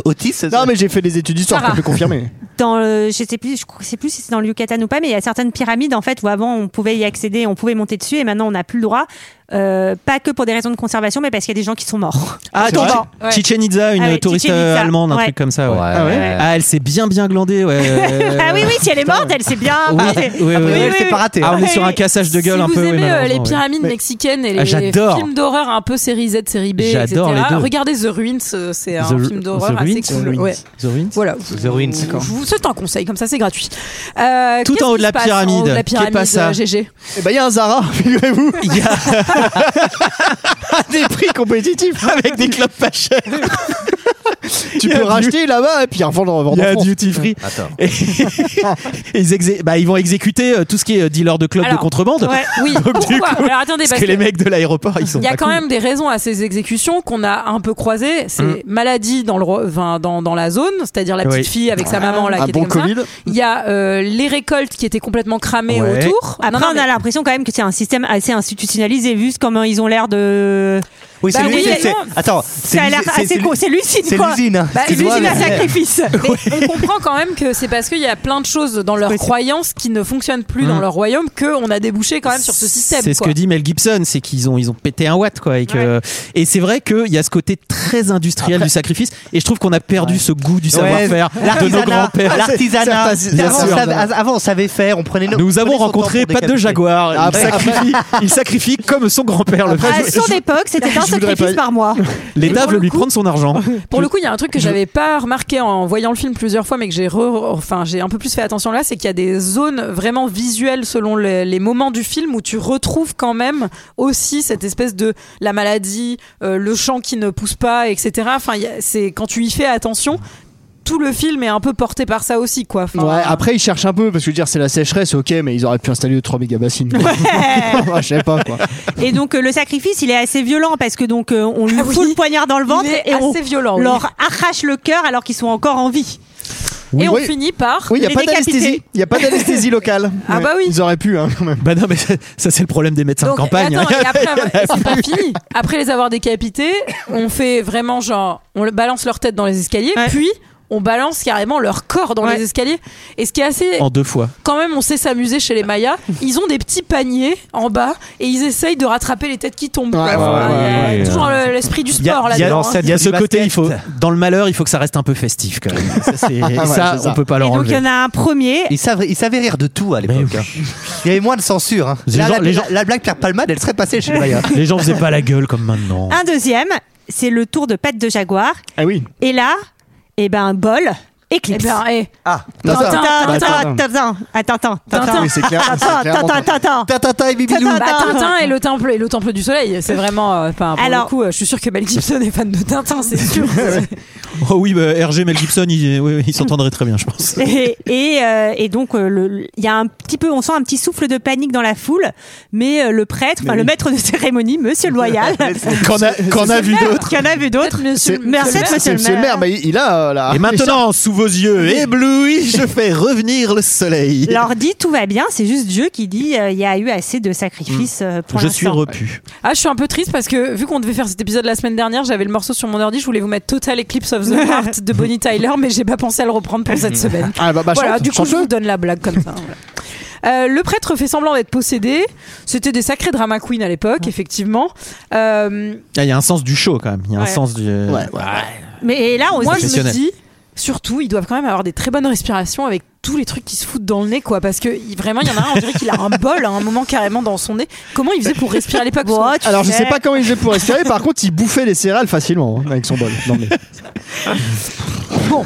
Speaker 2: Otis c'est
Speaker 8: Non, mais j'ai fait des études d'histoire, je
Speaker 9: Sarah.
Speaker 8: peux confirmer.
Speaker 9: dans le, je sais plus, je crois- je sais plus si c'est dans le Yucatan ou pas, mais il y a certaines pyramides en fait où avant on pouvait y accéder, on pouvait monter dessus et maintenant on n'a plus le droit, Euh, pas que pour des raisons de conservation, mais parce qu'il y a des gens qui sont morts.
Speaker 7: Ah,
Speaker 9: Tombant.
Speaker 7: attends,
Speaker 9: Ouais.
Speaker 7: Chichen Itza, une
Speaker 9: Ah oui,
Speaker 7: touriste
Speaker 9: Chichen
Speaker 7: euh,
Speaker 9: Itza,
Speaker 7: allemande, un
Speaker 9: ouais.
Speaker 7: truc comme ça. Ouais.
Speaker 2: <laughs> Ah ouais.
Speaker 7: Ah, elle s'est bien bien glandée.
Speaker 1: <laughs>
Speaker 7: Ouais.
Speaker 9: <laughs> ah oui oui, si elle est morte, elle s'est bien.
Speaker 7: Euh, Oui,
Speaker 9: elle s'est-
Speaker 7: oui, oui, oui.
Speaker 2: elle s'est pas ratée.
Speaker 7: Ah, on est sur un cassage de gueule
Speaker 1: si
Speaker 7: un
Speaker 1: vous
Speaker 7: peu. oui,
Speaker 1: aimez euh, les
Speaker 7: malheureusement, oui.
Speaker 1: pyramides mexicaines et
Speaker 7: Ah,
Speaker 1: les
Speaker 7: j'adore.
Speaker 1: films d'horreur un peu série Z, série B, etc.
Speaker 7: J'adore les deux.
Speaker 1: Regardez The Ruins, euh, c'est un
Speaker 7: The-
Speaker 1: film d'horreur
Speaker 7: The
Speaker 1: assez
Speaker 7: Ruins,
Speaker 1: cool.
Speaker 7: The Ruins.
Speaker 1: Ouais.
Speaker 7: The Ruins.
Speaker 1: Voilà.
Speaker 2: The Ruins,
Speaker 1: Je
Speaker 11: <laughs>
Speaker 2: d'accord.
Speaker 1: vous- C'est un conseil, comme ça c'est gratuit. Euh,
Speaker 7: Tout
Speaker 1: qu'est-ce
Speaker 7: en haut
Speaker 1: qui
Speaker 7: de la
Speaker 1: se passe en haut
Speaker 7: pyramide.
Speaker 1: de la
Speaker 7: Qu'est-ce qui est
Speaker 1: pyramide,
Speaker 7: pas ça
Speaker 1: euh,
Speaker 7: <laughs>
Speaker 1: GG.
Speaker 8: Eh ben, il y a
Speaker 2: <laughs>
Speaker 8: un Zara, figurez-vous,
Speaker 7: Il y a
Speaker 8: à des prix
Speaker 2: <laughs>
Speaker 8: compétitifs.
Speaker 7: <laughs> avec des clopes pas chères.
Speaker 8: Tu
Speaker 7: Il y a
Speaker 8: peux
Speaker 7: du-
Speaker 8: racheter là-bas et puis revendre
Speaker 7: Il y
Speaker 8: revendre
Speaker 7: a
Speaker 8: en France.
Speaker 7: duty free.
Speaker 2: Attends.
Speaker 7: Et- <laughs> et ils, exé- bah, ils vont exécuter euh, tout ce qui est euh, dealer de clubs de
Speaker 1: Alors,
Speaker 7: contrebande.
Speaker 1: Ouais, oui.
Speaker 7: Donc, du
Speaker 1: Pourquoi
Speaker 7: coup,
Speaker 1: Alors attendez,
Speaker 7: Parce que les
Speaker 1: que-
Speaker 7: mecs de l'aéroport, ils sont.
Speaker 1: Il y a
Speaker 7: pas
Speaker 1: quand
Speaker 7: cool. Mm.
Speaker 1: même des raisons à ces exécutions qu'on a un peu croisées. C'est maladie dans, le, ro- enfin, dans, dans la zone, c'est-à-dire la petite
Speaker 7: Oui.
Speaker 1: fille avec sa maman là,
Speaker 8: Un
Speaker 1: Ah, qui était
Speaker 8: bon
Speaker 1: comme ça.
Speaker 8: Covid.
Speaker 1: Il y a euh, les récoltes qui étaient complètement cramées
Speaker 7: Ouais.
Speaker 1: autour.
Speaker 9: Après,
Speaker 1: Non, non,
Speaker 9: on a
Speaker 1: mais-
Speaker 9: l'impression quand même que c'est un système assez institutionnalisé, vu comment ils ont l'air de.
Speaker 2: Oui, c'est
Speaker 1: Bah
Speaker 2: lui,
Speaker 1: oui,
Speaker 2: c'est-
Speaker 1: mais
Speaker 2: c'est-
Speaker 1: non,
Speaker 2: Attends, c'est
Speaker 9: Ça a
Speaker 2: lui-
Speaker 9: l'air
Speaker 2: c'est-
Speaker 9: assez
Speaker 2: c'est
Speaker 9: gros.
Speaker 2: lui-
Speaker 9: C'est l'usine,
Speaker 2: C'est
Speaker 9: quoi.
Speaker 2: l'usine. hein.
Speaker 1: Bah,
Speaker 2: Tu
Speaker 9: C'est
Speaker 2: vois,
Speaker 9: l'usine à
Speaker 2: mais-
Speaker 9: sacrifice.
Speaker 1: mais on comprend quand même que c'est parce qu'il y a plein de choses dans leur
Speaker 9: Oui, c'est-
Speaker 1: croyance qui ne fonctionnent plus dans leur royaume qu'on a débouché quand même sur ce système.
Speaker 7: Mm. C'est ce
Speaker 1: quoi.
Speaker 7: que dit Mel Gibson, c'est qu'ils ont, ils ont pété un watt, quoi. Et, que, et c'est vrai qu'il y a ce côté très industriel du sacrifice, et je trouve qu'on a perdu ce goût du savoir-faire de nos
Speaker 2: l'artisanat,
Speaker 7: grands-pères.
Speaker 2: L'artisanat.
Speaker 8: Certains-
Speaker 2: Avant, on
Speaker 7: Bien sûr.
Speaker 2: savait- avant, on savait faire, on prenait nos- on
Speaker 7: Nous
Speaker 2: prenait
Speaker 7: avons
Speaker 2: son temps
Speaker 7: rencontré
Speaker 2: pour
Speaker 7: pas de
Speaker 2: décapiter.
Speaker 7: jaguar. Il
Speaker 8: Après-
Speaker 7: sacrifie, il sacrifie comme son grand-père le
Speaker 9: À
Speaker 7: faisait.
Speaker 9: son époque, c'était un
Speaker 8: je voudrais
Speaker 9: sacrifice
Speaker 8: pas-
Speaker 9: par mois.
Speaker 7: L'État
Speaker 1: pour
Speaker 7: veut
Speaker 1: le
Speaker 7: lui
Speaker 1: coup-
Speaker 7: prendre son argent.
Speaker 1: Pour le coup, il y a un truc que j'avais pas remarqué en voyant le film plusieurs fois, mais que j'ai re- enfin j'ai un peu plus fait attention là, c'est qu'il y a des zones vraiment visuelles selon les, les moments du film où tu retrouves quand même aussi cette espèce de la maladie, euh, le champ qui ne pousse pas, etc. Enfin, il y a- c'est quand tu y fais attention, tout le film est un peu porté par ça aussi, quoi. Enfin,
Speaker 8: Ouais, après ils cherchent un peu parce que je veux dire c'est la sécheresse, ok, mais ils auraient pu installer 3 méga bassines. <laughs> Ouais, Je sais pas quoi.
Speaker 9: Et donc euh, le sacrifice, il est assez violent parce que donc euh, on lui
Speaker 1: Ah oui.
Speaker 9: fout le poignard dans le ventre
Speaker 1: il est
Speaker 9: et on
Speaker 1: assez violent. oui.
Speaker 9: leur arrache le cœur alors qu'ils sont encore en vie.
Speaker 1: Et on
Speaker 8: Oui.
Speaker 1: finit par
Speaker 8: Oui, il y a
Speaker 9: Les
Speaker 8: pas
Speaker 9: décapités.
Speaker 8: d'anesthésie. Il y a pas d'anesthésie <laughs> locale.
Speaker 1: Ah bah oui.
Speaker 8: Ils auraient pu hein, quand même.
Speaker 7: Bah non, mais ça, ça, c'est le problème des médecins
Speaker 1: Donc,
Speaker 7: de campagne.
Speaker 1: attends,
Speaker 7: hein.
Speaker 1: et
Speaker 7: <laughs>
Speaker 1: après, c'est pas fini. Après les avoir décapités, on fait vraiment genre, on le- balance leur tête dans les escaliers,
Speaker 9: Ouais.
Speaker 1: puis on balance carrément leur corps dans
Speaker 9: Ouais.
Speaker 1: les escaliers. Et ce qui est assez,
Speaker 7: En deux fois.
Speaker 1: quand même, on sait s'amuser chez les Mayas. Ils ont des petits paniers en bas et ils essayent de rattraper les têtes qui tombent. quoi.
Speaker 8: Ouais,
Speaker 1: Enfin,
Speaker 8: ouais,
Speaker 1: il y a
Speaker 2: ouais, ouais.
Speaker 1: toujours le- l'esprit du
Speaker 7: Il y a,
Speaker 1: sport
Speaker 7: il y a-
Speaker 1: là-dedans. hein.
Speaker 7: il y a ce
Speaker 2: Du
Speaker 7: côté,
Speaker 2: basket.
Speaker 7: il faut, dans le malheur, il faut que ça reste un peu festif quand même. Ça, Ah, c'est- et
Speaker 8: ouais,
Speaker 7: ça,
Speaker 8: c'est ça.
Speaker 7: on peut pas leur
Speaker 9: et donc il y
Speaker 7: enlever.
Speaker 9: en a un premier.
Speaker 2: Ils savaient, ils savaient rire de tout à l'époque.
Speaker 7: Mais oui.
Speaker 2: hein. Il y avait moins de censure. hein.
Speaker 7: Les
Speaker 2: Là,
Speaker 7: gens-
Speaker 2: la,
Speaker 7: les gens-
Speaker 2: la- la blague Pierre Palmade, elle serait passée
Speaker 7: <laughs>
Speaker 2: chez Maya.
Speaker 7: Les gens faisaient pas la gueule comme maintenant.
Speaker 9: Un deuxième, c'est le tour de patte de jaguar.
Speaker 8: Ah oui.
Speaker 9: Et là, eh ben un bol
Speaker 1: Eh
Speaker 9: éclipse.
Speaker 1: ben, eh,
Speaker 2: Ah,
Speaker 1: Tintin,
Speaker 9: Tintin,
Speaker 8: Tintin.
Speaker 9: Tintin, Tintin. Attends, attends,
Speaker 1: Tintin.
Speaker 8: Oui, c'est clair. c'est clairement-
Speaker 9: Tintin, Tintin.
Speaker 2: Tatata et Bibilou.
Speaker 9: Tintin.
Speaker 1: bah, Tintin et le temple et le temple du soleil, c'est vraiment. euh, enfin, pour
Speaker 9: Alors-
Speaker 1: le coup, euh, je suis sûr que Mel Gibson est fan de Tintin,
Speaker 9: <laughs>
Speaker 1: c'est sûr.
Speaker 7: Oh oui, bah, RG Mel Gibson, ils oui, oui, ils s'entendraient très bien, je
Speaker 9: <laughs>
Speaker 7: pense.
Speaker 9: et, et, euh, et donc euh, le- il y a un petit peu on sent un petit souffle de panique dans la foule mais euh, le prêtre enfin, le maître de cérémonie monsieur Loyal
Speaker 7: Qu'on a, qu'on a vu d'autres.
Speaker 9: qui en a vu d'autres merci
Speaker 8: C'est-
Speaker 9: monsieur,
Speaker 8: c'est-
Speaker 9: le
Speaker 8: C'est le
Speaker 9: maire
Speaker 8: maire, mais il a euh, la.
Speaker 7: Et maintenant, sous vos yeux éblouis, je fais revenir le soleil.
Speaker 9: leur dit tout va bien c'est juste Dieu qui dit euh, il y a eu assez de sacrifices euh, pour
Speaker 7: Je suis
Speaker 9: l'instant.
Speaker 7: repu.
Speaker 1: Ah, je suis un peu triste parce que vu qu'on devait faire cet épisode la semaine dernière, j'avais le morceau sur mon ordi, je voulais vous mettre Total Eclipse
Speaker 8: <laughs>
Speaker 1: of the Heart de Bonnie Tyler, mais j'ai pas pensé à le reprendre pour cette semaine.
Speaker 8: Ah bah, bah,
Speaker 1: voilà,
Speaker 8: chante,
Speaker 1: du coup, je
Speaker 8: chante-le.
Speaker 1: vous donne la blague comme ça. hein, voilà. Euh, le prêtre fait semblant d'être possédé. C'était des sacrés drama queen à l'époque, effectivement. Euh,
Speaker 7: Ah, Il y a un sens du show quand même. Il y a un
Speaker 1: Ouais.
Speaker 7: sens du. euh,
Speaker 8: Ouais,
Speaker 9: mais et là on
Speaker 1: moi, je me
Speaker 7: Professionnel.
Speaker 1: dis, surtout, ils doivent quand même avoir des très bonnes respirations avec tous les trucs qui se foutent dans le nez, quoi. Parce que il- vraiment, il y en a un, on dirait qu'il a un bol à un moment carrément dans son nez. Comment il faisait pour respirer à l'époque Parce que-
Speaker 8: Alors je sais pas comment il faisait pour respirer, par contre il bouffait les céréales facilement hein, avec son bol. Non, mais-
Speaker 1: Bon,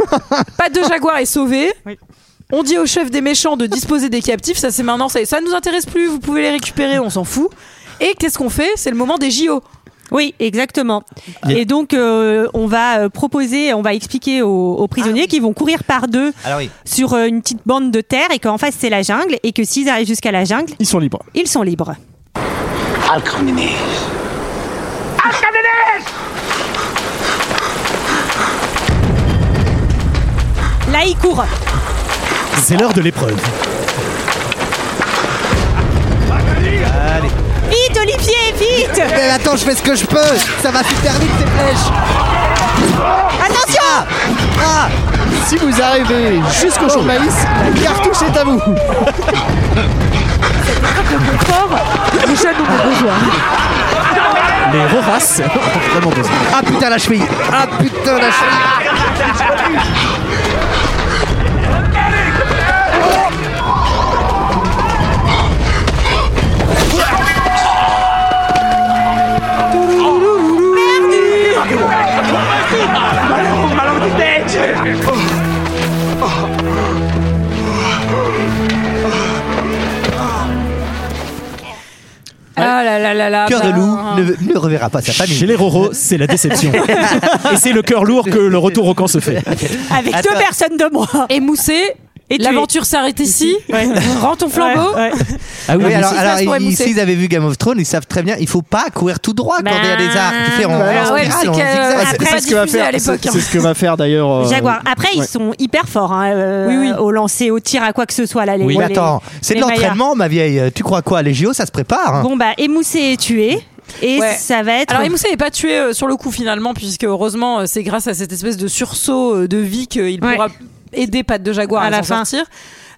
Speaker 1: pas de jaguar est sauvé. On dit au chef des méchants de disposer des captifs, ça c'est maintenant, ça, ça ne nous intéresse plus, vous pouvez les récupérer, on s'en fout. Et qu'est-ce qu'on fait C'est le moment des JO.
Speaker 9: Oui, exactement.
Speaker 7: Yeah.
Speaker 9: Et donc, euh, on va euh, proposer, on va expliquer aux, aux prisonniers qu'ils vont courir par deux
Speaker 2: Alors oui.
Speaker 9: sur euh, une petite bande de terre et qu'en face, c'est la jungle et que s'ils arrivent jusqu'à la jungle,
Speaker 8: Ils sont libres.
Speaker 9: ils sont libres.
Speaker 14: Alcamenes
Speaker 6: Allez, il court.
Speaker 11: C'est l'heure de l'épreuve.
Speaker 7: Allez.
Speaker 6: Vite, Olivier,
Speaker 7: <laughs>
Speaker 6: vite
Speaker 7: Mais attends, je fais ce que je peux. Ça va super vite ces flèches.
Speaker 6: Attention
Speaker 7: Ah
Speaker 8: Si vous arrivez jusqu'au champ de maïs, la cartouche est à vous.
Speaker 6: Fort Les jeunes ont besoin.
Speaker 11: Les Roras ont vraiment besoin.
Speaker 7: Ah putain la cheville Ah putain la cheville
Speaker 1: Ah là là là là.
Speaker 7: Cœur de
Speaker 1: bah,
Speaker 7: loup ne, ne reverra pas sa famille.
Speaker 11: Chez les Roros, c'est la déception. Et c'est le cœur lourd que le retour au camp se
Speaker 7: <laughs>
Speaker 11: fait.
Speaker 6: Avec deux personnes de moi.
Speaker 1: Émoussé.
Speaker 6: Et
Speaker 1: L'aventure s'arrête ici. Rends ton flambeau.
Speaker 6: Ouais, ouais.
Speaker 11: Ah oui,
Speaker 7: Oui,
Speaker 1: qu'est-ce
Speaker 7: alors,
Speaker 1: qui se
Speaker 7: alors,
Speaker 1: passe pour
Speaker 7: ils-
Speaker 1: émousser
Speaker 7: s'ils avaient vu Game of Thrones, ils savent très bien, il faut pas courir tout droit quand
Speaker 9: Bah,
Speaker 7: il y a des arcs différents.
Speaker 8: ouais,
Speaker 7: On
Speaker 1: Ah ouais,
Speaker 7: spirale,
Speaker 1: c'est
Speaker 7: on
Speaker 1: que-
Speaker 7: zigzag.
Speaker 1: après-
Speaker 8: hein. Ah, C'est ce que va
Speaker 1: diffusé à
Speaker 8: faire.
Speaker 1: l'époque,
Speaker 8: C'est
Speaker 1: hein.
Speaker 8: c'est ce que va faire d'ailleurs. euh,
Speaker 9: Jaguar. Après,
Speaker 8: ouais.
Speaker 9: ils sont hyper forts hein, euh,
Speaker 1: Oui, oui.
Speaker 9: au lancer, au tir, à quoi que ce soit. Là, les,
Speaker 7: Mais
Speaker 9: les-
Speaker 7: attends, c'est de
Speaker 9: les maillards.
Speaker 7: l'entraînement, ma vieille. Euh, Tu crois quoi Les JO, ça se prépare. hein.
Speaker 9: Bon, bah, émoussé et tué. Et
Speaker 1: Ouais.
Speaker 9: ça va être.
Speaker 1: Alors Emoussé n'est pas tué euh, sur le coup finalement, puisque heureusement euh, c'est grâce à cette espèce de sursaut euh, de vie qu'il
Speaker 9: Ouais.
Speaker 1: pourra aider Pat de Jaguar à,
Speaker 9: À la
Speaker 1: s'en
Speaker 9: fin.
Speaker 1: sortir.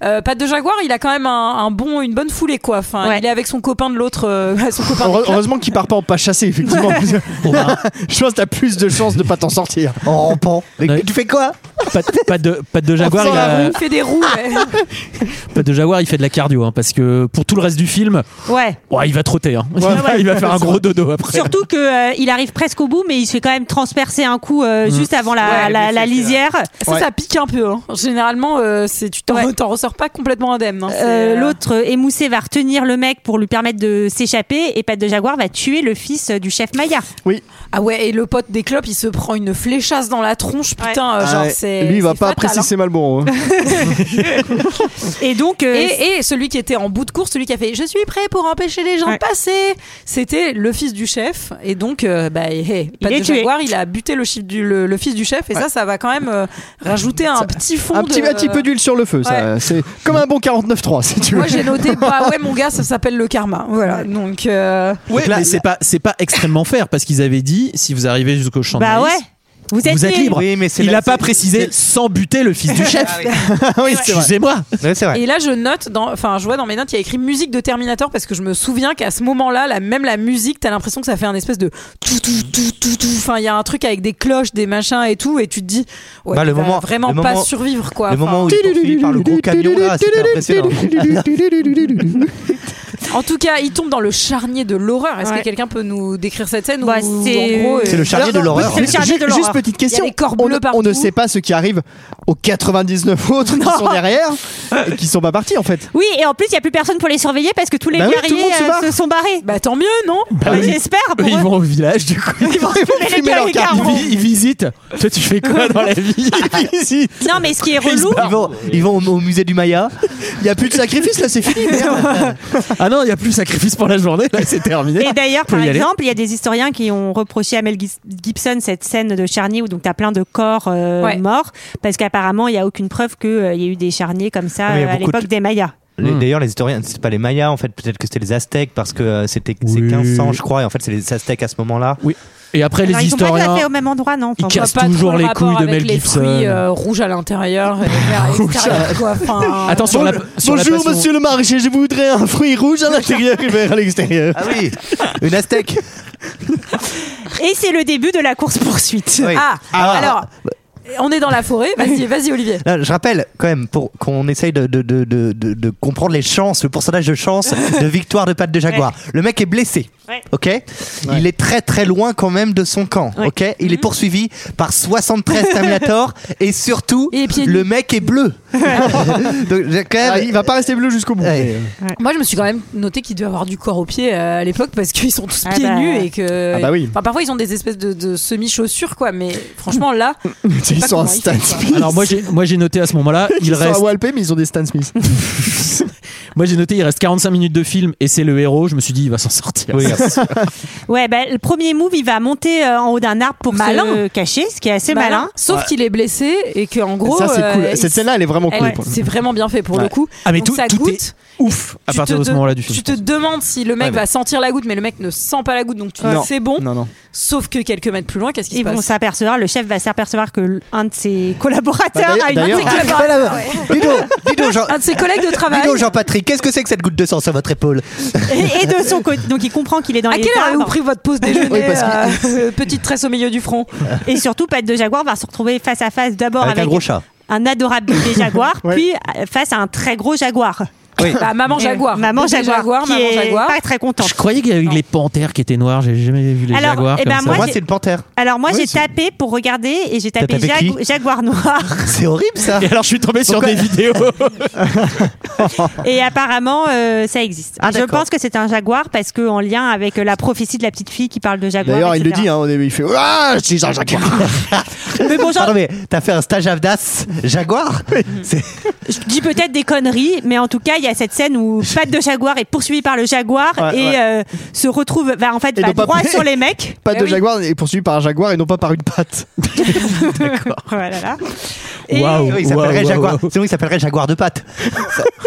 Speaker 1: Euh, Pat de Jaguar, il a quand même un, un bon, une bonne foulée quoi. Enfin,
Speaker 9: Ouais.
Speaker 1: il est avec son copain de l'autre, euh, <laughs> son copain.
Speaker 8: Heure- Heureusement qu'il part pas en pas chassé,
Speaker 1: <laughs>
Speaker 8: effectivement. Je pense que t'as plus de chances de pas t'en sortir.
Speaker 7: En rampant. Mais
Speaker 11: Ouais.
Speaker 7: tu fais quoi
Speaker 11: Pas de, pas de, pas de jaguar,
Speaker 8: On sent
Speaker 11: il
Speaker 8: la
Speaker 11: a-
Speaker 1: Il fait des roues.
Speaker 8: <laughs>
Speaker 1: ouais.
Speaker 11: pas de jaguar, il fait de la cardio, hein, parce que pour tout le reste du film,
Speaker 9: Ouais.
Speaker 11: ouais, il va trotter. hein. <laughs> il va faire un gros dodo après.
Speaker 9: Surtout qu'il arrive presque au bout, mais il se fait quand même transpercer un coup
Speaker 8: Mm.
Speaker 9: euh, juste avant la,
Speaker 1: Ouais,
Speaker 9: la,
Speaker 1: le
Speaker 9: la
Speaker 1: blessé,
Speaker 9: lisière.
Speaker 1: Ça, ça pique un peu. hein. Généralement, euh, c'est tu t'en
Speaker 9: Ouais.
Speaker 1: t'en ressors pas complètement indemne. hein. C'est,
Speaker 9: Euh,
Speaker 1: euh,
Speaker 9: L'autre euh, émoussé va retenir le mec pour lui permettre de s'échapper et Pat de Jaguar va tuer le fils euh, du chef Maya.
Speaker 1: Ah ouais, et le pote des clopes, il se prend une fléchasse dans la tronche. Putain, euh,
Speaker 8: Ah
Speaker 1: genre
Speaker 8: ouais.
Speaker 1: c'est.
Speaker 8: Lui, il va
Speaker 1: c'est
Speaker 8: pas
Speaker 1: fatal,
Speaker 8: apprécier
Speaker 1: hein.
Speaker 8: ses malbons. hein.
Speaker 9: Et donc, euh,
Speaker 1: Et, et celui qui était en bout de course, celui qui a fait Je suis prêt pour empêcher les gens
Speaker 9: Ouais.
Speaker 1: de passer, c'était le fils du chef. Et donc, euh, bah, hey, hey, Pat
Speaker 9: est
Speaker 1: de
Speaker 9: tué.
Speaker 1: Jaguar, il a buté le, chef du- le- le fils du chef. Et ça, ça va quand même euh, rajouter un petit fond.
Speaker 8: Un petit,
Speaker 1: de-
Speaker 8: un petit peu d'huile sur le feu, ça. C'est comme un bon 49.3, si tu veux.
Speaker 1: euh, Moi, j'ai noté Bah ouais, mon gars, ça s'appelle le karma. Voilà. Donc, euh,
Speaker 11: Donc
Speaker 7: Ouais,
Speaker 11: là,
Speaker 7: la-
Speaker 11: c'est pas, c'est pas extrêmement faire, parce qu'ils avaient dit, si vous arrivez jusqu'au champ
Speaker 9: bah
Speaker 11: de
Speaker 9: ouais,
Speaker 11: maïs,
Speaker 9: vous êtes,
Speaker 11: vous êtes libre.
Speaker 7: Oui, mais c'est
Speaker 11: il
Speaker 7: la-
Speaker 11: a pas
Speaker 7: c'est- Ah
Speaker 11: précisé sans buter le fils du chef.
Speaker 8: oui, c'est vrai.
Speaker 11: Excusez-moi.
Speaker 7: Ouais, c'est vrai.
Speaker 1: Et là, je note, dans, enfin, je vois dans mes notes, il y a écrit musique de Terminator parce que je me souviens qu'à ce moment-là, la, même la musique, t'as l'impression que ça fait un espèce de tout, tout, tout, tout, tout. Enfin, il y a un truc avec des cloches, des machins et tout, et tu te dis, ouais,
Speaker 7: Bah, le
Speaker 1: il va
Speaker 7: moment-
Speaker 1: vraiment
Speaker 7: le
Speaker 1: pas
Speaker 7: moment-
Speaker 1: survivre, quoi.
Speaker 7: Le
Speaker 1: Enfin,
Speaker 7: moment où il est poursuivi par le gros camion, là, c'était impressionnant.
Speaker 1: En tout cas, il tombe dans le charnier de l'horreur. Est-ce
Speaker 9: Ouais.
Speaker 1: que quelqu'un peut nous décrire cette scène
Speaker 9: Bah,
Speaker 1: ou, en
Speaker 9: c'est-
Speaker 1: gros, euh,
Speaker 7: C'est le charnier de
Speaker 8: Alors, non,
Speaker 7: l'horreur.
Speaker 9: c'est le charnier
Speaker 8: ju-
Speaker 9: de l'horreur.
Speaker 8: Juste petite question.
Speaker 1: Il y a des corps
Speaker 8: on,
Speaker 1: bleus
Speaker 8: on
Speaker 1: partout.
Speaker 8: ne sait pas ce qui arrive aux 99 autres
Speaker 1: <laughs>
Speaker 8: qui sont derrière et qui sont pas partis en fait.
Speaker 9: Oui, et en plus, il n'y a plus personne pour les surveiller parce que tous les
Speaker 8: Bah oui, tout le
Speaker 9: guerriers
Speaker 8: monde se
Speaker 9: euh,
Speaker 8: barre.
Speaker 9: se, sont barrés.
Speaker 1: Bah tant mieux, non
Speaker 8: Ah
Speaker 11: Bah
Speaker 9: Bah,
Speaker 11: oui.
Speaker 9: J'espère
Speaker 11: Eux,
Speaker 9: pour
Speaker 11: ils
Speaker 9: eux.
Speaker 11: vont au village, du coup. Ils,
Speaker 9: fumer
Speaker 8: leur
Speaker 9: les guerriers
Speaker 8: carte.
Speaker 9: carrément.
Speaker 11: vi- ils visitent. Toi, tu fais quoi dans la
Speaker 8: <laughs>
Speaker 11: vie Ils visitent.
Speaker 9: Non, mais ce qui est
Speaker 11: Ils se
Speaker 9: relou,
Speaker 7: Ils vont, ils vont au, au musée du Maya.
Speaker 8: Il y a plus de sacrifice là, c'est fini. merde.
Speaker 11: <laughs> Ah non, il n'y a plus de sacrifice pour la journée. Là, c'est terminé.
Speaker 9: Et d'ailleurs,
Speaker 11: Faut
Speaker 9: par
Speaker 11: y aller.
Speaker 9: exemple, il y a des historiens qui ont reproché à Mel Gis- Gibson cette scène de charnier où donc t'as plein de corps euh,
Speaker 1: Ouais.
Speaker 9: morts parce qu'apparemment il y a aucune preuve qu'il y a eu des charniers comme ça
Speaker 7: Mais il y a
Speaker 9: euh, à
Speaker 7: beaucoup de-
Speaker 9: l'époque des Mayas.
Speaker 11: Hmm.
Speaker 7: Les- D'ailleurs, les historiens, c'est pas les Mayas en fait, peut-être que c'était les Aztèques parce que euh, c'était c'est
Speaker 11: Oui.
Speaker 7: 1500, je crois, et en fait, c'est les Aztèques à ce moment-là.
Speaker 11: Et après,
Speaker 9: Alors,
Speaker 11: les
Speaker 9: ils sont pas tout à
Speaker 11: historiens.
Speaker 9: fait au même endroit, non
Speaker 11: Ils
Speaker 9: Enfin,
Speaker 1: Je vois
Speaker 11: cassent
Speaker 1: pas trop
Speaker 11: toujours
Speaker 1: le
Speaker 11: les
Speaker 1: rapport
Speaker 11: couilles de
Speaker 1: avec
Speaker 11: Mel
Speaker 1: les
Speaker 11: Gibson.
Speaker 1: fruits, euh, rouges à
Speaker 7: <laughs>
Speaker 1: l'intérieur euh, et verts à l'extérieur, quoi. Enfin,
Speaker 11: Attends, sur la, sur la
Speaker 8: Bonjour
Speaker 11: passion-
Speaker 8: monsieur le maraîcher, je voudrais un fruit rouge à l'intérieur et vert à l'extérieur.
Speaker 7: Ah oui, une Aztèque.
Speaker 9: Et c'est le début de la course poursuite.
Speaker 7: Oui.
Speaker 1: Ah,
Speaker 7: Ah.
Speaker 1: alors, on est dans la forêt.
Speaker 7: <laughs>
Speaker 1: Vas-y, vas-y, Olivier.
Speaker 7: Là, euh, je rappelle quand même pour qu'on essaye de, de, de, de, de- de comprendre les chances, le pourcentage de chance de victoire de Pat de Jaguar. Le mec est blessé.
Speaker 9: Ouais.
Speaker 7: Ok, il est très très loin quand même de son camp.
Speaker 9: Ouais.
Speaker 7: Ok, il est poursuivi par 73 Terminator et surtout
Speaker 1: Et pieds nus.
Speaker 7: le mec est bleu. Donc j'ai quand même.
Speaker 8: Ah, il va pas rester bleu jusqu'au bout. euh,
Speaker 7: Ouais.
Speaker 1: Moi, je me suis quand même noté qu'il devait avoir du corps aux pieds euh, à l'époque parce qu'ils sont tous
Speaker 9: Ah
Speaker 1: pieds
Speaker 9: bah.
Speaker 1: nus et que.
Speaker 8: Ah bah oui.
Speaker 9: <laughs>
Speaker 1: Enfin, parfois, ils ont des espèces de, de semi-chaussures, quoi. Mais franchement, là,
Speaker 8: C'est ils sont un Stan Smith.
Speaker 11: Alors moi j'ai moi j'ai noté à ce <laughs> moment-là, il
Speaker 8: ils
Speaker 11: reste
Speaker 8: sont à Walpé, mais ils ont des Stan Smith.
Speaker 11: moi j'ai noté il reste 45 minutes de film et c'est le héros, je me suis dit il va s'en sortir.
Speaker 7: Oui, merci.
Speaker 9: Ouais, ben le premier move, il va monter euh, en haut d'un arbre pour se
Speaker 1: Malin.
Speaker 9: cacher, ce qui est assez malin.
Speaker 1: bah, Sauf
Speaker 8: Ouais.
Speaker 1: qu'il est blessé et que en gros.
Speaker 8: ça, c'est cool.
Speaker 1: euh, il-
Speaker 8: Cette scène-là, elle est vraiment cool.
Speaker 1: elle-
Speaker 8: pour le
Speaker 1: C'est vraiment bien fait pour
Speaker 8: Ouais.
Speaker 1: le coup.
Speaker 11: Ah mais
Speaker 1: Donc
Speaker 11: tout,
Speaker 1: ça
Speaker 11: tout
Speaker 1: goûte.
Speaker 11: est <laughs> ouf à
Speaker 1: Tu
Speaker 11: partir
Speaker 1: te
Speaker 11: de ce
Speaker 1: de-
Speaker 11: moment-là du film.
Speaker 1: Tu te demandes si le mec
Speaker 11: Ouais,
Speaker 1: va sentir la goutte, mais le mec ne sent pas la goutte, donc tu
Speaker 8: coup.
Speaker 1: dis
Speaker 8: Non.
Speaker 1: c'est bon.
Speaker 8: Non, non.
Speaker 1: Sauf que quelques mètres plus loin, qu'est-ce qui se
Speaker 9: Ils vont
Speaker 1: passe
Speaker 9: s'apercevoir, le chef va s'apercevoir que l- un de ses
Speaker 8: Bah,
Speaker 9: collaborateurs
Speaker 8: d'ailleurs-
Speaker 9: a une
Speaker 8: d'ailleurs-
Speaker 9: Ah,
Speaker 1: collaborateurs.
Speaker 7: Dido, Dido, Jean-
Speaker 1: Un de ses collègues de travail.
Speaker 7: Dido, Jean-Patrick, qu'est-ce que c'est que cette goutte de sang sur votre épaule
Speaker 9: et, et de son côté, donc il comprend qu'il est dans
Speaker 1: À
Speaker 9: les
Speaker 1: quelle heure
Speaker 9: arbres.
Speaker 1: avez-vous pris votre pause déjeuner
Speaker 8: Oui, parce
Speaker 1: euh, Petite tresse au milieu du front.
Speaker 9: Et surtout, Pat de Jaguar va se retrouver face à face d'abord
Speaker 7: Avec
Speaker 9: avec,
Speaker 7: un gros chat.
Speaker 9: un adorable bébé jaguar,
Speaker 8: Ouais.
Speaker 9: puis euh, face à un très gros jaguar.
Speaker 7: Oui.
Speaker 1: Bah,
Speaker 9: <laughs>
Speaker 1: maman jaguar.
Speaker 9: Euh, Maman
Speaker 1: Bébé
Speaker 9: jaguar, qui
Speaker 1: maman
Speaker 9: est
Speaker 1: jaguar.
Speaker 9: pas très contente.
Speaker 11: Je croyais qu'il y avait eu les panthères qui étaient noirs, j'ai jamais vu les
Speaker 9: Alors,
Speaker 11: jaguars
Speaker 9: eh ben,
Speaker 11: comme
Speaker 7: Moi,
Speaker 11: ça.
Speaker 9: j'ai-
Speaker 7: c'est une panthère.
Speaker 9: Alors moi,
Speaker 7: Oui,
Speaker 9: j'ai
Speaker 7: c'est-
Speaker 9: tapé pour regarder et j'ai tapé,
Speaker 7: tapé
Speaker 9: jagu-
Speaker 7: qui
Speaker 9: jaguar noir.
Speaker 8: <laughs>
Speaker 7: C'est horrible ça.
Speaker 11: Et alors je suis tombé sur
Speaker 7: Pourquoi
Speaker 11: des
Speaker 7: <laughs>
Speaker 11: vidéos.
Speaker 8: Ah.
Speaker 9: Et apparemment, euh, ça existe.
Speaker 7: Ah,
Speaker 9: je
Speaker 7: d'accord.
Speaker 9: pense que c'est un jaguar parce que en lien avec euh, la prophétie de la petite fille qui parle de jaguar.
Speaker 8: D'ailleurs, il le
Speaker 9: etc..
Speaker 8: dit, hein, au début, il fait Ah, c'est Jean-Jacques.
Speaker 11: <laughs>
Speaker 9: Mais bon, genre,
Speaker 7: Pardon, mais t'as fait un stage Avdas
Speaker 1: <laughs>
Speaker 7: Jaguar C'est-
Speaker 9: je dis peut-être des conneries, mais en tout cas, il y a cette scène où Pat de Jaguar est poursuivi par le jaguar
Speaker 8: Ouais,
Speaker 9: et
Speaker 8: ouais.
Speaker 9: euh, se retrouve, va, en fait,
Speaker 8: Et
Speaker 9: va
Speaker 8: non pas <laughs>
Speaker 9: droit
Speaker 8: pris.
Speaker 9: sur les mecs.
Speaker 8: Pas
Speaker 1: Eh
Speaker 8: de
Speaker 1: oui.
Speaker 8: jaguar est poursuivi par un jaguar et non pas par une patte.
Speaker 9: <laughs> Voilà, là. Et-
Speaker 11: Waouh.
Speaker 7: il s'appellerait
Speaker 11: Waouh, waouh,
Speaker 7: Jaguar.
Speaker 11: waouh.
Speaker 7: Sinon, il s'appellerait Jaguar de pattes.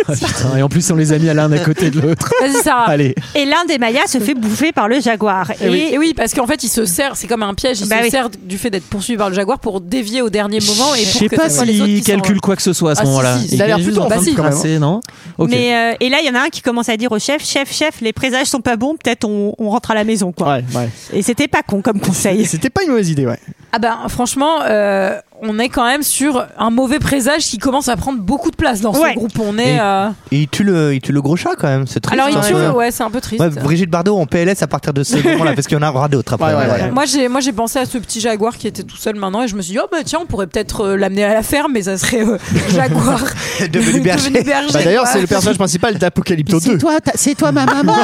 Speaker 11: Ah, putain, et en plus on les a mis à l'un à côté de l'autre.
Speaker 1: Vas-y, Sarah.
Speaker 11: Allez.
Speaker 9: Et l'un des Mayas se fait bouffer par le jaguar.
Speaker 1: Et
Speaker 8: Eh
Speaker 9: Et,
Speaker 1: oui. et oui, parce qu'en fait, il se sert, c'est comme un piège, il
Speaker 9: Eh Bah
Speaker 1: se
Speaker 9: oui.
Speaker 1: sert du fait d'être poursuivi par le jaguar pour dévier au dernier moment et
Speaker 11: Je
Speaker 1: pour
Speaker 11: sais
Speaker 1: que
Speaker 11: pas
Speaker 1: ce soit les autres
Speaker 11: s'il
Speaker 1: qui
Speaker 11: calcule
Speaker 1: sont-
Speaker 11: quoi que ce soit à ce
Speaker 1: Ah, si,
Speaker 11: moment-là.
Speaker 1: si,
Speaker 11: Il
Speaker 1: ça a
Speaker 11: est
Speaker 8: l'air
Speaker 11: juste
Speaker 8: plutôt
Speaker 11: en train de
Speaker 1: facile, quand
Speaker 11: tracer, non Ok.
Speaker 9: Mais euh, et là, il y en a un qui commence à dire au chef, chef, chef, les présages sont pas bons, peut-être on, on rentre à la maison, quoi.
Speaker 8: Ouais, ouais.
Speaker 9: Et c'était pas con comme
Speaker 8: Et
Speaker 9: conseil.
Speaker 8: c'était pas une mauvaise idée, ouais.
Speaker 1: Ah ben, franchement, euh, on est quand même sur un mauvais présage qui commence à prendre beaucoup de place dans
Speaker 9: Ouais.
Speaker 1: ce groupe. On est.
Speaker 7: Et-
Speaker 1: euh,
Speaker 7: Et il tue le, il tue le gros chat quand même. C'est triste.
Speaker 1: Alors, il
Speaker 7: hein,
Speaker 1: tue,
Speaker 7: ça.
Speaker 1: ouais, c'est un peu triste.
Speaker 7: Ouais, Brigitte Bardot en PLS à partir <laughs> de ce moment-là, parce qu'il y en aura d'autres après.
Speaker 8: Ouais, ouais, ouais.
Speaker 1: Moi j'ai moi j'ai pensé à ce petit jaguar qui était tout seul maintenant et je me suis dit oh bah tiens on pourrait peut-être euh, l'amener à la ferme mais ça serait euh, <laughs> jaguar
Speaker 7: <laughs>
Speaker 1: <laughs>
Speaker 7: Devenu berger.
Speaker 1: berger,
Speaker 8: Bah, D'ailleurs,
Speaker 1: quoi.
Speaker 8: c'est le personnage principal d'Apocalypto 2.
Speaker 11: toi, c'est toi ma maman.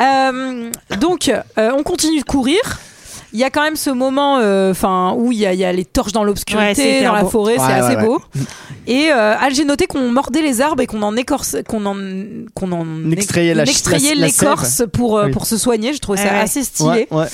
Speaker 1: Euh, donc, euh, on continue de courir. Il y a quand même ce moment euh, enfin où il y, a- il y a les torches dans
Speaker 9: Ouais, c'est
Speaker 1: l'obscurité,
Speaker 9: hyper
Speaker 1: dans la
Speaker 9: beau.
Speaker 1: forêt,
Speaker 8: Ouais,
Speaker 1: c'est assez
Speaker 8: ouais, ouais.
Speaker 1: beau. Et euh, ah, j'ai noté qu'on mordait les arbres et qu'on en écorce, qu'on en, qu'on en
Speaker 8: Extrayait la-
Speaker 1: extrayait
Speaker 8: la- la
Speaker 1: l'écorce pour, euh,
Speaker 8: Oui.
Speaker 1: pour se soigner. Je trouvais
Speaker 9: Ouais,
Speaker 1: ça
Speaker 9: ouais.
Speaker 1: assez stylé.
Speaker 8: Ouais, ouais.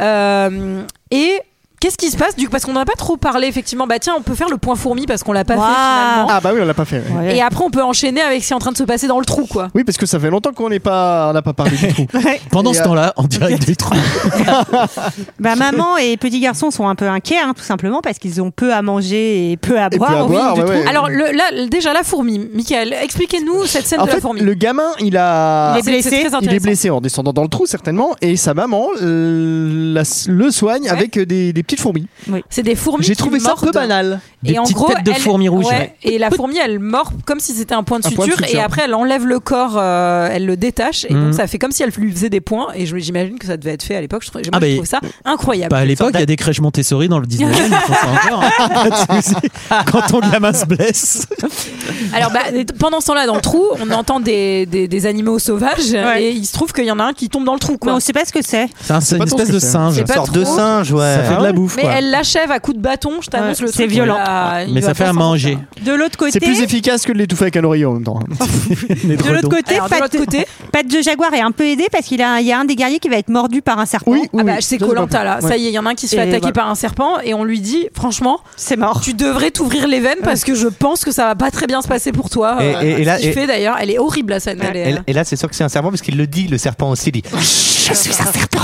Speaker 1: Euh, et qu'est-ce qui se passe du coup Parce qu'on n'en a pas trop parlé effectivement. Bah tiens, on peut faire le point fourmi parce qu'on l'a pas
Speaker 9: Waouh.
Speaker 1: fait finalement.
Speaker 8: Ah bah oui, on l'a pas fait. ouais.
Speaker 1: Et après, on peut enchaîner avec ce qui est en train de se passer dans le trou, quoi.
Speaker 8: Oui, parce que ça fait longtemps qu'on n'est pas, on n'a pas parlé du trou.
Speaker 11: Pendant
Speaker 8: Et,
Speaker 11: ce
Speaker 8: euh,
Speaker 11: temps-là, en direct
Speaker 1: <laughs>
Speaker 11: des trous.
Speaker 9: Bah, maman et petit garçon sont un peu inquiets, hein, tout simplement, parce qu'ils ont peu à manger et peu à
Speaker 8: Et
Speaker 9: boire.
Speaker 8: puis à
Speaker 9: au
Speaker 8: boire,
Speaker 9: milieu du
Speaker 8: ouais,
Speaker 9: trou.
Speaker 8: Ah ouais.
Speaker 1: Alors le- là, déjà la fourmi, Michael, expliquez-nous cette scène
Speaker 8: En
Speaker 1: de
Speaker 8: fait,
Speaker 1: la fourmi.
Speaker 8: le gamin, il a,
Speaker 9: Il est
Speaker 1: C'est-
Speaker 9: blessé,
Speaker 1: c'est très
Speaker 8: il est
Speaker 1: intéressant.
Speaker 8: blessé en descendant dans le trou certainement, et sa maman euh, la- le soigne avec euh, des, des petites fourmis.
Speaker 1: C'est des fourmis.
Speaker 8: J'ai
Speaker 1: qui
Speaker 8: trouvé ça
Speaker 1: mordent.
Speaker 8: peu banal.
Speaker 11: Des
Speaker 1: et en
Speaker 11: petites
Speaker 1: gros,
Speaker 11: têtes de
Speaker 1: elle-
Speaker 11: fourmis rouges.
Speaker 1: ouais,
Speaker 11: ouais.
Speaker 1: et la fourmi, elle mord comme si c'était un point de
Speaker 8: Un
Speaker 1: suture,
Speaker 8: point de
Speaker 1: et
Speaker 8: suture.
Speaker 1: après elle enlève le corps, euh, elle le détache, et
Speaker 11: Mhm.
Speaker 1: donc ça fait comme si elle lui faisait des points. Et je- j'imagine que ça devait être fait à l'époque. Je, trouve- moi,
Speaker 11: Ah,
Speaker 1: je
Speaker 11: mais-
Speaker 1: trouve ça incroyable.
Speaker 11: Bah, à l'époque, il y a des crèches
Speaker 1: <laughs>
Speaker 11: Montessori dans le 19e, ils font ça encore. hein.
Speaker 7: <laughs>
Speaker 11: Pas de souci. Quand ton gamin se blesse.
Speaker 1: Alors bah, pendant ce temps-là, dans le trou, on entend des, des, des animaux sauvages,
Speaker 9: Ouais.
Speaker 1: et il se trouve qu'il y en a un qui tombe dans le trou.
Speaker 9: Mais
Speaker 1: Quoi.
Speaker 9: on sait pas ce que c'est.
Speaker 11: C'est un- c'est
Speaker 8: pas
Speaker 11: une
Speaker 8: trop
Speaker 11: espèce
Speaker 8: ce que
Speaker 11: de
Speaker 8: c'est.
Speaker 11: singe.
Speaker 1: C'est pas
Speaker 7: Sorte de
Speaker 1: trop. Ah
Speaker 7: singe, Ah ouais.
Speaker 11: Ça fait de la bouffe,
Speaker 1: mais
Speaker 11: quoi.
Speaker 1: elle l'achève à coups de bâton, je t'annonce
Speaker 9: Ouais,
Speaker 1: le
Speaker 9: c'est
Speaker 1: truc,
Speaker 9: violent.
Speaker 1: là, il
Speaker 11: Mais
Speaker 1: va
Speaker 11: ça fait
Speaker 1: pas
Speaker 11: à
Speaker 1: s'en
Speaker 11: manger.
Speaker 9: De l'autre côté.
Speaker 8: C'est plus efficace que de l'étouffer avec un oreiller en même temps. <laughs>
Speaker 9: De l'autre côté,
Speaker 1: Alors, de
Speaker 9: Pat,
Speaker 1: l'autre côté-
Speaker 9: Pat de Jaguar est un peu aidé parce qu'il a, il y a un des guerriers qui va être mordu par un serpent.
Speaker 8: Oui,
Speaker 1: Ah bah, c'est
Speaker 8: ça, c'est
Speaker 1: Colanta
Speaker 8: pas
Speaker 1: là,
Speaker 8: bon.
Speaker 1: ça y est, il y en a un qui se fait
Speaker 9: Et
Speaker 1: attaquer
Speaker 9: voilà. Ah.
Speaker 1: par un serpent et on lui dit franchement,
Speaker 9: C'est mort.
Speaker 1: tu devrais t'ouvrir les veines parce que je pense que ça va pas très bien se passer pour toi. Euh,
Speaker 7: Et- et- et là-
Speaker 1: ce qu'il
Speaker 7: et-
Speaker 1: fait d'ailleurs, elle est horrible la scène. elle est-
Speaker 7: Et, et là, c'est sûr que c'est un serpent, hein, parce qu'il le dit, le serpent aussi dit. Je suis un serpent.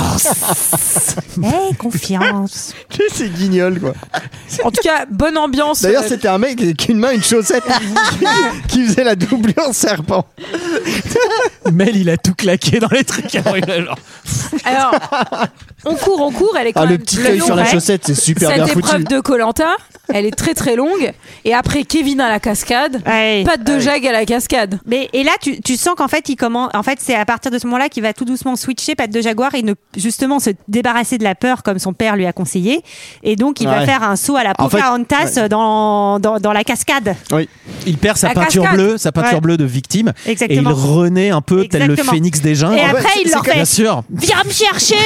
Speaker 9: Eh, confiance.
Speaker 8: Tu sais, c'est guignol quoi.
Speaker 1: euh, En tout cas, bonne ambiance.
Speaker 8: D'ailleurs,
Speaker 1: Euh,
Speaker 8: c'était un mec avec une main, une chaussette qui faisait la doublure serpent.
Speaker 11: Mel, il a tout claqué dans les trucs. Alors, il a genre-
Speaker 1: <laughs> Alors, on court, on court. Elle est quand
Speaker 8: Ah, le
Speaker 1: même
Speaker 8: petit œil sur la
Speaker 1: ouais.
Speaker 8: chaussette, c'est super bien
Speaker 1: Cette
Speaker 8: foutu.
Speaker 1: épreuve de Colanta, Elle est très très longue. Et après Kevin à la
Speaker 9: Ah
Speaker 1: cascade, pas de Jag à la cascade.
Speaker 9: Mais et là, tu, tu sens qu'en fait, il commence. En fait, c'est à partir de ce moment-là qu'il va tout doucement switcher patte de jaguar et ne justement se débarrasser de la peur comme son père lui a conseillé. Et donc, il va
Speaker 8: Ouais.
Speaker 9: faire un saut à la
Speaker 8: En fait,
Speaker 9: Pocahontas
Speaker 8: ouais.
Speaker 9: dans, dans dans la cascade.
Speaker 8: Oui.
Speaker 11: Il perd sa
Speaker 1: Ah,
Speaker 9: La
Speaker 11: peinture
Speaker 9: cascade.
Speaker 11: bleue, sa peinture
Speaker 9: Ouais.
Speaker 11: bleue de victime. Et il
Speaker 9: Exactement.
Speaker 11: renaît un peu tel le
Speaker 9: Exactement.
Speaker 11: phénix des jungles.
Speaker 9: Et après, il leur fait.
Speaker 11: Bien sûr.
Speaker 9: Viens me chercher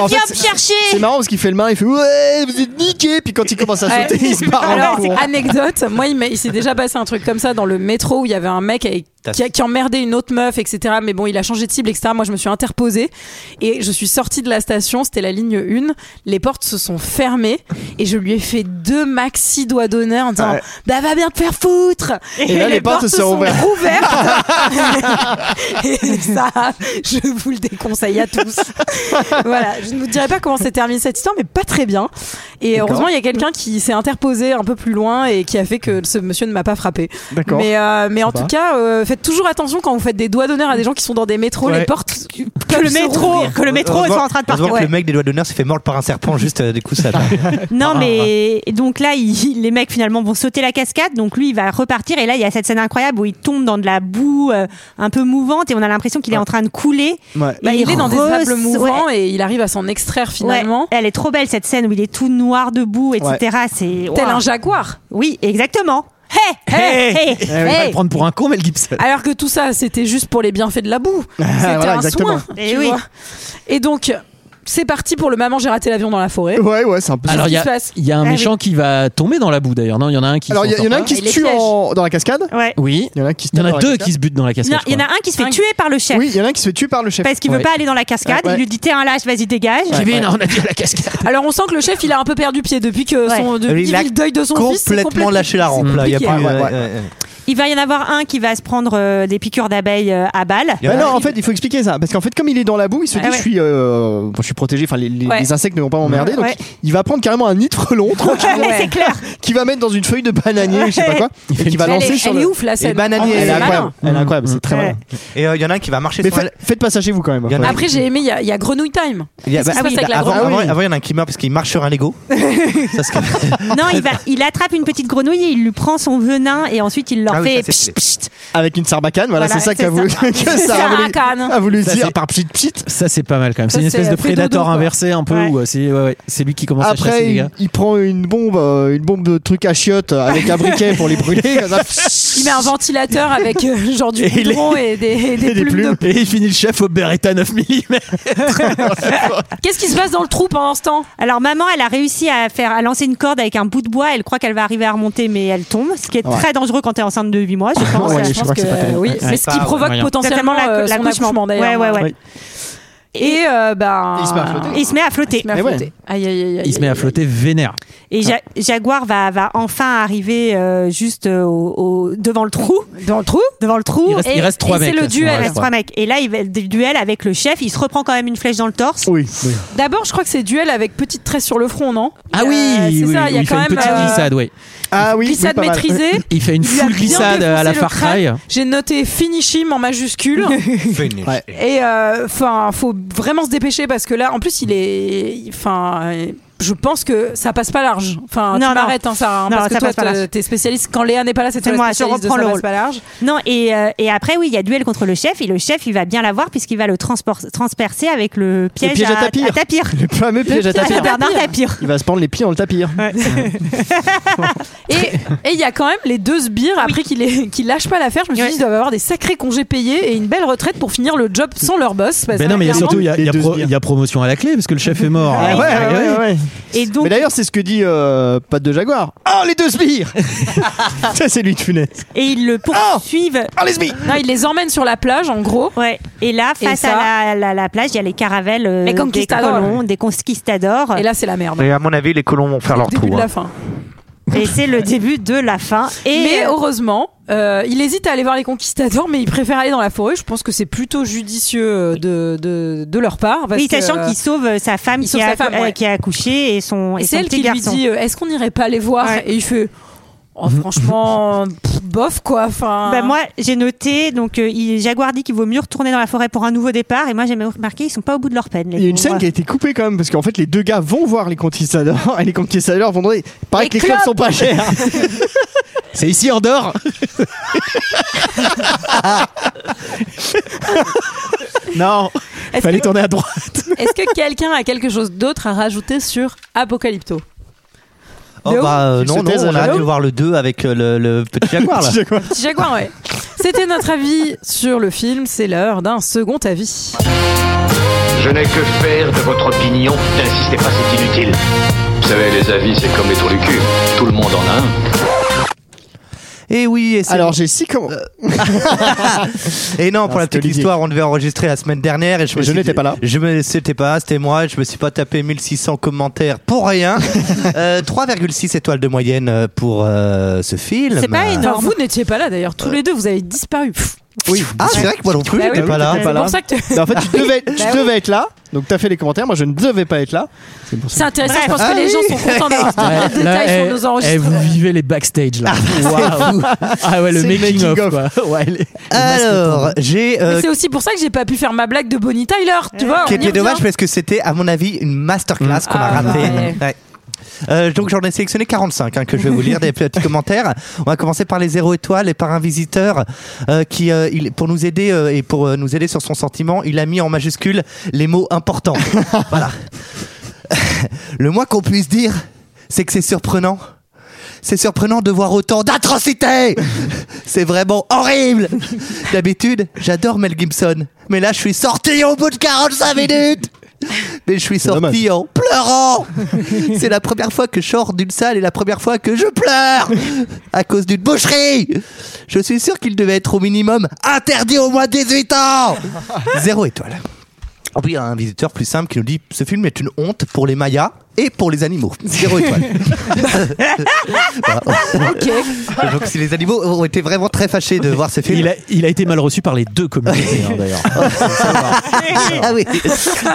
Speaker 8: En
Speaker 9: Viens
Speaker 8: fait,
Speaker 9: me
Speaker 8: c'est-
Speaker 9: chercher
Speaker 8: C'est marrant parce qu'il fait le marin, il fait ouais, vous êtes niqués. Puis quand il commence à
Speaker 1: Ouais.
Speaker 8: sauter, il se barre en
Speaker 1: Alors,
Speaker 8: courant.
Speaker 1: anecdote, moi, il, m'a- il s'est déjà passé un truc comme ça dans le métro où il y avait un mec avec- qui, a- qui emmerdait une autre meuf, etc. Mais bon, il a changé de cible, etc. Moi, je me suis interposée et je suis sortie de la station. C'était la ligne 1. Les portes se sont fermées et je lui ai fait deux maxi doigts d'honneur en disant
Speaker 8: Ouais.
Speaker 1: Bah, va bien te faire foutre
Speaker 8: Et là, les portes se sont ouvertes.
Speaker 1: ouvertes. <laughs> et ça, je vous le déconseille à tous. voilà, je ne vous dirai pas comment s'est terminée cette histoire, mais pas très bien. Et
Speaker 8: D'accord.
Speaker 1: heureusement, il y a quelqu'un qui s'est interposé un peu plus loin et qui a fait que ce monsieur ne m'a pas frappé.
Speaker 8: D'accord.
Speaker 1: Mais, euh, mais en
Speaker 8: Sympa.
Speaker 1: tout cas, euh, faites toujours attention quand vous faites des doigts d'honneur à des gens qui sont dans des métros,
Speaker 7: Ouais.
Speaker 1: les portes
Speaker 9: Que le métro, que le métro soit en train de
Speaker 7: Heureusement
Speaker 9: partir.
Speaker 7: que le mec des doigts d'honneur s'est fait mordre par un serpent juste euh, du coup ça.
Speaker 9: Non, mais donc là, il- les mecs finalement vont sauter la cascade. Donc lui, il va repartir. Et là, il y a cette scène incroyable où il tombe dans de la boue euh, un peu mouvante et on a l'impression qu'il est en train de couler.
Speaker 8: Ouais.
Speaker 1: Bah,
Speaker 9: Et
Speaker 1: il, est dans des
Speaker 9: re-
Speaker 1: sables
Speaker 9: ouais.
Speaker 1: mouvants et il arrive à s'en extraire finalement.
Speaker 9: Ouais. Elle est trop belle cette scène où il est tout noir debout, etc. C'est
Speaker 1: Tel
Speaker 9: Waouh.
Speaker 1: un jaguar.
Speaker 9: Oui, exactement. Hey,
Speaker 11: Hey,
Speaker 9: hey, hey,
Speaker 11: Eh, on va pas le prendre pour un con, Mel Gibson.
Speaker 1: Alors que tout ça, c'était juste pour les bienfaits de la boue. C'était
Speaker 8: <laughs> voilà,
Speaker 1: un
Speaker 8: exactement.
Speaker 1: soin.
Speaker 9: Eh
Speaker 1: tu
Speaker 9: oui.
Speaker 1: vois. Et donc, c'est parti pour le maman, j'ai raté l'avion dans la forêt.
Speaker 8: Ouais, ouais, c'est un peu.
Speaker 11: Alors,
Speaker 1: qui
Speaker 11: il y,
Speaker 1: se
Speaker 11: a-
Speaker 1: passe
Speaker 11: il y a un
Speaker 9: Ah oui.
Speaker 11: méchant qui va tomber dans la boue d'ailleurs. Non, il y en a un qui.
Speaker 8: Alors,
Speaker 11: s'en
Speaker 8: il y, a- il y en a un
Speaker 11: sort
Speaker 8: qui
Speaker 1: Et
Speaker 8: se
Speaker 1: les
Speaker 8: tue
Speaker 1: pièges.
Speaker 8: en- dans la cascade.
Speaker 9: Ouais.
Speaker 11: pas. Oui.
Speaker 8: Il y en a un qui se
Speaker 11: Il y en
Speaker 8: tape
Speaker 11: a
Speaker 8: dans la
Speaker 11: deux
Speaker 8: cascade.
Speaker 11: qui se butent dans la
Speaker 9: Il y,
Speaker 11: cascade.
Speaker 9: a- il y en a un qui se fait
Speaker 1: Un-
Speaker 9: tuer par le chef
Speaker 8: Oui, il y en a un qui se fait tuer par le chef.
Speaker 9: parce qu'il
Speaker 11: Ouais.
Speaker 9: veut pas aller dans la cascade.
Speaker 8: Ouais, ouais.
Speaker 9: Il lui dit t'es un lâche, vas-y dégage.
Speaker 11: je crois. Kevin, on a dit à la cascade.
Speaker 1: Alors on sent que le chef il a un peu perdu pied depuis que
Speaker 9: Ouais.
Speaker 1: son
Speaker 7: Il
Speaker 1: depuis qu'il
Speaker 7: a
Speaker 1: vit le deuil de son fils. c'est
Speaker 7: complètement, lâché la rampe là. Il y a
Speaker 1: compliqué.
Speaker 7: plus,
Speaker 8: Ouais, ouais,
Speaker 7: euh,
Speaker 8: ouais.
Speaker 7: euh, euh,
Speaker 9: Il va y en avoir un qui va se prendre euh, des piqûres d'abeilles euh, à balles.
Speaker 7: il y en
Speaker 8: Bah
Speaker 7: a
Speaker 8: non,
Speaker 7: un
Speaker 8: en fait, il faut expliquer ça. Parce qu'en fait, comme il est dans la boue, il se dit
Speaker 9: ouais.
Speaker 8: je, suis, euh, bon, je suis protégé, enfin, les, les-
Speaker 1: Ouais.
Speaker 8: les insectes ne vont pas m'emmerder. Donc,
Speaker 9: Ouais.
Speaker 8: il va prendre carrément un nid de frelon, tranquille,
Speaker 9: Ouais, C'est clair.
Speaker 8: qui va mettre dans une feuille de bananier, je sais pas quoi, et qui va
Speaker 1: Elle,
Speaker 8: lancer
Speaker 1: est,
Speaker 8: sur
Speaker 1: elle
Speaker 8: le.
Speaker 1: est ouf la
Speaker 7: Et
Speaker 1: scène.
Speaker 7: bananier,
Speaker 1: En vrai,
Speaker 8: Elle
Speaker 7: elle
Speaker 8: est
Speaker 1: c'est
Speaker 8: incroyable,
Speaker 1: malin.
Speaker 8: elle est incroyable, c'est très
Speaker 9: Ouais.
Speaker 8: malin.
Speaker 7: Et euh, il y en a un qui va marcher
Speaker 8: Mais
Speaker 7: sur
Speaker 8: fa-
Speaker 7: elle.
Speaker 8: faites pas ça chez vous quand même.
Speaker 7: Il y en a-
Speaker 1: Après j'ai aimé, il y, a- il y a Grenouille Time.
Speaker 7: Il y a-
Speaker 1: Qu'est-ce qui se
Speaker 7: bah,
Speaker 1: passe avec la Ah
Speaker 7: avant,
Speaker 1: grenouille
Speaker 7: avant- avant, il y en a un qui meurt parce qu'il marche sur
Speaker 1: <laughs>
Speaker 7: un Lego. ça, c'est-
Speaker 9: Non, il, va, il attrape une petite grenouille, et il lui prend son venin et ensuite il leur
Speaker 7: Ah oui,
Speaker 9: fait
Speaker 7: ça, c'est
Speaker 9: pchit, pchit.
Speaker 8: Avec une sarbacane, voilà,
Speaker 9: Voilà,
Speaker 8: c'est ça
Speaker 9: c'est
Speaker 8: qu'a voulu, <laughs>
Speaker 9: ça.
Speaker 8: que ça a voulu,
Speaker 1: Sarbacane.
Speaker 8: <laughs> a voulu
Speaker 11: Ça,
Speaker 8: Ah, dire
Speaker 11: c'est-
Speaker 8: par petite petite.
Speaker 11: Ça, c'est pas mal quand même.
Speaker 1: Ça,
Speaker 11: C'est une espèce
Speaker 1: c'est
Speaker 11: de
Speaker 1: fait dodo,
Speaker 11: prédateur
Speaker 1: quoi.
Speaker 11: inversé un peu.
Speaker 9: Ouais.
Speaker 11: où, euh, C'est ouais, ouais, c'est lui qui commence à chasser
Speaker 8: Après,
Speaker 11: les
Speaker 8: il,
Speaker 11: gars.
Speaker 8: il prend une bombe, euh, une bombe de truc à chiottes euh, avec un briquet pour les brûler. comme ça.
Speaker 1: Il met un ventilateur avec euh, genre du
Speaker 11: Et il est-
Speaker 1: goudron et des, et des
Speaker 8: et des
Speaker 1: plumes.
Speaker 8: plumes.
Speaker 1: de-
Speaker 11: Et il finit le chef au Beretta 9 mm.
Speaker 1: <laughs> Qu'est-ce qui se passe dans le trou pendant ce temps
Speaker 9: Alors maman, elle a réussi à faire à lancer une corde avec un bout de bois, elle croit qu'elle va arriver à remonter mais elle tombe, ce qui est
Speaker 8: Ouais.
Speaker 9: très dangereux quand t'es enceinte de 8 mois, je pense.
Speaker 8: Ouais,
Speaker 1: Je
Speaker 8: je
Speaker 1: pense
Speaker 8: crois que
Speaker 1: que,
Speaker 8: c'est pas terrible.
Speaker 1: oui, c'est ce
Speaker 11: c'est
Speaker 1: qui
Speaker 11: pas
Speaker 1: provoque
Speaker 11: moyen.
Speaker 1: potentiellement
Speaker 9: Totalement la-
Speaker 1: euh, son
Speaker 9: l'accouchement.
Speaker 1: accouchement d'ailleurs.
Speaker 9: Ouais, ouais, ouais.
Speaker 8: Oui.
Speaker 1: Et euh, ben,
Speaker 8: Il se met à
Speaker 1: il
Speaker 8: flotter.
Speaker 9: Il se met à flotter.
Speaker 1: se met à
Speaker 8: Eh ouais.
Speaker 1: flotter. Aïe, aïe, aïe, aïe,
Speaker 11: Il se met à
Speaker 1: aïe, aïe.
Speaker 11: flotter vénère.
Speaker 9: Et Ja- Jaguar va, va enfin arriver euh, juste euh, au, au- devant le trou. Devant le trou Devant le
Speaker 1: Oh,
Speaker 9: trou.
Speaker 11: Il reste-
Speaker 9: et
Speaker 11: il reste trois
Speaker 9: et c'est
Speaker 11: mecs,
Speaker 9: le
Speaker 11: à ce moment-là,
Speaker 9: duel.
Speaker 11: je
Speaker 9: Il reste
Speaker 11: crois.
Speaker 9: trois mecs. Et là, il va le duel avec le chef. Il se reprend quand même une flèche dans le
Speaker 8: <laughs>
Speaker 9: torse.
Speaker 8: Oui, oui.
Speaker 1: D'abord, je crois que c'est duel avec petite tresse sur le front, non
Speaker 11: Ah oui,
Speaker 1: Euh,
Speaker 11: oui,
Speaker 1: c'est ça,
Speaker 11: oui,
Speaker 1: il y a
Speaker 11: il fait
Speaker 1: quand
Speaker 11: une
Speaker 1: même,
Speaker 11: petite
Speaker 1: euh,
Speaker 11: glissade, oui.
Speaker 8: Ah oui,
Speaker 1: glissade
Speaker 8: oui, pas mal. <laughs>
Speaker 1: maîtrisée.
Speaker 7: Euh,
Speaker 11: Il fait une
Speaker 1: Il lui a
Speaker 11: full
Speaker 1: bien
Speaker 11: glissade à la
Speaker 1: défoncé le
Speaker 11: Far Cry.
Speaker 1: crâne. J'ai noté finish him en majuscule.
Speaker 7: Finish.
Speaker 8: Ouais.
Speaker 1: Et euh, enfin, faut vraiment se dépêcher parce que là, en plus, il est. Enfin, je pense que ça passe pas large. Enfin,
Speaker 9: Non,
Speaker 1: tu
Speaker 9: non.
Speaker 1: m'arrêtes, hein, Sarah, hein,
Speaker 9: Non,
Speaker 1: parce que
Speaker 9: ça
Speaker 1: toi,
Speaker 9: passe pas
Speaker 1: t'es-
Speaker 9: large.
Speaker 1: t'es spécialiste. Quand Léa n'est pas là, c'est toi
Speaker 9: C'est moi,
Speaker 1: la
Speaker 9: je
Speaker 1: spécialiste de
Speaker 9: reprends
Speaker 1: ça
Speaker 9: le
Speaker 1: passe
Speaker 9: rôle.
Speaker 1: pas large.
Speaker 9: Non, et, euh, et après, oui, il y a duel contre le chef. Et le chef, il va bien l'avoir puisqu'il va le transpor- transpercer avec le piège,
Speaker 8: piège à tapir.
Speaker 9: tapir.
Speaker 8: Le fameux piège à
Speaker 9: <laughs>
Speaker 8: tapir.
Speaker 9: À Bernard Tapir.
Speaker 8: Il va se prendre les pieds dans le hein. tapir.
Speaker 1: Et et il y a quand même les deux sbires après qu'il est- qu'il lâche pas l'affaire. Je me suis
Speaker 9: Ouais.
Speaker 1: dit, ils doivent avoir des sacrés congés payés et une belle retraite pour finir le job sans leur boss. parce
Speaker 11: Ben
Speaker 1: que
Speaker 11: non, mais il y a
Speaker 1: clairement,
Speaker 11: surtout, il y a- il y, a
Speaker 8: Les deux
Speaker 11: pro-
Speaker 8: sbires.
Speaker 11: il y a promotion à la clé parce que le chef est mort.
Speaker 8: Ah ouais, ouais, ouais, ouais.
Speaker 9: Et donc,
Speaker 8: Mais d'ailleurs, c'est ce que dit euh, Pat de Jaguar. Oh, les deux sbires <laughs> Ça, c'est lui de Funès.
Speaker 9: et ils le poursuivent.
Speaker 8: Oh, les sbires
Speaker 1: Non, il les emmène sur la plage, en gros.
Speaker 9: Ouais. Et là,
Speaker 1: Et
Speaker 9: face
Speaker 1: ça-
Speaker 9: à la, la- la plage, il y a les caravelles euh,
Speaker 1: Les conquistadors.
Speaker 9: des colons, des conquistadors.
Speaker 1: Et là, c'est la merde.
Speaker 7: Et à mon avis, les colons vont faire leur
Speaker 1: Début
Speaker 7: trou.
Speaker 1: de
Speaker 7: hein.
Speaker 1: la fin.
Speaker 9: Et c'est le début de la fin. Et
Speaker 1: mais
Speaker 9: euh,
Speaker 1: heureusement, euh, il hésite à aller voir les conquistadors, mais il préfère aller dans la forêt. Je pense que c'est plutôt judicieux euh, de, de, de leur part. Parce
Speaker 9: oui,
Speaker 1: que,
Speaker 9: sachant
Speaker 1: euh,
Speaker 9: qu'il sauve euh, sa femme,
Speaker 1: il
Speaker 9: qui,
Speaker 1: sauve
Speaker 9: a,
Speaker 1: sa femme,
Speaker 9: euh,
Speaker 1: ouais.
Speaker 9: qui a accouché et son, et
Speaker 1: euh, c'est
Speaker 9: son
Speaker 1: elle qui
Speaker 9: petit
Speaker 1: lui
Speaker 9: garçon.
Speaker 1: dit euh, Est-ce qu'on n'irait pas les voir
Speaker 9: Ouais.
Speaker 1: Et il fait Oh,
Speaker 7: <laughs>
Speaker 1: franchement, pff, bof quoi. Enfin,
Speaker 9: Bah, moi, j'ai noté, donc euh, il- Jaguar dit qu'il vaut mieux retourner dans la forêt pour un nouveau départ, et moi j'ai marqué, ils sont pas au bout de leur peine. les
Speaker 8: Il y a une
Speaker 9: pauvres.
Speaker 8: scène qui a été coupée quand même, parce qu'en fait, les deux gars vont voir les conquistadors, <laughs> et les conquistadors vont demander. Pareil
Speaker 9: Les
Speaker 8: que les clubs
Speaker 9: clubs
Speaker 8: sont pas chers.
Speaker 11: <laughs> C'est ici Andorre
Speaker 8: <laughs>
Speaker 11: Non
Speaker 1: Est-ce
Speaker 8: Fallait
Speaker 1: que-
Speaker 8: tourner à droite.
Speaker 1: est-ce que quelqu'un a quelque chose d'autre à rajouter sur Apocalypto
Speaker 7: Oh
Speaker 1: Léo
Speaker 7: bah euh,
Speaker 8: Tu
Speaker 7: non,
Speaker 8: te
Speaker 7: non,
Speaker 8: taises,
Speaker 7: on a hâte
Speaker 1: Léo
Speaker 7: de voir le 2 avec euh, le, le petit
Speaker 11: <laughs>
Speaker 8: <laughs>
Speaker 7: jaguar là.
Speaker 8: C'est quoi
Speaker 1: Petit Jaguar, ouais. C'était notre avis sur le film. C'est l'heure d'un second avis.
Speaker 7: Ah
Speaker 2: Je n'ai que faire de votre opinion. N'insistez pas, c'est inutile.
Speaker 5: Vous savez, les avis, c'est comme les trous du cul. Tout le monde en a un.
Speaker 7: Et Eh oui, et c'est-
Speaker 8: Alors, j'ai six commentaires.
Speaker 11: Euh,
Speaker 7: Et non, pour
Speaker 8: Non,
Speaker 7: la
Speaker 8: c'était
Speaker 7: petite
Speaker 8: Olivier.
Speaker 7: histoire, on devait enregistrer la semaine dernière et je, me
Speaker 8: Je
Speaker 7: suis
Speaker 8: n'étais
Speaker 7: dit-
Speaker 8: pas là.
Speaker 7: Je me c'était pas, c'était moi. Je me suis pas tapé 1600 commentaires
Speaker 8: <laughs>
Speaker 7: pour rien. Euh, 3,6 étoiles de moyenne euh, pour euh, ce film.
Speaker 9: C'est pas énorme.
Speaker 1: Alors, vous n'étiez pas là d'ailleurs.
Speaker 7: Euh.
Speaker 1: Tous les deux, vous avez disparu. Pff,
Speaker 8: Oui.
Speaker 7: Ah, c'est vrai que moi non plus,
Speaker 1: Bah
Speaker 7: j'étais
Speaker 1: oui,
Speaker 7: pas là.
Speaker 8: t'étais pas
Speaker 1: C'est
Speaker 8: là.
Speaker 1: pour ça que
Speaker 8: Mais
Speaker 11: <laughs>
Speaker 8: en fait, tu devais, tu
Speaker 1: Bah oui.
Speaker 8: devais être là, donc t'as fait les commentaires. Moi, je ne devais pas être là. C'est pour ça.
Speaker 1: c'est intéressant. Je pense
Speaker 7: Ah
Speaker 1: que les
Speaker 7: oui. eh,
Speaker 1: gens sont contents d'avoir
Speaker 7: <laughs>
Speaker 1: ce petit peu de Ah, détails sur nos enregistrements.
Speaker 11: eh, vous vivez les backstage là. Waouh. Ah ouais, le
Speaker 8: C'est le
Speaker 11: making,
Speaker 8: making <laughs>
Speaker 11: of, quoi. Ouais, les-
Speaker 7: Alors, j'ai euh, Eh.
Speaker 1: Mais C'est aussi pour ça que j'ai pas pu faire ma blague de Bonnie Tyler, tu vois. on
Speaker 7: qui
Speaker 1: y
Speaker 7: était
Speaker 1: revient.
Speaker 7: dommage parce que c'était à mon avis une masterclass qu'on a
Speaker 1: Ah,
Speaker 7: ratée.
Speaker 1: ouais.
Speaker 7: Ouais. Euh, donc j'en ai sélectionné 45 hein, que je vais vous lire des petits <laughs> commentaires. On va commencer par les zéro étoiles et par un visiteur euh, qui, euh, il- pour nous aider euh, et pour euh, nous aider sur son sentiment, il a mis en majuscule les mots
Speaker 1: <laughs>
Speaker 7: importants. voilà. Le moins qu'on puisse dire, c'est que c'est surprenant. C'est surprenant de voir autant d'atrocités <laughs> C'est vraiment horrible D'habitude, j'adore Mel Gibson. Mais là, je suis sorti au bout de 45 minutes Mais je suis sorti en pleurant C'est la première fois que je sors d'une salle et la première fois que je pleure À cause d'une boucherie Je suis sûr qu'il devait être au minimum interdit au moins 18 ans Zéro étoile. Oh, puis il y a un visiteur plus simple qui nous dit Ce film est une honte pour les Mayas et pour les animaux. Zéro étoile. ok. Donc, si les animaux ont été vraiment très fâchés de voir ce film.
Speaker 11: Il, a, il a été mal reçu par les deux communautés hein,
Speaker 7: <laughs>
Speaker 11: d'ailleurs.
Speaker 7: Ah oui.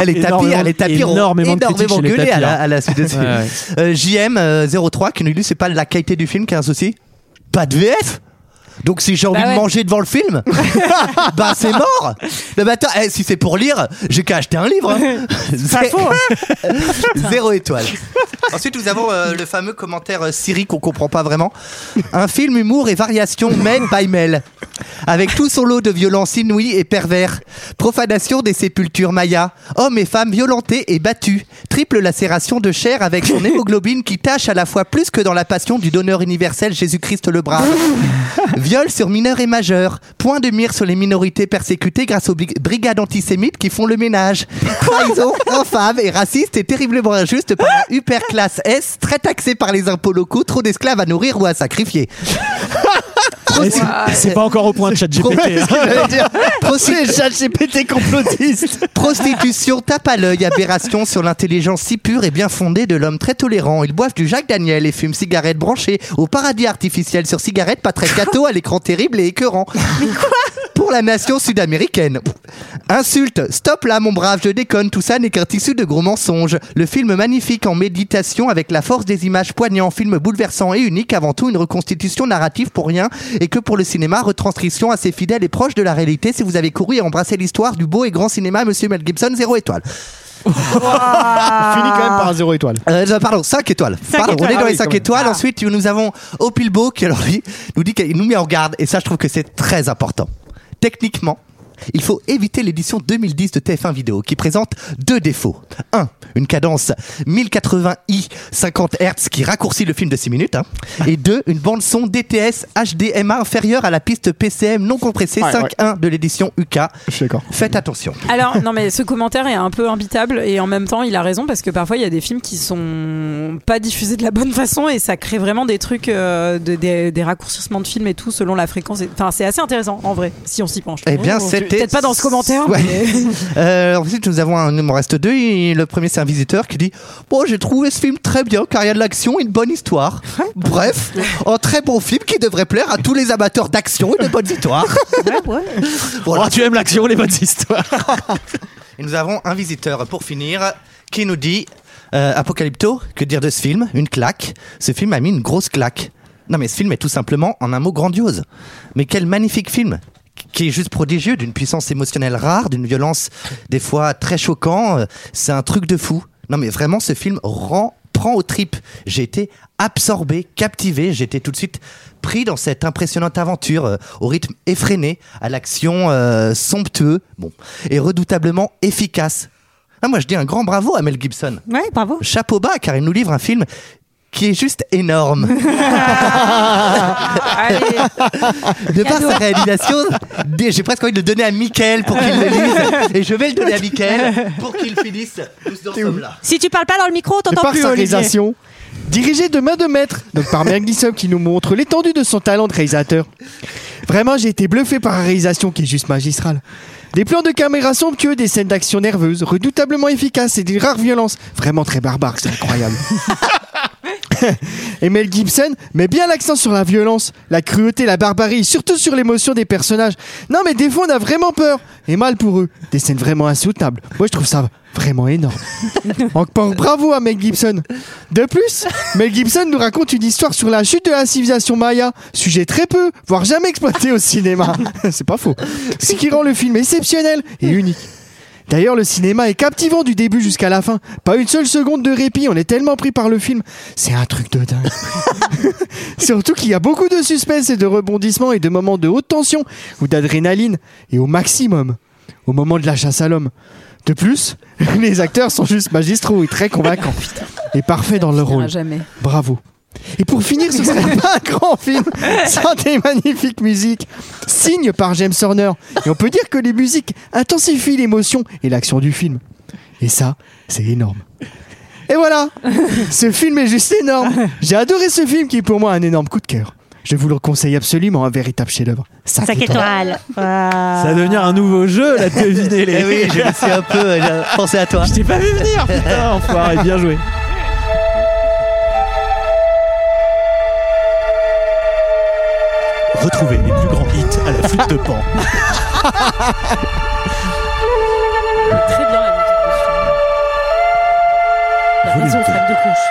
Speaker 7: Les tapis,
Speaker 11: Énormément-
Speaker 7: les tapis ont
Speaker 11: énormément de critiques
Speaker 7: énormément
Speaker 11: chez les
Speaker 7: gueulé à
Speaker 11: tapis,
Speaker 7: la,
Speaker 11: hein.
Speaker 7: à la suite de ce film.
Speaker 11: Ouais, ouais.
Speaker 7: Euh, JM03 qui nous dit C'est pas la qualité du film qui a un souci Pas de VF donc si j'ai envie
Speaker 1: ouais.
Speaker 7: de manger devant le film, bah c'est mort. Le matin, eh, si c'est pour lire, j'ai qu'à acheter un livre. hein. C'est- hein. <laughs> Zéro étoile. Ensuite, nous avons euh, le fameux commentaire euh, Siri qu'on comprend pas vraiment. Un film humour et variation mail by mail. Avec tout son lot de violences inouïes et pervers. Profanation des sépultures mayas. Hommes et femmes violentés et battus. Triple lacération de chair avec <laughs> son hémoglobine qui tâche à la fois plus que dans la passion du donneur universel Jésus-Christ le Brave. Viol sur mineurs et majeurs. Point de mire sur les minorités persécutées grâce aux bri- brigades antisémites qui font le ménage. Trahison infâme et raciste et terriblement injuste par la hyper classe S, très taxée par les impôts locaux, trop d'esclaves à nourrir ou à sacrifier.
Speaker 11: Et c'est- C'est pas encore au point de ChatGPT. hein.
Speaker 7: Prosti-
Speaker 8: C'est <laughs> ChatGPT complotiste.
Speaker 7: prostitution, tape à l'œil, aberration sur l'intelligence si pure et bien fondée de l'homme très tolérant. Ils boivent du Jacques Daniel et fument cigarettes branchées au paradis artificiel sur cigarette pas très gâteau à l'écran terrible et écœurant. Pour la nation sud-américaine. Insulte, stop là mon brave, je déconne, tout ça n'est qu'un tissu de gros mensonges. Le film magnifique en méditation avec la force des images poignant, film bouleversant et unique, avant tout une reconstitution narrative pour rien et que pour le cinéma, retranscription assez fidèle et proche de la réalité si vous avez couru et embrassé l'histoire du beau et grand cinéma Monsieur Mel Gibson, zéro étoile.
Speaker 11: Ah.
Speaker 8: Fini quand même par un zéro étoile.
Speaker 7: Euh, non, pardon, 5 étoiles. Pardon,
Speaker 8: étoiles.
Speaker 7: on est dans
Speaker 8: Ah
Speaker 7: les
Speaker 8: oui,
Speaker 7: 5
Speaker 8: quand même.
Speaker 7: étoiles. Ensuite, nous avons Opilbo qui alors, lui, nous dit qu'il nous met en garde. Et ça, je trouve que c'est très important. Techniquement, il faut éviter l'édition 2010 de TF1 Vidéo qui présente deux défauts. Un, une cadence 1080i 50 Hz qui raccourcit le film de 6 minutes. hein.
Speaker 8: Ah.
Speaker 7: Et deux, une bande son DTS HDMA inférieure à la piste PCM non compressée
Speaker 8: Ouais,
Speaker 7: 5.1 de l'édition UK.
Speaker 8: Je suis d'accord.
Speaker 7: Faites attention.
Speaker 1: Alors, non, mais ce commentaire est un peu imbitable et en même temps, il a raison parce que parfois, il y a des films qui sont pas diffusés de la bonne façon et ça crée vraiment des trucs, euh, de- des, des raccourcissements de films et tout selon la fréquence. Et- Enfin, c'est assez intéressant en vrai, si on s'y penche.
Speaker 7: Eh bien,
Speaker 1: Oh,
Speaker 7: c'était.
Speaker 1: Peut-être pas dans ce commentaire.
Speaker 7: Ouais.
Speaker 1: mais-
Speaker 7: <laughs> Euh, ensuite, nous avons un, il m'en reste deux. Et le premier, c'est un visiteur qui dit Bon, j'ai trouvé ce film très bien car il y a de l'action et une bonne histoire. Bref, un très bon film qui devrait plaire à tous les amateurs d'action et de bonnes histoires.
Speaker 9: Ah,
Speaker 7: Voilà.
Speaker 11: Oh, tu aimes l'action, les bonnes histoires.
Speaker 7: Et nous avons un visiteur pour finir qui nous dit euh, Apocalypto, que dire de ce film Une claque. Ce film a mis une grosse claque. Non, mais ce film est tout simplement, en un mot, grandiose. Mais quel magnifique film qui est juste prodigieux, d'une puissance émotionnelle rare, d'une violence des fois très choquant. Euh, C'est un truc de fou. Non, mais vraiment, ce film rend prend aux tripes. J'ai été absorbé, captivé, j'étais tout de suite pris dans cette impressionnante aventure, euh, au rythme effréné, à l'action euh, somptueux, bon, et redoutablement efficace. Ah, moi je dis un grand bravo à Mel Gibson.
Speaker 9: Ouais, bravo.
Speaker 7: Chapeau bas, car il nous livre un film qui est juste énorme. de par sa réalisation, dé- j'ai presque envie de le donner à Mickaël pour qu'il le lise, et je vais le donner à Mickaël pour qu'il finisse tous dans ce là.
Speaker 9: Si tu parles pas dans le micro,
Speaker 8: de
Speaker 9: t'entends
Speaker 8: par
Speaker 9: plus.
Speaker 8: sa
Speaker 9: Olivier.
Speaker 8: réalisation, dirigée de main de maître, donc par Mel Gibson qui nous montre l'étendue de son talent de réalisateur. Vraiment, j'ai été bluffé par la réalisation qui est juste magistrale. Des plans de caméra somptueux, des scènes d'action nerveuses, redoutablement efficaces et d'une rare violence. Vraiment très barbare, c'est incroyable. <laughs> Et Mel Gibson met bien l'accent sur la violence, la cruauté, la barbarie, surtout sur l'émotion des personnages. Non, mais des fois, on a vraiment peur et mal pour eux. Des scènes vraiment insoutenables. Moi, je trouve ça vraiment énorme. Encore bravo à Mel Gibson. De plus, Mel Gibson nous raconte une histoire sur la chute de la civilisation Maya, sujet très peu, voire jamais exploité au cinéma. <laughs> C'est pas faux. Ce qui rend le film exceptionnel et unique. D'ailleurs, le cinéma est captivant du début jusqu'à la fin. Pas une seule seconde de répit, on est tellement pris par le film. C'est un truc de dingue. <laughs> Surtout qu'il y a beaucoup de suspense et de rebondissements et de moments de haute tension ou d'adrénaline, et au maximum, au moment de la chasse à l'homme. De plus, <laughs> les acteurs sont juste magistraux et très convaincants, et parfaits dans leur
Speaker 1: finira
Speaker 8: rôle.
Speaker 1: Ah, jamais.
Speaker 8: Bravo. Et pour finir, ce serait pas un grand film sans des magnifiques musiques. Signe par James Horner. Et on peut dire que les musiques intensifient l'émotion et l'action du film. Et ça, c'est énorme. Et voilà, ce film est juste énorme. J'ai adoré ce film qui est pour moi un énorme coup de cœur. Je vous le conseille absolument, un véritable chef-d'œuvre.
Speaker 9: Cinq étoiles. Waouh.
Speaker 11: Ça va devenir un nouveau jeu, là, devinez les.
Speaker 7: Eh oui, je me suis un peu euh, j'ai pensé à toi.
Speaker 11: Je t'ai pas vu venir, putain, enfoiré, bien joué. Retrouvez les plus grands hits à la flûte de Pan.
Speaker 1: Très bien la musique de ce film. T'as raison, Fred de couche.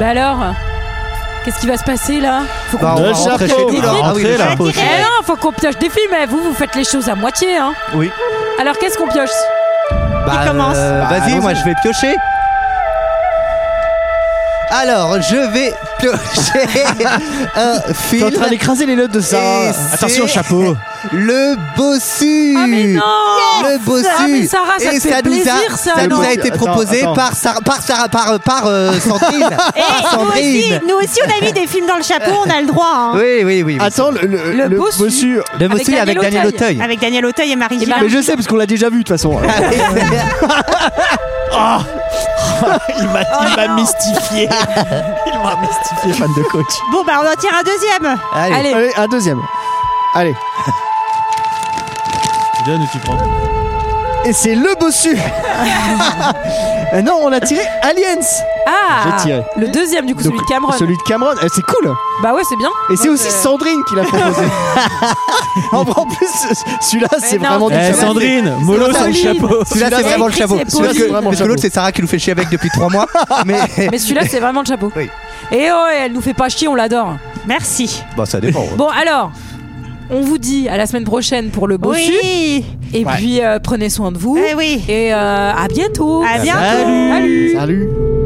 Speaker 1: Bah alors Qu'est-ce qui va se passer là Faut qu'on
Speaker 7: Bah, on
Speaker 11: Le
Speaker 7: va rentrer
Speaker 11: chapeau.
Speaker 7: chez nous,
Speaker 11: La
Speaker 7: là. Ah oui, le
Speaker 11: rentrée, là.
Speaker 7: chapeau.
Speaker 1: Eh non, faut qu'on pioche des films, eh. vous vous faites les choses à moitié hein.
Speaker 7: Oui.
Speaker 1: Alors qu'est-ce qu'on pioche
Speaker 7: Bah,
Speaker 9: commence
Speaker 7: euh,
Speaker 8: Bah,
Speaker 7: Vas-y,
Speaker 8: allons-y.
Speaker 7: moi je vais piocher. Alors, je vais piocher un
Speaker 8: T'es en train
Speaker 7: film.
Speaker 8: d'écraser les notes de ça.
Speaker 7: Et c'est- Attention, chapeau. Le bossu.
Speaker 1: Ah mais non
Speaker 7: Le bossu.
Speaker 1: Ah, mais Sarah, ça
Speaker 7: Et
Speaker 1: te fait
Speaker 7: nous a-
Speaker 1: plaisir, ça,
Speaker 7: nous
Speaker 1: non
Speaker 7: a été
Speaker 8: Attends,
Speaker 7: proposé
Speaker 8: attends.
Speaker 7: par Sarah, par Sarah, par par euh, Sandrine.
Speaker 1: <laughs>
Speaker 9: Eh,
Speaker 7: Par
Speaker 9: nous, aussi, nous aussi, on a mis des films dans le chapeau, on a le droit. hein.
Speaker 7: Oui, oui, oui. oui.
Speaker 8: Attends, le, le,
Speaker 1: Le
Speaker 8: le
Speaker 1: bossu.
Speaker 8: bossu.
Speaker 7: le bossu
Speaker 1: Daniel
Speaker 7: avec Daniel Auteuil.
Speaker 9: Avec Daniel Auteuil et Marie
Speaker 1: Ah.
Speaker 9: Gillard.
Speaker 8: Mais je sais, parce qu'on l'a déjà vu de toute façon. hein.
Speaker 1: <laughs>
Speaker 7: <laughs>
Speaker 11: Il m'a il m'a mystifié. Il m'a mystifié, fan de coach.
Speaker 9: Bon, bah, on en tire un deuxième.
Speaker 7: Allez.
Speaker 1: Allez,
Speaker 8: Allez, un deuxième. Allez.
Speaker 11: C'est bien où tu prends.
Speaker 8: Et c'est le
Speaker 1: <laughs>
Speaker 8: bossu Euh, Non, on a tiré Aliens
Speaker 1: ah
Speaker 8: J'ai tiré.
Speaker 1: Le deuxième du coup,
Speaker 8: Donc,
Speaker 1: celui de Cameron.
Speaker 8: Celui de Cameron, Euh, c'est cool
Speaker 1: Bah ouais, c'est bien.
Speaker 8: Et c'est
Speaker 1: Moi,
Speaker 8: aussi
Speaker 1: je-
Speaker 8: Sandrine
Speaker 1: <laughs>
Speaker 8: qui l'a proposé En en plus, ce- celui-là, c'est
Speaker 1: non,
Speaker 8: vraiment
Speaker 1: c'est
Speaker 8: du
Speaker 1: pas vrai.
Speaker 11: Eh,
Speaker 8: chapeau.
Speaker 11: Sandrine, mollo sur le
Speaker 1: Solide.
Speaker 11: chapeau.
Speaker 7: Celui-là, c'est
Speaker 8: Celui-là,
Speaker 7: vraiment le
Speaker 1: c'est
Speaker 7: chapeau.
Speaker 1: écrit, c'est
Speaker 8: poli.
Speaker 7: Parce que, parce que
Speaker 8: Vraiment
Speaker 7: l'autre, c'est Sarah qui nous fait chier avec depuis trois mois. Mais.
Speaker 1: Mais celui-là, c'est vraiment le chapeau.
Speaker 7: Oui.
Speaker 1: Et oh, et elle nous fait pas chier, on l'adore.
Speaker 9: Merci.
Speaker 7: Bah, ça dépend.
Speaker 1: Bon, alors, on vous dit à la semaine prochaine pour le bossu.
Speaker 9: Oui.
Speaker 1: Et puis, euh, prenez soin de vous.
Speaker 9: Eh oui.
Speaker 1: Et euh, à bientôt.
Speaker 9: À bientôt.
Speaker 1: Salut.
Speaker 8: Salut